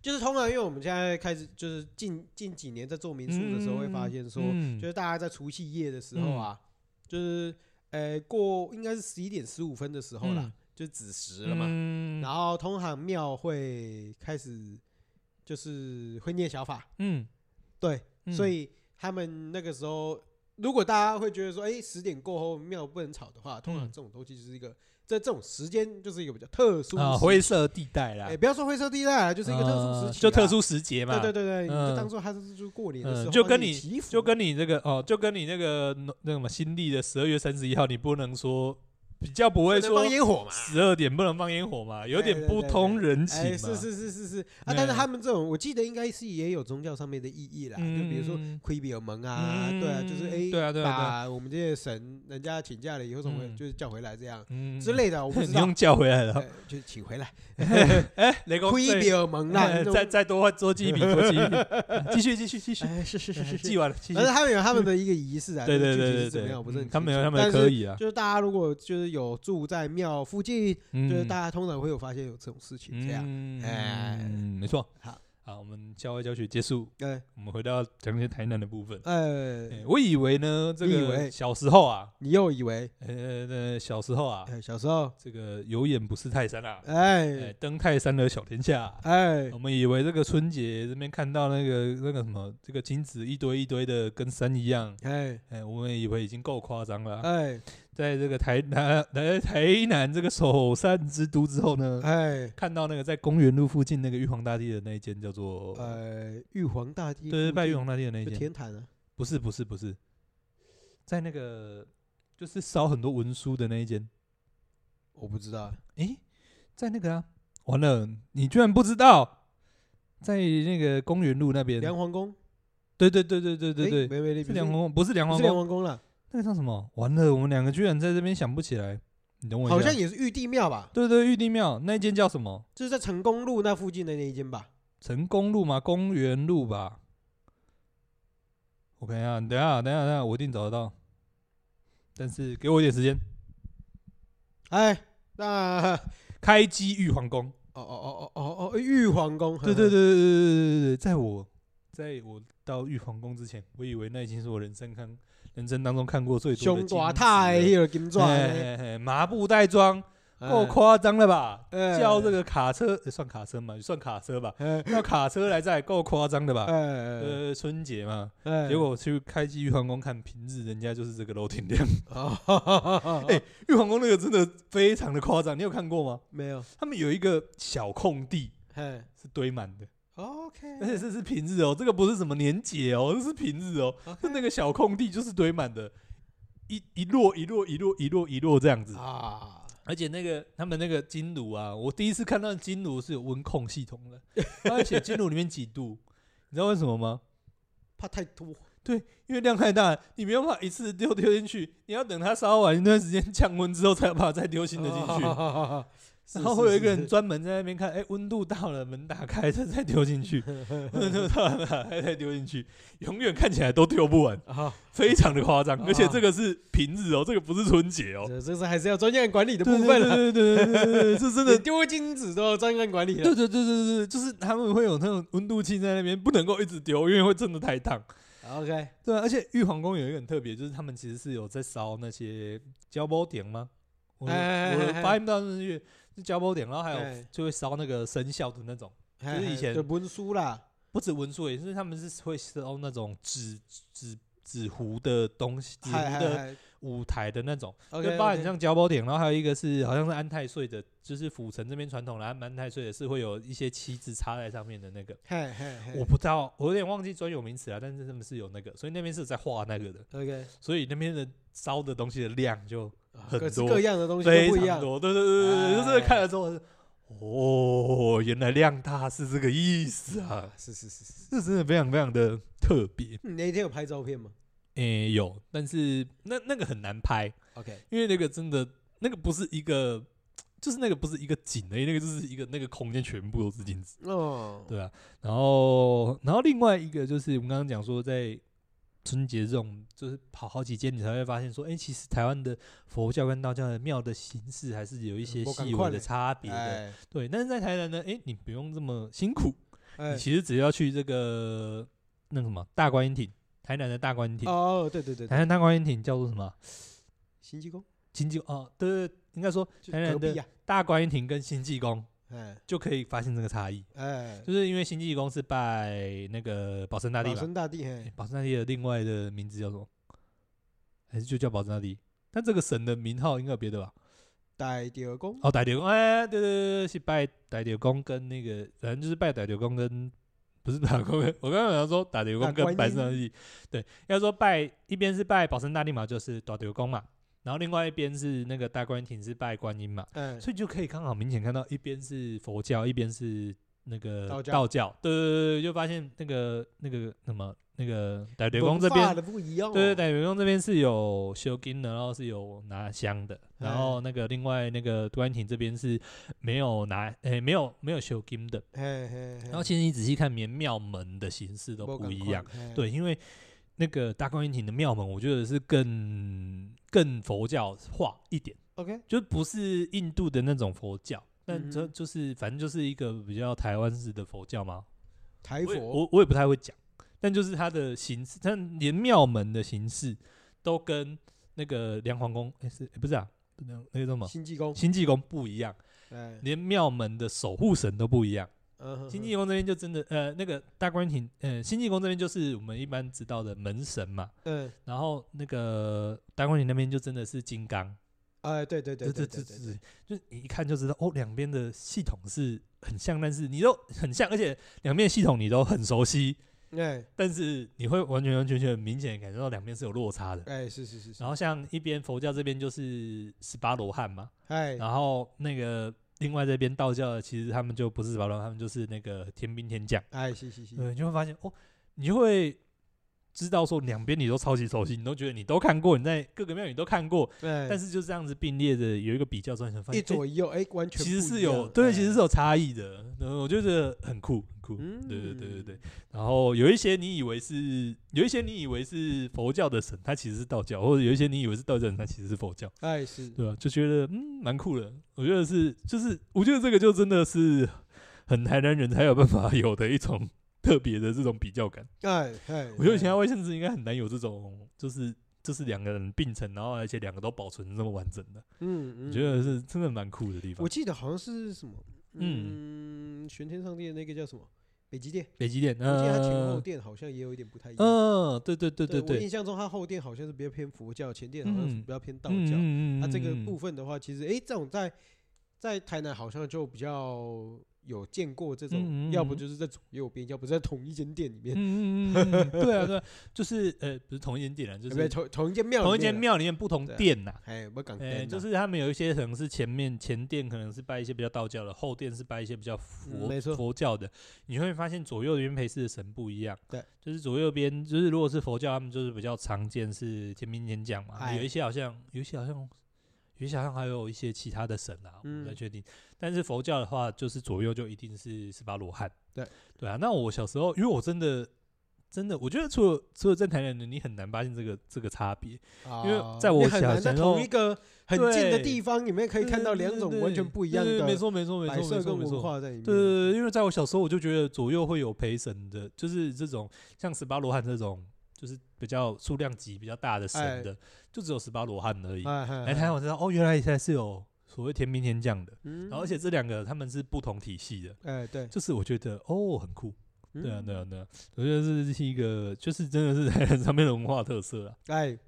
S1: 就是通常因为我们现在开始就是近近几年在做民宿的时候，会发现说，
S2: 嗯
S1: 就是大家在除夕夜的时候啊，就是呃过应该是十一点十五分的时候啦，
S2: 嗯
S1: 就子时了嘛。
S2: 嗯
S1: 然后通常庙会开始就是会念小法，
S2: 嗯，
S1: 对，
S2: 嗯
S1: 所以他们那个时候，如果大家会觉得说，哎、十点过后庙不能吵的话，通常
S2: 嗯
S1: 这种东西就是一个在这种时间就是一个比较特殊
S2: 啊，
S1: 时期
S2: 灰色地带啦
S1: 哎、，不要说灰色地带啊，就是一个特殊时期、
S2: 呃就特。殊时节嘛，
S1: 对对对对，你就
S2: 嗯
S1: 当做它是就过年的
S2: 嗯
S1: 时候，
S2: 就跟
S1: 帮
S2: 你
S1: 祈福
S2: 就跟你这个哦，就跟你那个农那什么新历的十二月三十一号，你不能说比较不
S1: 不
S2: 会
S1: 能
S2: 说
S1: 放烟火嘛，
S2: 十二点不能放烟火嘛，有点不通人情
S1: 哎，
S2: 嘛。
S1: 是是是是是啊，
S2: 嗯
S1: 但是他们这种，我记得应该是也有宗教上面的意义啦，
S2: 嗯
S1: 就比如说亏比尔蒙啊，
S2: 嗯
S1: 对啊，就是哎，
S2: 对啊对啊对啊
S1: 把我们这些神人家请假了以后，怎么会
S2: 嗯
S1: 就是叫回来这样
S2: 嗯
S1: 之，类的，我不知
S2: [LAUGHS] 你
S1: 道
S2: 用，叫回来了。
S1: 哎就请回
S2: [LAUGHS]
S1: 来，
S2: 哎，雷公，
S1: 亏比
S2: 对
S1: 尔蒙啦，
S2: 哎
S1: 啊那种
S2: 再再多多记一笔，多记一
S1: [LAUGHS]
S2: 笔，嗯继续继续继续， [LAUGHS]
S1: 哎，是是是是
S2: 记
S1: 是，
S2: 完了，继续
S1: 反。正他们有他们的一个仪式啊，
S2: 对
S1: 就是
S2: 对
S1: 具体
S2: 对
S1: 是
S2: 对
S1: 怎么样，
S2: 对，
S1: 我不是很
S2: 嗯他们有
S1: 清
S2: 他
S1: 楚
S2: 们
S1: 但
S2: 可
S1: 是
S2: 以啊，
S1: 就是大家如果就是有住在庙附近，就是
S2: 嗯
S1: 大家通常会有发现有这种事情这样，
S2: 嗯
S1: 哎
S2: 嗯，没错。
S1: 好，
S2: 好，我们校外教学结束，
S1: 哎
S2: 我们回到讲解台南的部分。
S1: 呃，
S2: 欸我以为呢，这
S1: 你以为
S2: 个小时候啊，
S1: 你又以为
S2: 呃呃，小时候啊，
S1: 哎小时候。
S2: 这个有眼不识泰山啊，哎，
S1: 哎
S2: 登泰山而小天下啊。
S1: 哎
S2: 我们以为这个春节这边看到那个那个什么，这个金子一堆一堆的，跟山一样。
S1: 哎
S2: 哎，我们以为已经够夸张了啊。
S1: 哎
S2: 在这个台南来台南这个首善之都之后呢，
S1: 哎
S2: 看到那个在公园路附近那个玉皇大帝的那一间叫做，
S1: 哎，玉皇大帝
S2: 对
S1: 附
S2: 对，
S1: 近
S2: 拜玉皇大帝的那一
S1: 就
S2: 间，
S1: 天坛啊，
S2: 不是不是不是，在那个就是烧很多文书的那一间。
S1: 我不知道啊，
S2: 诶，在那个啊，完了，你居然不知道，在那个公园路那边。
S1: 梁皇宫
S2: 对对对对对
S1: 哎
S2: 对对，
S1: 没没没，
S2: 是梁皇
S1: 宫，
S2: 宫，不是梁
S1: 不
S2: 皇
S1: 是梁
S2: 宫，
S1: 皇宫了，
S2: 那个叫什么？完了，我们两个居然在这边想不起来。你等我一
S1: 好
S2: 下。
S1: 像也是玉帝庙吧，
S2: 对对，玉帝庙那一间叫什么？
S1: 就是在成功路那附近的那一间吧，
S2: 成功路嘛，公园路吧。我看一下，等一下，等一下，等一下，我一定找得到。但是给我一点时间，
S1: 哎，那
S2: 开机玉皇宫。
S1: 哦哦哦哦哦哦，玉皇宫，
S2: [LAUGHS] 对对对对对对对对，在我在我到玉皇宫之前，我以为那已经是我人生看人生当中看过最多的
S1: 胸
S2: 金
S1: 大太
S2: 子了
S1: 迄个金砖，
S2: 嘿嘿嘿麻布袋装
S1: 哎
S2: 够，夸张了吧？
S1: 哎
S2: 叫这个卡车、呃算卡车嘛，算卡车吧，
S1: 哎
S2: 叫卡车来载够夸张的吧？
S1: 哎
S2: 呃，春节嘛，
S1: 哎，
S2: 结果我去开机玉皇宫看，平日人家就是这个楼顶亮。
S1: 哦，
S2: 哎玉皇宫那个真的非常的夸张，你有看过吗？
S1: 没有，
S2: 他们有一个小空地
S1: 哎
S2: 是堆满的， [LAUGHS] 而且
S1: ，OK，
S2: 这是平日哦，这个不是什么年节哦，这是平日哦，是那个小空地就是堆满的，一一摞一摞一摞一摞一摞这样子。
S1: 啊，
S2: 而且那个他们那个金炉啊，我第一次看到金炉是有温控系统的， [LAUGHS] 它会写金炉里面几度，你知道为什么吗？
S1: 怕太多，
S2: 因为量太大，你没有办法一次丢丢进去，你要等它烧完一段时间降温之后，才有办法再丢新的进 [LAUGHS] 去。
S1: 啊去
S2: 然后会有一个人专门在那边看，哎，温度到了，门打开，再再丢进去，温度到了，打开再丢进去，永远看起来都丢不完，
S1: 啊，
S2: 非常的夸张。
S1: 啊
S2: 而且这个是平日哦，这个不是春节哦。
S1: 这这是还是要专业管理的
S2: 对
S1: 部分了。
S2: 对对对对对对，是真的
S1: 你。丢金子都要专业管理
S2: 对
S1: 了。
S2: 对对对对对，就是他们会有那种温度计在那边，不能够一直丢，因为会真的太烫。
S1: OK，
S2: 对啊，而且玉皇宫有一个很特别，就是他们其实是有在烧那些胶包点吗？我
S1: 哎哎哎哎
S2: 我
S1: 哎
S2: 发音不到那去是胶波点，然后还有
S1: 哎
S2: 就会烧那个生肖的那种，
S1: 嘿
S2: 就是以
S1: 嘿
S2: 前
S1: 就文书啦，
S2: 不止文书，也是他们是会烧那种纸纸纸糊的东西，纸糊
S1: 嗨嗨
S2: 的
S1: 嗨
S2: 舞台的那种，
S1: ，OK，
S2: 就包含像胶包点，然后还有一个是好像是安太岁的，就是府城这边传统的安安太岁的是会有一些旗子插在上面的那个，
S1: 嘿嘿嘿，
S2: 我不知道，我有点忘记专有名词了，啊但是他们是有那个，所以那边是有在画那个的，
S1: OK，
S2: 所以那边的烧的东西的量就
S1: 啊
S2: 很
S1: 各式
S2: 多
S1: 各样的东西
S2: 非
S1: 都不一
S2: 常
S1: 样，
S2: 多，对对对对对，就是
S1: 哎
S2: 看了之后，哦，原来量大是这个意思啊， [LAUGHS]
S1: 是是是是。
S2: 这真的非常非常的特别。
S1: 你那一天有拍照片吗
S2: 诶、有，但是那那个很难拍，
S1: ？OK，
S2: 因为那个真的那个不是一个，就是那个不是一个景的，那个就是一个那个空间全部都是镜子，
S1: 哦，
S2: 对啊。然后然后另外一个就是我们刚刚讲说在。春节这种就是跑好几间，你才会发现说，哎、其实台湾的佛教跟道教的庙的形式还是有一些
S1: 嗯不赶
S2: 细
S1: 快
S2: 微的
S1: 嘞
S2: 差别的。
S1: 哎，
S2: 对，但是在台南呢，诶，你不用这么辛苦，
S1: 哎
S2: 你其实只要去这个那个什么大观音亭，台南的大观音亭，
S1: 哦，对对对，
S2: 台
S1: 对
S2: 南大观音亭叫做什么？
S1: 新济公，
S2: 新济哦，对对哎对，应该说
S1: 就
S2: 台南
S1: 隔壁啊
S2: 的
S1: 呀，
S2: 大观音亭跟新济公
S1: 哎
S2: 就可以发现这个差异，
S1: 哎，
S2: 就是因为新济公是拜那个保生大哎帝
S1: 老
S2: 嘛，
S1: 生大帝，
S2: 诶
S1: 嘿，
S2: 保生大帝的另外的名字叫什么？还是就叫保生大帝？但这个神的名号应该有别的吧？
S1: 大第二公，
S2: 哦，傣牛公，哎，对对对对，是拜傣牛公跟那个，反正就是拜傣牛公跟，不是傣牛公跟，我刚刚想说傣牛公
S1: 大观
S2: 跟
S1: 音
S2: 白圣大帝，对，要说拜一边是拜保生大帝嘛，就是傣牛公嘛，然后另外一边是那个大观音亭是拜观音嘛，
S1: 哎，
S2: 所以就可以刚好明显看到一边是佛教，一边是那个
S1: 道教
S2: 道教，对对对对，就发现那个那个什么那个傣牛公这
S1: 文
S2: 边
S1: 化的不一样哦，
S2: 对对对，员工这边是有修金的，然后是有拿香的，
S1: 哎
S2: 然后那个另外那个杜安婷这边是没有拿，诶、没有没有修金的。
S1: 嘿，嘿嘿，
S2: 然后其实你仔细看，连庙门的形式都不一样，
S1: 不哎赶快，
S2: 对，因为那个大观音亭的庙门，我觉得是更更佛教化一点，
S1: ，OK，
S2: 就不是印度的那种佛教。但这
S1: 嗯哼
S2: 就是反正就是一个比较台湾式的佛教嘛，
S1: 台
S2: 我也
S1: 佛，
S2: 我我也不太会讲，但就是它的形式，它连庙门的形式都跟那个梁皇宫，诶是、诶不是啊？不能那个叫什么
S1: 新济公，
S2: 新济公不一样，
S1: 哎，
S2: 连庙门的守护神都不一样。
S1: 嗯哼
S2: 新济公这边就真的，呃，那个大观亭，呃，新济公这边就是我们一般知道的门神嘛，
S1: 嗯，
S2: 然后那个大观亭那边就真的是金刚，
S1: 哎，对对对对对对对，
S2: 对，就是你一看就知道，哦，两边的系统是很像，但是你都很像，而且两边的系统你都很熟悉，
S1: 哎
S2: 但是你会完全完全全明显地感受到两边是有落差的。
S1: 哎，是是是是
S2: 然，后像一边佛教这边就是十八罗汉嘛，
S1: 哎，
S2: 然后那个另外这边道教的其实他们就不是十八罗汉，他们就是那个天兵天将，
S1: 哎，是是是，
S2: 对，你就会发现哦，你就会知道说两边你都超级熟悉，你都觉得你都看过，你在各个庙你都看过，
S1: 哎，
S2: 但是就这样子并列的有一个比较之后，你才发
S1: 一
S2: 现
S1: 左
S2: 诶
S1: 一右，哎，完全
S2: 其实
S1: 不一
S2: 是有
S1: 样
S2: 对，
S1: 哎
S2: 其实是有差异的，嗯，我觉得很酷很酷，
S1: 嗯，
S2: 对对对对对，然后有一些你以为是有一些你以为是佛教的神，它其实是道教，或者有一些你以为是道教的神，它其实是佛教，
S1: 哎是，
S2: 对吧、就觉得嗯蛮酷的，我觉得是就是我觉得这个就真的是很台南人才有办法 [LAUGHS] 有的一种特别的这种比较感。
S1: 哎哎，
S2: 我觉得其他
S1: 哎
S2: 外县市应该很难有这种就是。就是两个人并成，然后而且两个都保存这么完整的，
S1: 嗯，
S2: 我
S1: 嗯
S2: 觉得是真的蛮酷的地方
S1: 我。记得好像是什么，嗯，玄天上帝的那个叫什么北极殿，
S2: 北极点，
S1: 我记得它前后
S2: 嗯
S1: 殿好像也有一点不太一样。
S2: 嗯，对对对
S1: 我
S2: 对
S1: 印，象中它后殿好像是比较偏佛教，前殿好像是
S2: 嗯
S1: 比较偏道
S2: 嗯
S1: 教。啊
S2: 嗯
S1: 那这个
S2: 嗯嗯
S1: 部分的话，其实哎，这种在在台南好像就比较有见过这
S2: 嗯嗯
S1: 种，
S2: 嗯
S1: 要不
S2: 嗯
S1: 就是在左右边，要不在同一间店里面，
S2: 嗯嗯嗯嗯，嗯对啊对啊，就是呃不是同一间店啊，就
S1: 对不对？
S2: 是
S1: 同同一间庙，
S2: 同一间，庙里面不同
S1: 对啊
S2: 殿呐。
S1: 哎，不敢
S2: 哎，
S1: 跟，
S2: 就是他们有一些可能是前面前殿可能是拜一些比较道教的，后殿是拜一些比较佛
S1: 嗯没错
S2: 佛教的，你会发现左右边陪侍的神不一样。
S1: 对，
S2: 就是左右边就是如果是佛教，他们就是比较常见是天兵天将嘛，
S1: 哎
S2: 有一些好像有一些好像。有一些好像还有一些其他的神啊，我
S1: 嗯
S2: 不太确定。但是佛教的话，就是左右就一定是十八罗汉。
S1: 对
S2: 对啊，那我小时候，因为我真的真的，我觉得除了除了在台南人，你很难发现这个这个差别。
S1: 啊因
S2: 因为在我
S1: 很
S2: 小
S1: 难在
S2: 时候
S1: 同一个很近的
S2: 对
S1: 地方，你们可以看到两种完全不一样
S2: 对对对没
S1: 的
S2: 错没错没
S1: 摆
S2: 错
S1: 设
S2: 没错
S1: 跟
S2: 没
S1: 文
S2: 错。
S1: 化在里面。
S2: 对对对，因为在我小时候我就觉得左右会有陪审的，就是这种像十八罗汉这种，就是比较数量级比较大的神的，就只有十八罗汉而已。
S1: 哎
S2: 来台湾我知道，哦，原来现在是有所谓天兵天将的，
S1: 嗯
S2: 然后而且这两个他们是不同体系的，
S1: 哎对，
S2: 就是我觉得哦很酷，对啊
S1: 嗯
S2: 对啊对啊，我觉得这是一个就是真的是 [LAUGHS] 台南上面的文化特色啊。
S1: 哎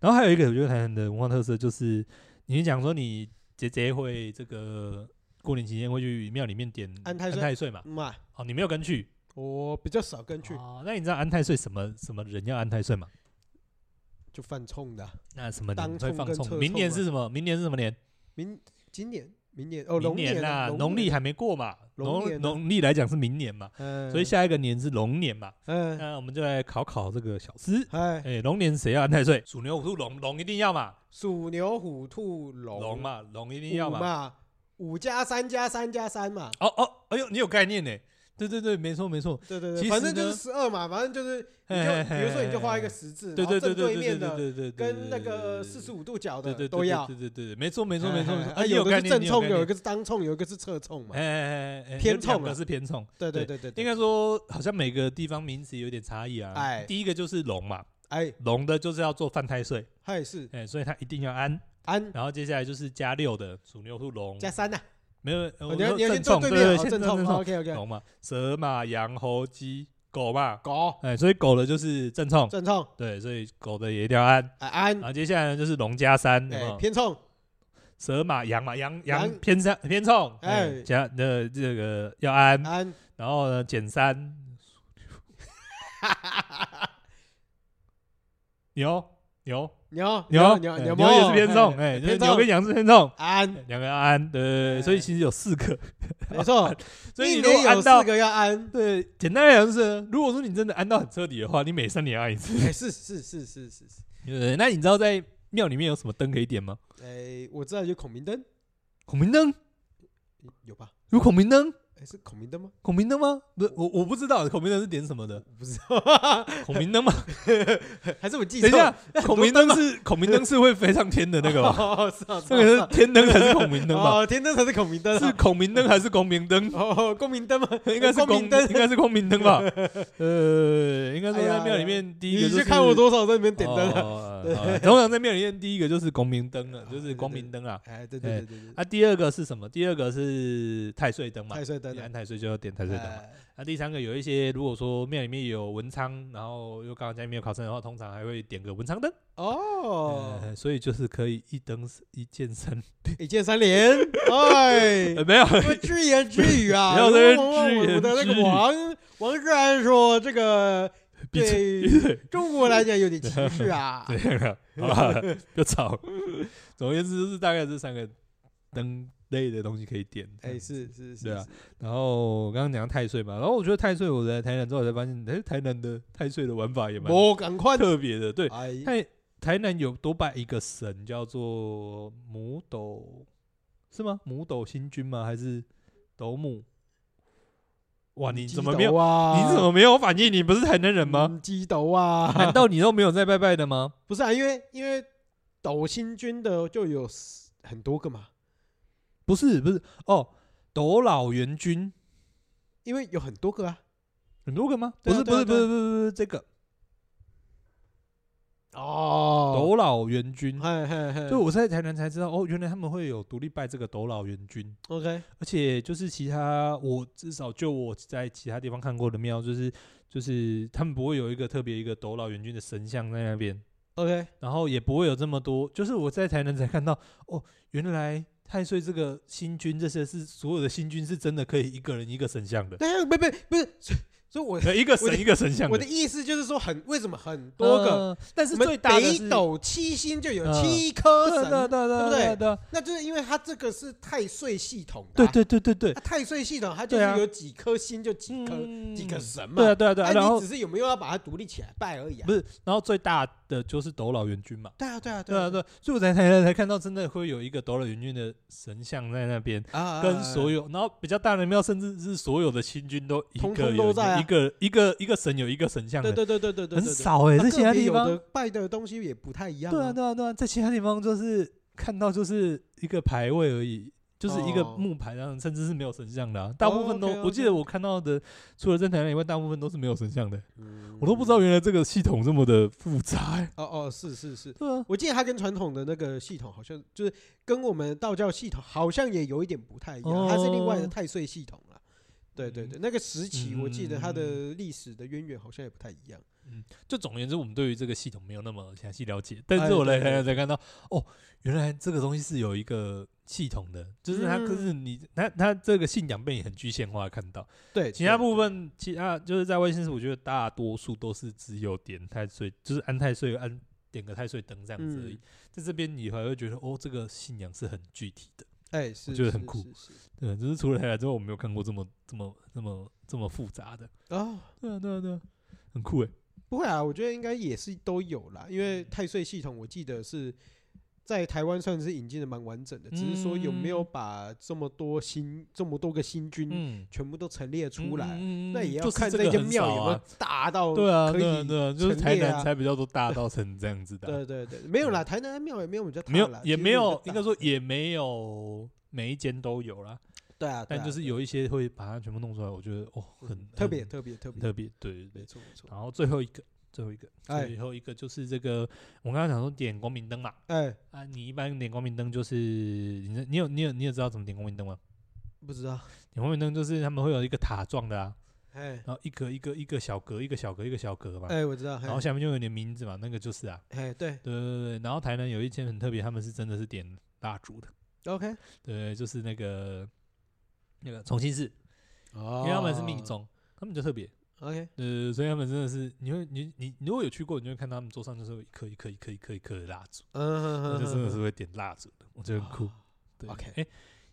S2: 然后还有一个我觉得台南的文化特色就是，你讲说你姐姐会这个过年期间会去庙里面点
S1: 安太岁
S2: 嘛？
S1: 妈，
S2: 哦，你没有跟去
S1: 我比较少跟去，
S2: 哦，那你知道安太岁什么什么人要安太岁吗？
S1: 就犯冲的啊。
S2: 那什么
S1: 当
S2: 人会
S1: 冲
S2: 放
S1: 跟侧
S2: 冲？明年
S1: 冲啊
S2: 是什么？明年是什么年？
S1: 明今年明年哦，
S2: 明
S1: 龙年
S2: 啦，
S1: 啊
S2: 农历，还没过嘛，
S1: 龙
S2: 农
S1: 年啊
S2: 农历来讲是明年嘛，所以下一个年是龙年嘛。
S1: 嗯
S2: 那我们就来考考这个小思，
S1: 哎
S2: 哎，龙年谁要安太岁？鼠牛虎兔龙，龙一定要嘛，
S1: 鼠牛虎兔龙
S2: 龙，嘛，龙一定要
S1: 五
S2: 嘛。
S1: 嘛，五加三加三加三嘛，
S2: 哦哦，哎呦，你有概念呢。对对对，没错没错。
S1: 对对
S2: 其
S1: 对，反
S2: 实
S1: 正就
S2: 呢
S1: 是十二嘛，反正就是你
S2: 嘿嘿
S1: 就
S2: 嘿
S1: 比如说你就画一个
S2: 嘿
S1: 十字，
S2: 对
S1: 然后
S2: 对对
S1: 正
S2: 对
S1: 对
S2: 对
S1: 面
S2: 对
S1: 的
S2: 对对，
S1: 跟那个四十五度角
S2: 对对
S1: 的都要
S2: 对，对对对，没错没错没错
S1: 哎
S2: 没
S1: 哎
S2: 错。
S1: 哎
S2: 哎，
S1: 有
S2: 有概
S1: 的是
S2: 念，
S1: 正
S2: 你
S1: 冲，
S2: 概
S1: 有一
S2: 念
S1: 个是当冲，有一个是侧冲嘛
S2: 哎，哎哎哎，
S1: 偏
S2: 有两
S1: 冲
S2: 个
S1: 啊
S2: 是偏冲，
S1: 对对对对，对
S2: 应该说好像每个地方名词有点差异啊。
S1: 哎
S2: 第一个就是龙嘛，
S1: 哎，
S2: 龙的就是要做犯太岁，
S1: 还是
S2: 哎，所以它一定要安。
S1: 安
S2: 然后接下来就是加六的属牛兔龙，
S1: 加三呐，
S2: 没有，呃
S1: 哦
S2: 我
S1: 你要
S2: 说
S1: 你要
S2: 正
S1: 先做
S2: 冲，
S1: 对
S2: 对
S1: 面
S2: 对，
S1: 哦，
S2: 先
S1: 正冲
S2: 冲冲
S1: ，OK OK，
S2: 龙嘛，蛇嘛，羊猴鸡狗嘛，
S1: 狗
S2: 哎，所以狗的就是正冲，
S1: 正冲，
S2: 对，所以狗的也一定要安。
S1: 哎安
S2: [LAUGHS] 然，后接下来呢就是龙加三，有没
S1: 哎
S2: 有？
S1: 偏冲，
S2: 蛇马羊嘛，羊
S1: 羊
S2: 羊偏三偏冲，
S1: 哎
S2: 哎，啊加呃这个要安，
S1: 安，
S2: 然后呢减三 [LAUGHS] 牛牛
S1: 牛
S2: 牛
S1: 牛
S2: 哎
S1: 牛
S2: 牛也是偏
S1: 重，
S2: 冲，哎，就是
S1: 偏
S2: 牛跟
S1: 重
S2: 羊是偏冲，
S1: 安，
S2: 两个要安，对对对，
S1: 哎
S2: 所以其实有四个， [LAUGHS]
S1: 没错，
S2: 所以
S1: 一
S2: 你如果
S1: 年有
S2: 安
S1: 四
S2: 到。
S1: 个要安，
S2: 对，简单来讲是，如果说你真的安到很彻底的话，你每三年按一次。
S1: 哎是是是是是是，
S2: 对对对那你知道在庙里面有什么灯可以点吗？
S1: 哎我知道有孔明灯，
S2: 孔明灯，
S1: 有吧？
S2: 有孔明灯，
S1: 哎是孔明灯吗？
S2: 孔明灯吗？不，我我不知道孔明灯是点什么的。
S1: 我不知道，
S2: 孔明灯吗？
S1: 还是我记错？
S2: 等 [LAUGHS] 一下， [LAUGHS] 孔明灯是孔明灯是会飞上天的那个吧？
S1: 哦，是啊，
S2: [LAUGHS] 这个是天灯还是孔明灯 [LAUGHS] 吧？
S1: 哦，天灯才是孔明灯啊，
S2: 是孔明灯还是光明 [LAUGHS] 灯？
S1: 哦，光明灯吗？
S2: 应该是
S1: 光明灯
S2: 应该是光明灯吧？ [LAUGHS] 呃，应该说
S1: 哎呀
S2: 在庙里面第一个
S1: 你
S2: 就
S1: 就是看我多少在里面点灯啊！
S2: 哦
S1: 对
S2: 好啦通常在庙里面第一个就是光明灯 [LAUGHS] 了，
S1: 啊
S2: 就是光明灯啊。
S1: 哎，对对对对对，
S2: 啊，第二个是什么？第二个是太岁灯嘛
S1: 太，岁灯
S2: 你
S1: 啊
S2: 按，太岁就要点哎太岁灯嘛。
S1: 哎
S2: 那第三个有一些，如果说庙里面有文昌，然后又刚好家里面有考生的话，通常还会点个文昌灯。
S1: 哦，
S2: 呃，所以就是可以一灯一箭三，
S1: 一键三连，
S2: [LAUGHS]
S1: 哎
S2: 呃，。没
S1: [LAUGHS]
S2: 有，
S1: 不只言只语啊！
S2: [LAUGHS] 不要在那边
S1: 我我我
S2: 只言
S1: 我的那
S2: 只
S1: 个
S2: 语
S1: 王王志安说，这个
S2: [LAUGHS] 闭嘴，
S1: 对中国来讲有点
S2: [LAUGHS]
S1: 歧视啊。
S2: 这样啊，好吧，不要吵。总而言之，就是大概这三个灯类的东西可以点。
S1: 哎，是是是，
S2: 对啊
S1: 是
S2: 然后我刚刚讲到太岁嘛，然后我觉得太岁，我来台南之后我才发现，哎，台南的太岁的玩法也蛮
S1: 我赶快，
S2: 特别的。对，
S1: 哎，
S2: 台台南有多拜一个神叫做母斗，是吗？母斗星君吗？还是斗母？哇，你怎么没有？
S1: 鸡斗啊？
S2: 你怎么没有反应？你不是台南人吗？
S1: 嗯？鸡斗啊！
S2: 难道你都没有在拜拜的吗？
S1: 不是啊，因为因为斗星君的就有 s- 很多个嘛，
S2: 不是，不是哦，斗老元君
S1: 因为有很多个啊。
S2: 很多个吗？不
S1: 对啊
S2: 是，不
S1: 对啊
S2: 是，不
S1: 对啊
S2: 是，不是，不是这个
S1: 哦，
S2: 斗老元君。
S1: 嘿嘿嘿，
S2: 对，我在台南才知道哦，原来他们会有独立拜这个斗老元君，
S1: OK，
S2: 而且就是其他我至少就我在其他地方看过的庙，就是就是他们不会有一个特别一个斗老元君的神像在那边，
S1: OK，
S2: 然后也不会有这么多，就是我在台南才看到哦，原来太岁这个星君这些是所有的星君是真的可以一个人一个神像的，
S1: 对，不不不是，所以所以我
S2: 呃一个
S1: 我的
S2: 神一个神像
S1: 我的意思就是说很，为什么很多
S2: 多
S1: 个？
S2: 个，但是
S1: 我们
S2: 最大的
S1: 北
S2: 是
S1: 斗七星就有
S2: 嗯
S1: 七颗
S2: 对啊对对
S1: 神，
S2: 对对对
S1: 那就是因为它这个是太岁系统的
S2: 对
S1: 啊，
S2: 对对对对
S1: 它，太岁系统它就是
S2: 对啊
S1: 有几颗星就几颗
S2: 嗯
S1: 几个神嘛
S2: 对，啊对啊对啊，
S1: 那
S2: 然
S1: 你
S2: 后
S1: 只是有没有要把它独立起来拜而已啊
S2: 不。是，然后最大的就是斗老元君嘛。
S1: 对啊对啊
S2: 对啊，对啊，所以我才才才看到真的会有一个斗老元君的神像在那边，
S1: 啊
S2: 跟所
S1: 有
S2: 有，然后比较大的庙甚至是所有的星君都一
S1: 通
S2: 个
S1: 通都
S2: 有
S1: 在啊
S2: 一个一个一个神有一个神像
S1: 对
S2: 的，
S1: 对对对对对，
S2: 很
S1: 对
S2: 少哎，
S1: 它
S2: 在
S1: 个
S2: 其他
S1: 别
S2: 地
S1: 有
S2: 方
S1: 的，拜的东西也不太一样、
S2: 啊对啊对啊对啊，在其他地方就是看到就是一个牌位而已，就是一个
S1: 哦
S2: 木牌然后甚至是没有神像的啊、大部分都、
S1: OK，OK
S2: 我记得我看到的，除了在台湾以外，大部分都是没有神像的、
S1: 嗯
S2: 啊我都不知道原来这个系统这么的复杂、欸。
S1: 哦哦，是是是，
S2: 对啊，
S1: 我记得它跟传统的那个系统好像就是跟我们道教系统好像也有一点不太一样，它是另外的
S2: 哦嗯
S1: 太岁系统了。对对对，那个时期我记得它的历史的渊源好像也不太一样。
S2: 就总而言之，我们对于这个系统没有那么详细了解，但
S1: 哎
S2: 是我来
S1: 对
S2: 来才看到，哦，原来这个东西是有一个系统的，就是它，
S1: 嗯
S2: 就是你，它它这个信仰被你很具象化地看到，
S1: 对，
S2: 其他
S1: 对
S2: 部分，其他就是在外星时，我觉得大多数都是只有点太岁，就是安太岁安点个太岁灯这样子而已。
S1: 嗯
S2: 在这边你还会觉得，哦，这个信仰是很具体的，
S1: 哎是
S2: 觉得很
S1: 是
S2: 酷
S1: 是是
S2: 对，就是除了台来之后，我没有看过这么这么这么这么复杂的。
S1: 哦，
S2: 对啊，对啊，对啊，很酷诶、
S1: 不会啊，我觉得应该也是都有啦，因为太岁系统我记得是在台湾算是引进的蛮完整的，只是说有没有
S2: 嗯
S1: 把这么多新这么多个新军
S2: 嗯，
S1: 全部都陈列出来，
S2: 嗯
S1: 那也要
S2: 就是
S1: 看
S2: 这
S1: 这
S2: 个
S1: 间
S2: 很
S1: 庙
S2: 少
S1: 有没有
S2: 啊
S1: 大到
S2: 对啊，
S1: 可
S2: 对啊，
S1: 以。
S2: 对啊，就是
S1: 陈
S2: 台
S1: 列
S2: 南
S1: 啊
S2: 才比较多大到成这样子的
S1: 对
S2: 啊、
S1: 对对，没有啦，台南的庙也没有比较大啦其
S2: 没有也
S1: 实比
S2: 没
S1: 较
S2: 有，
S1: 大
S2: 应该说也没有每一间都有啦，
S1: 对啊，对
S2: 但
S1: 啊
S2: 就是
S1: 对
S2: 有一些会把它全部弄出来，我觉得哦，很
S1: 嗯特别
S2: 很
S1: 特别特别
S2: 特别，啊对对
S1: 没
S2: 对。
S1: 错没错，
S2: 然后最后一个，最后一个，
S1: 哎
S2: 最后一个就是这个，我刚刚讲说点光明灯嘛，
S1: 哎，
S2: 啊，你一般点光明灯就是，你知你有你有你有知道怎么点光明灯吗？
S1: 不知道，
S2: 点光明灯就是他们会有一个塔状的啊，
S1: 哎
S2: 然后一格一个一个小格一个小格一个小格嘛，
S1: 哎，我知道，
S2: 然后
S1: 哎
S2: 下面就有你的名字嘛，那个就是啊，
S1: 哎对
S2: 对对对对。然后台南有一间很特别，他们是真的是点蜡烛的，
S1: ，OK，
S2: 对，就是那个那个重庆市，
S1: 哦
S2: 因为他们是命中，他们就特别，
S1: ，OK，
S2: 呃，所以他们真的是，你会你你你如果有去过，你就会看到他们桌上就是有一颗一颗一颗一颗一颗的蜡烛，
S1: 嗯，
S2: 那就真的是
S1: 哼
S2: 会点蜡烛的，我觉得很酷。对
S1: OK
S2: 哎，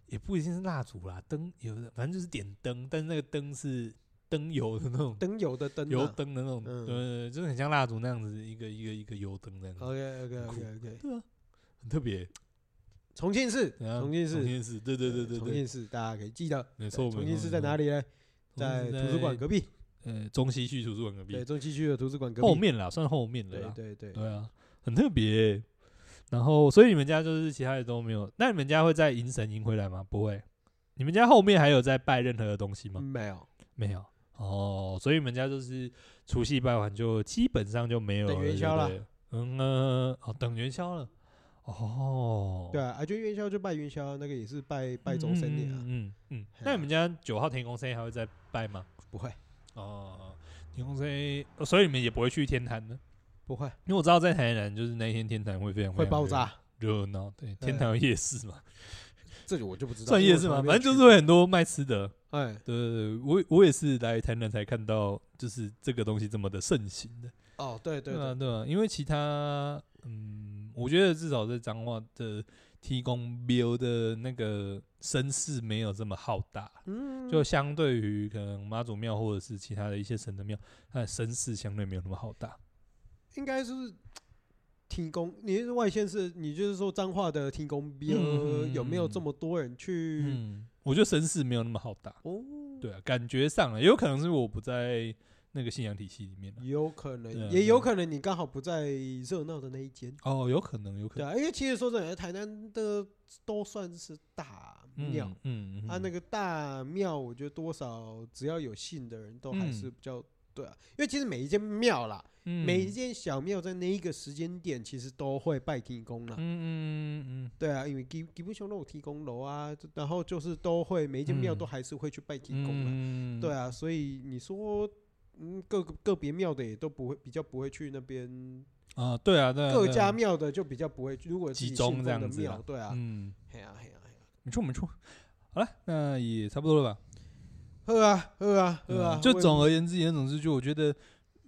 S2: 也不一定是蜡烛啦，灯有的，反正就是点灯，但是那个灯是灯油的那种
S1: 灯油的灯
S2: 油
S1: 啊
S2: 灯的那种，
S1: 嗯
S2: 对对，对就是很像蜡烛那样子，一个一个一个油灯那样子，
S1: ，OK OK
S2: 很酷
S1: OK OK，
S2: 对啊，很特别。
S1: 重庆市，
S2: 等一下
S1: 重庆
S2: 啊重
S1: 市，
S2: 庆市，对对对对
S1: 重
S2: 对，
S1: 庆市，大家可以记得，
S2: 没错，
S1: 重庆市在哪
S2: 里？
S1: 里呢？
S2: 重庆
S1: 在
S2: 市
S1: 图书馆
S2: 在
S1: 隔壁，
S2: 呃中西区图书馆隔
S1: 对，
S2: 壁，
S1: 中西区的图书馆隔
S2: 后
S1: 壁，
S2: 面啦，算后面的
S1: 对
S2: 啦，
S1: 对对，
S2: 对啊，很特别欸。然后，所以你们家就是其他的都没有？那你们家会在迎神迎回来吗？不会。你们家后面还有在拜任何的东西吗？
S1: 没有
S2: 没有。哦，所以你们家就是除夕拜完就基本上就没有
S1: 等元宵
S2: 了
S1: 啦
S2: 对不对。嗯呃，哦，等元宵了。哦，
S1: 对啊，啊，就元宵就拜元宵，那个也是拜拜
S2: 嗯
S1: 中生年
S2: 嗯
S1: 啊，
S2: 嗯嗯嗯
S1: 嘿
S2: 那
S1: 啊
S2: 你们家九号天公生还会再拜吗？
S1: 不会
S2: 哦，天公生，哦所以你们也不会去天坛呢？
S1: 不会
S2: 因为我知道在台南就是那一天天坛会非常
S1: 会爆炸。，
S2: 非常热闹。对，
S1: 对
S2: 天坛有夜市嘛，
S1: 这个我就不知道，
S2: 算
S1: 因为
S2: 夜
S1: 我
S2: 市
S1: 从来
S2: 嘛，
S1: 没
S2: 反正
S1: 有
S2: 就是
S1: 去
S2: 会很多卖吃的。
S1: 过哎
S2: 对对对，我我也是来台南才看到，就是这个东西这么的盛行的。
S1: 哦，对对
S2: 啊
S1: 对，
S2: 对啊，因为其他嗯，我觉得至少在彰化的提供 bill 的那个声势没有这么浩大。
S1: 嗯，
S2: 就相对于可能妈祖庙或者是其他的一些神的庙，它的声势相对没有那么浩大。
S1: 应该是停工，你是外县市，你就是说彰化的停工兵
S2: 嗯
S1: 有没有这么多人去？
S2: 嗯，我觉得声势没有那么浩大。
S1: 哦，
S2: 对啊，感觉上啊，也有可能是我不在那个信仰体系里面了。
S1: 有可
S2: 对啊
S1: 能，也有可能你刚好不在热闹的那一间。
S2: 哦，有可能，有可
S1: 对
S2: 能。
S1: 啊，因为其实说真的，台南的都算是大庙
S2: 嗯，嗯，
S1: 啊，那个
S2: 个
S1: 大庙，我觉得多少只要有信的人都还
S2: 嗯
S1: 是比较对啊，因为其实每一间庙啦，每一
S2: 嗯
S1: 间小庙在那一个时间点其实都会拜天公啦。
S2: 嗯嗯
S1: 对啊，因为基基本上都有提供楼啊，就然后就是都会每一间庙
S2: 嗯
S1: 都还是会去拜提供啊。
S2: 嗯，
S1: 对，啊，所以你说。嗯，各个个别庙的也都不会，比较不会去那边。
S2: 啊，对啊，对啊，
S1: 各家庙的就比较不会去，如果
S2: 集
S1: 是
S2: 中
S1: 信
S2: 这
S1: 奉的
S2: 样子啦
S1: 庙，对啊，
S2: 嗯，
S1: 嘿啊嘿啊嘿啊，
S2: 没错没错。好了，那也差不多了吧？
S1: 喝啊喝啊
S2: 对
S1: 喝啊，
S2: 就
S1: 我也
S2: 总而言之，言总之，就我觉得，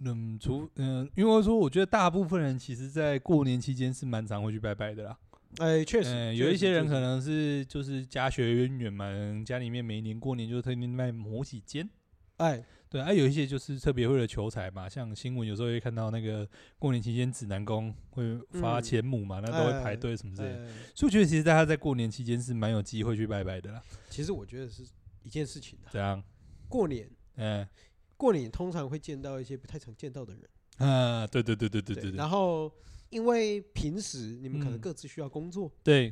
S2: 嗯，除嗯、因为说，我觉得大部分人其实，在过年期间是蛮常会去拜拜的啦。
S1: 哎，确实
S2: 嗯、，
S1: 确
S2: 有一
S1: 实
S2: 些人
S1: 确
S2: 可
S1: 实
S2: 能是就是家学渊源嘛，嗯家里面每一年过年就特定拜某几间。
S1: 哎，
S2: 对啊，有一些就是特别为了求财嘛，像新闻有时候会看到那个过年期间指南宫会发
S1: 嗯
S2: 钱母嘛，那都会
S1: 哎
S2: 排队什么之类的。
S1: 哎
S2: 所以我觉得其实大家在过年期间是蛮有机会去拜拜的啦。
S1: 其实我觉得是一件事情啊。
S2: 这样，
S1: 过年
S2: 嗯、
S1: 过年通常会见到一些不太常见到的人，
S2: 啊，对对对对对对对
S1: 然后因为平时你们可能
S2: 嗯
S1: 各自需要工作，
S2: 对，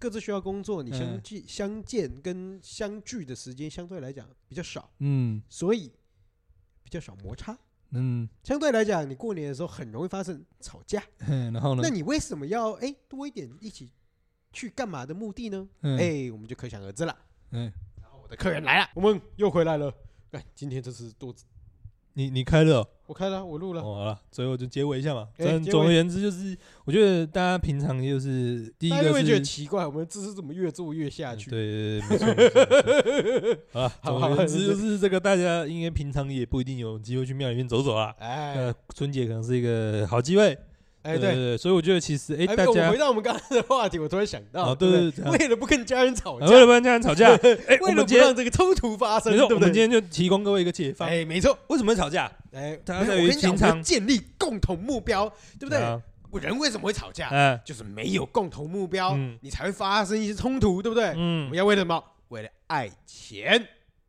S1: 各自需要工作，你相
S2: 嗯
S1: 聚、相见跟相聚的时间相对来讲比较少，
S2: 嗯
S1: 所以比较少摩擦。
S2: 嗯，
S1: 相对来讲，你过年的时候很容易发生吵架，
S2: 然后呢
S1: 那？你为什么要哎多一点一起去干嘛的目的呢？
S2: 嗯
S1: 哎，我们就可想而知了。
S2: 嗯，
S1: 然后我的客人来了，我们又回来了。哎，今天真是肚子，
S2: 你你开了哦。
S1: 我开了，我录了。
S2: 哦，好了，最后就结尾一下嘛。
S1: 哎
S2: 但
S1: 结尾
S2: 总而言之，就是我觉得大家平常就是第一
S1: 大
S2: 个
S1: 家就会
S2: 是
S1: 觉得奇怪，我们这是怎么越做越下
S2: 嗯
S1: 去？
S2: 对对对，没错没错没
S1: [LAUGHS]
S2: 错。啊，
S1: 好
S2: 总
S1: 好
S2: 而言之
S1: 就
S2: 就是是这个，大家应该平常也不一定有机会去庙里面走走啦。
S1: 哎
S2: 呃，春节可能是一个好机会。
S1: 哎，
S2: 对
S1: 对。
S2: 所以我觉得其实哎，
S1: 哎，
S2: 大
S1: 我们
S2: 家
S1: 回到我们刚刚的话题，我突然想到，
S2: 哦
S1: 对
S2: 对
S1: 不
S2: 对对
S1: 为了不跟家人吵
S2: 啊
S1: 架，
S2: 为了不让家人吵
S1: [LAUGHS]
S2: 架，哎，我
S1: 为了
S2: 们
S1: 不
S2: 今天
S1: 让这个冲突发生，
S2: 没错，
S1: 对
S2: 我
S1: 不
S2: 们
S1: 对？
S2: 今天就提供各位一个解放。
S1: 哎，没错，
S2: 为什么会吵架？
S1: 哎，
S2: 大家
S1: 没有
S2: 在
S1: 我
S2: 于
S1: 跟你讲，我
S2: 平
S1: 们
S2: 常
S1: 建立共同目标，对不对？
S2: 啊
S1: 我人为什么会吵架？
S2: 哎，
S1: 就是没有共同目标，
S2: 嗯
S1: 你才会发生一些冲突，对不对？我
S2: 嗯
S1: 们，要为了什么？为了爱钱，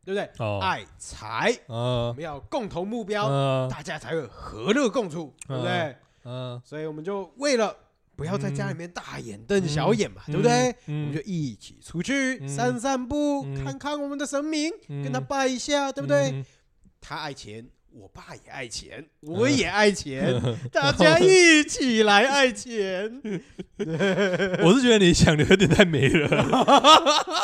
S1: 对不对？
S2: 哦，
S1: 爱财，我
S2: 呃，
S1: 们要有共同目标，
S2: 嗯
S1: 大家才会和乐共处，对不对？
S2: 嗯，
S1: 所以我们就为了不要在家里面大眼瞪小眼嘛，
S2: 嗯
S1: 对不对？我
S2: 嗯
S1: 们就一起出去、
S2: 嗯
S1: 散散步，
S2: 嗯
S1: 看看我们的神明，
S2: 嗯
S1: 跟他拜一下，对不对？
S2: 嗯
S1: 他爱钱，我爸也爱钱，我也爱钱，
S2: 嗯
S1: [LAUGHS] 大家一起来爱
S2: [LAUGHS]
S1: 钱。 [LAUGHS]
S2: 我是觉得你想的有点太美了。
S1: [LAUGHS]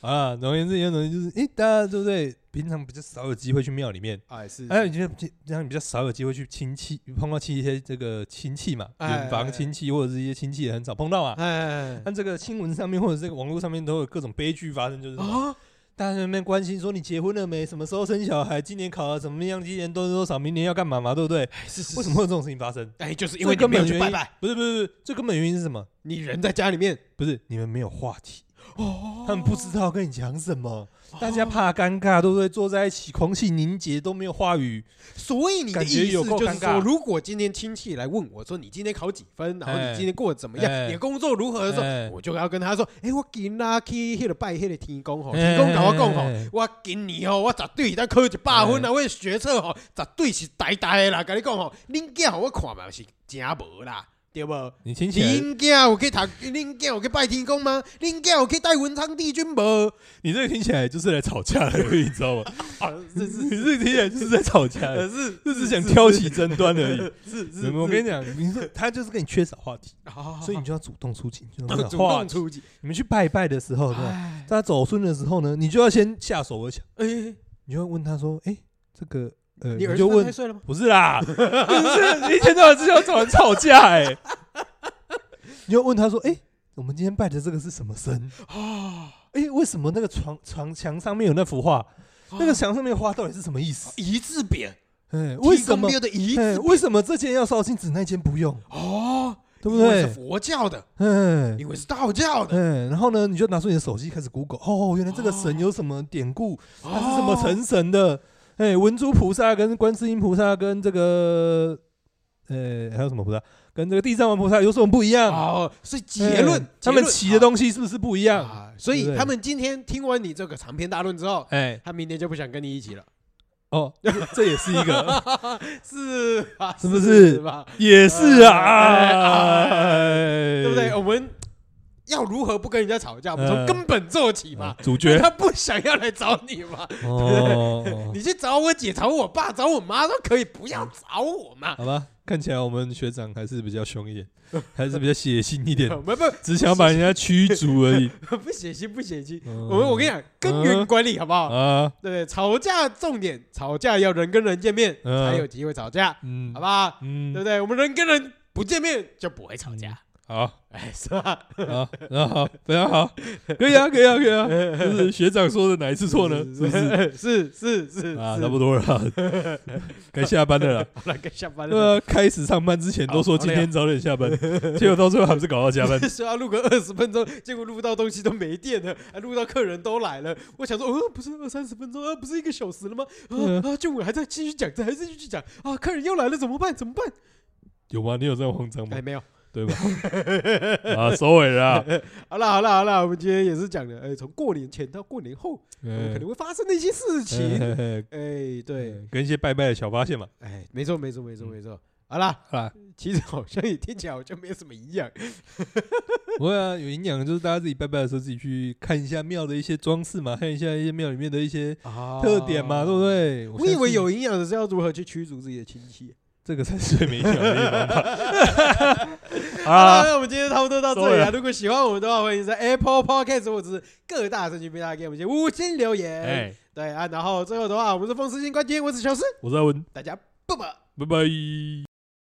S2: 啊，总而言之，言总之就是，诶，大家对不对？平常比较少有机会去庙里面，
S1: 哎，是，
S2: 哎，你觉得平常比较少有机会去亲戚碰到亲一些这个亲戚嘛，
S1: 哎
S2: 远房亲戚或者是一些亲戚也很少碰到啊。
S1: 哎，
S2: 但这个新闻上面或者这个网络上面都有各种悲剧发生，就是什么
S1: 啊，
S2: 大家在那边关心说你结婚了没，什么时候生小孩，今年考了怎么样，今年多多少，明年要干嘛嘛，对不对？
S1: 哎是是，
S2: 为什么？会有这种事情发生？
S1: 哎，就是因
S2: 因
S1: 为
S2: 为
S1: 你
S2: 你
S1: 没
S2: 没
S1: 有
S2: 有
S1: 去
S2: 去
S1: 拜
S2: 拜
S1: 拜，
S2: 不是不是，不是最根本原因是什么？
S1: 你人在家里面，
S2: 不是你们没有话题，
S1: 哦
S2: 他们不知道跟你讲什么，大家怕尴尬，对不对？坐在一起，空气凝结，都没有话语。
S1: 所以你的
S2: 感
S1: 意
S2: 觉
S1: 思
S2: 有够
S1: 就是
S2: 尴尬
S1: 说，如果今天亲戚来问我说你今天考几分，然后
S2: 哎
S1: 你今天过得怎么样，
S2: 哎
S1: 你的工作如何的时
S2: 哎
S1: 候，我就要跟他说，哎，我今仔去迄个拜迄个天公吼，天公跟我讲吼
S2: 哎，
S1: 我今年吼，我绝对当考一百分啊，
S2: 哎
S1: 我的学测吼，绝对是呆呆的啦，跟你讲吼，恁囝吼我看嘛是真无啦，对无？
S2: 你听起来，
S1: 恁囝有去读，恁囝有去拜天公吗？恁囝有去拜文昌帝君无？
S2: 你这个听起来就是来吵架的，你知道吗？
S1: [LAUGHS] 啊，是是
S2: 你这个听起来就是在吵架的，
S1: 哎是
S2: 就只想挑起争端而已。
S1: 是是，
S2: 我跟你讲，你说他就是跟你缺少话题，
S1: 好，
S2: 所以你就要主动出击，就
S1: 啊主动
S2: 出。
S1: 出击，
S2: 你们去拜拜的时候，对吧？
S1: 哎
S2: 在他走孙的时候呢，你就要先下手为强，
S1: 哎。
S2: 你就要问他说：“哎，这个呃，
S1: 你儿子
S2: 你就问
S1: 太岁了吗？
S2: 不是啦，就是一天到晚就要找人吵架哎、 [LAUGHS] 你就问他说：“哎、我们今天拜的这个是什么神？
S1: 啊，
S2: 哎、为什么那个床床墙上面有那幅画？那个
S1: 啊
S2: 墙上面的画到底是什么意思？
S1: 一字匾，
S2: 哎、为
S1: 提
S2: 什
S1: 供
S2: 么
S1: 庙？的一
S2: 哎、
S1: 字
S2: 为什么这间要烧金纸，那间不用？
S1: 哦，
S2: 对不
S1: 因为是
S2: 对？
S1: 佛教的，
S2: 嗯、
S1: 因为是道教
S2: [LAUGHS]
S1: 的，
S2: 嗯，然后呢，你就拿出你的手机开始 Google，哦，原来这个神有什么典故，它是什么
S1: 哦？
S2: 成神的？哎、文殊菩萨跟观世音菩萨跟这个，呃，还有什么菩萨？跟这个地藏王菩萨有什么不一样？
S1: 哦，所以结论
S2: 哎，啊他们骑的
S1: 都
S2: 东西是不是不一样？
S1: 啊，所
S2: 对不
S1: 以
S2: 对
S1: 他们今天听完你这个长篇大论之后，
S2: 哎，
S1: 他明天就不想跟你一起了，
S2: 哦，这也是一个，
S1: [LAUGHS] 是吧？
S2: 是不是
S1: 吧？
S2: 也是啊，
S1: 哎
S2: 哎
S1: 对不对？？我们要如何不跟人家吵架？我们从
S2: 呃
S1: 根本做起嘛
S2: 啊。主
S1: 因为
S2: 角
S1: 他不想要来找你嘛，
S2: [LAUGHS] 哦，
S1: 你去找我姐、找我爸、找我妈都可以，不要找我嘛。
S2: 好吧，看起来我们学长还是比较凶
S1: [LAUGHS]
S2: 一点，还是比较血腥一点，
S1: 没不
S2: 只想把人家驱逐而已。
S1: 不血腥不血腥，
S2: 嗯
S1: [LAUGHS] 我们我跟你讲，根源管理好不好？
S2: 啊，
S1: 对不对？吵架重点，吵架要人跟人见面
S2: 嗯
S1: 才有机会吵架，
S2: 嗯，
S1: 好，吧？对不
S2: 嗯，
S1: 对？我们人跟人不见面就不会吵架，
S2: 好，
S1: 哎，是吧？
S2: 好，那好，非常好，可以啊，可以啊，可以啊，就是学长说的哪一次错呢？是不是？
S1: 是是是是
S2: 啊，
S1: 是
S2: 差不多了， [LAUGHS] 该下班了啦。
S1: 好了，该下班了。。
S2: 对啊，开始上班之前都说今天早点 [LAUGHS] 下班，结果到最后还不是搞到加班
S1: [LAUGHS] 说要录个二十分钟，结果录到东西都没电了，还录到客人都来了。我想说，哦，不是二三十分钟，啊，不是一个小时了吗？
S2: 嗯
S1: 啊啊，俊伟还在继续讲，还是继续讲啊，客人又来了，怎么办？怎么办？
S2: 有吗？你有这样慌张吗
S1: 哎，？没有。
S2: 对吧？
S1: [LAUGHS]
S2: 啊，收尾了啊。
S1: 好了好了好了，我们今天也是讲了，哎，从过年前到过年后，呃可
S2: 嗯
S1: 能会发生的一些事情。
S2: 嗯
S1: 哎，对，
S2: 跟一些拜拜的小发现嘛。
S1: 哎，没错没错没错
S2: 嗯
S1: 没错。好啦，
S2: 好啦，
S1: 其实好像也听起来好像没有什么营养。
S2: 不会啊，有营养的就是大家自己拜拜的时候自己去看一下庙的一些装饰嘛，看一下一些庙里面的一些特点嘛，对不？对？
S1: 啊我以为有营养的是要如何去驱逐自己的亲戚。
S2: 这个才是最没营养的地方吧。
S1: 好
S2: 好
S1: 啦，
S2: 啦，
S1: 那我们今天差不多到这里了。啊如果喜欢我们的话，欢迎在 Apple Podcast 或者是各大社区平台给我们一些五星留言。
S2: 哎，
S1: 对啊，然后最后的话，我们是风湿性关节炎，我是小诗，
S2: 我是阿文，
S1: 大家啵啵。
S2: 拜拜。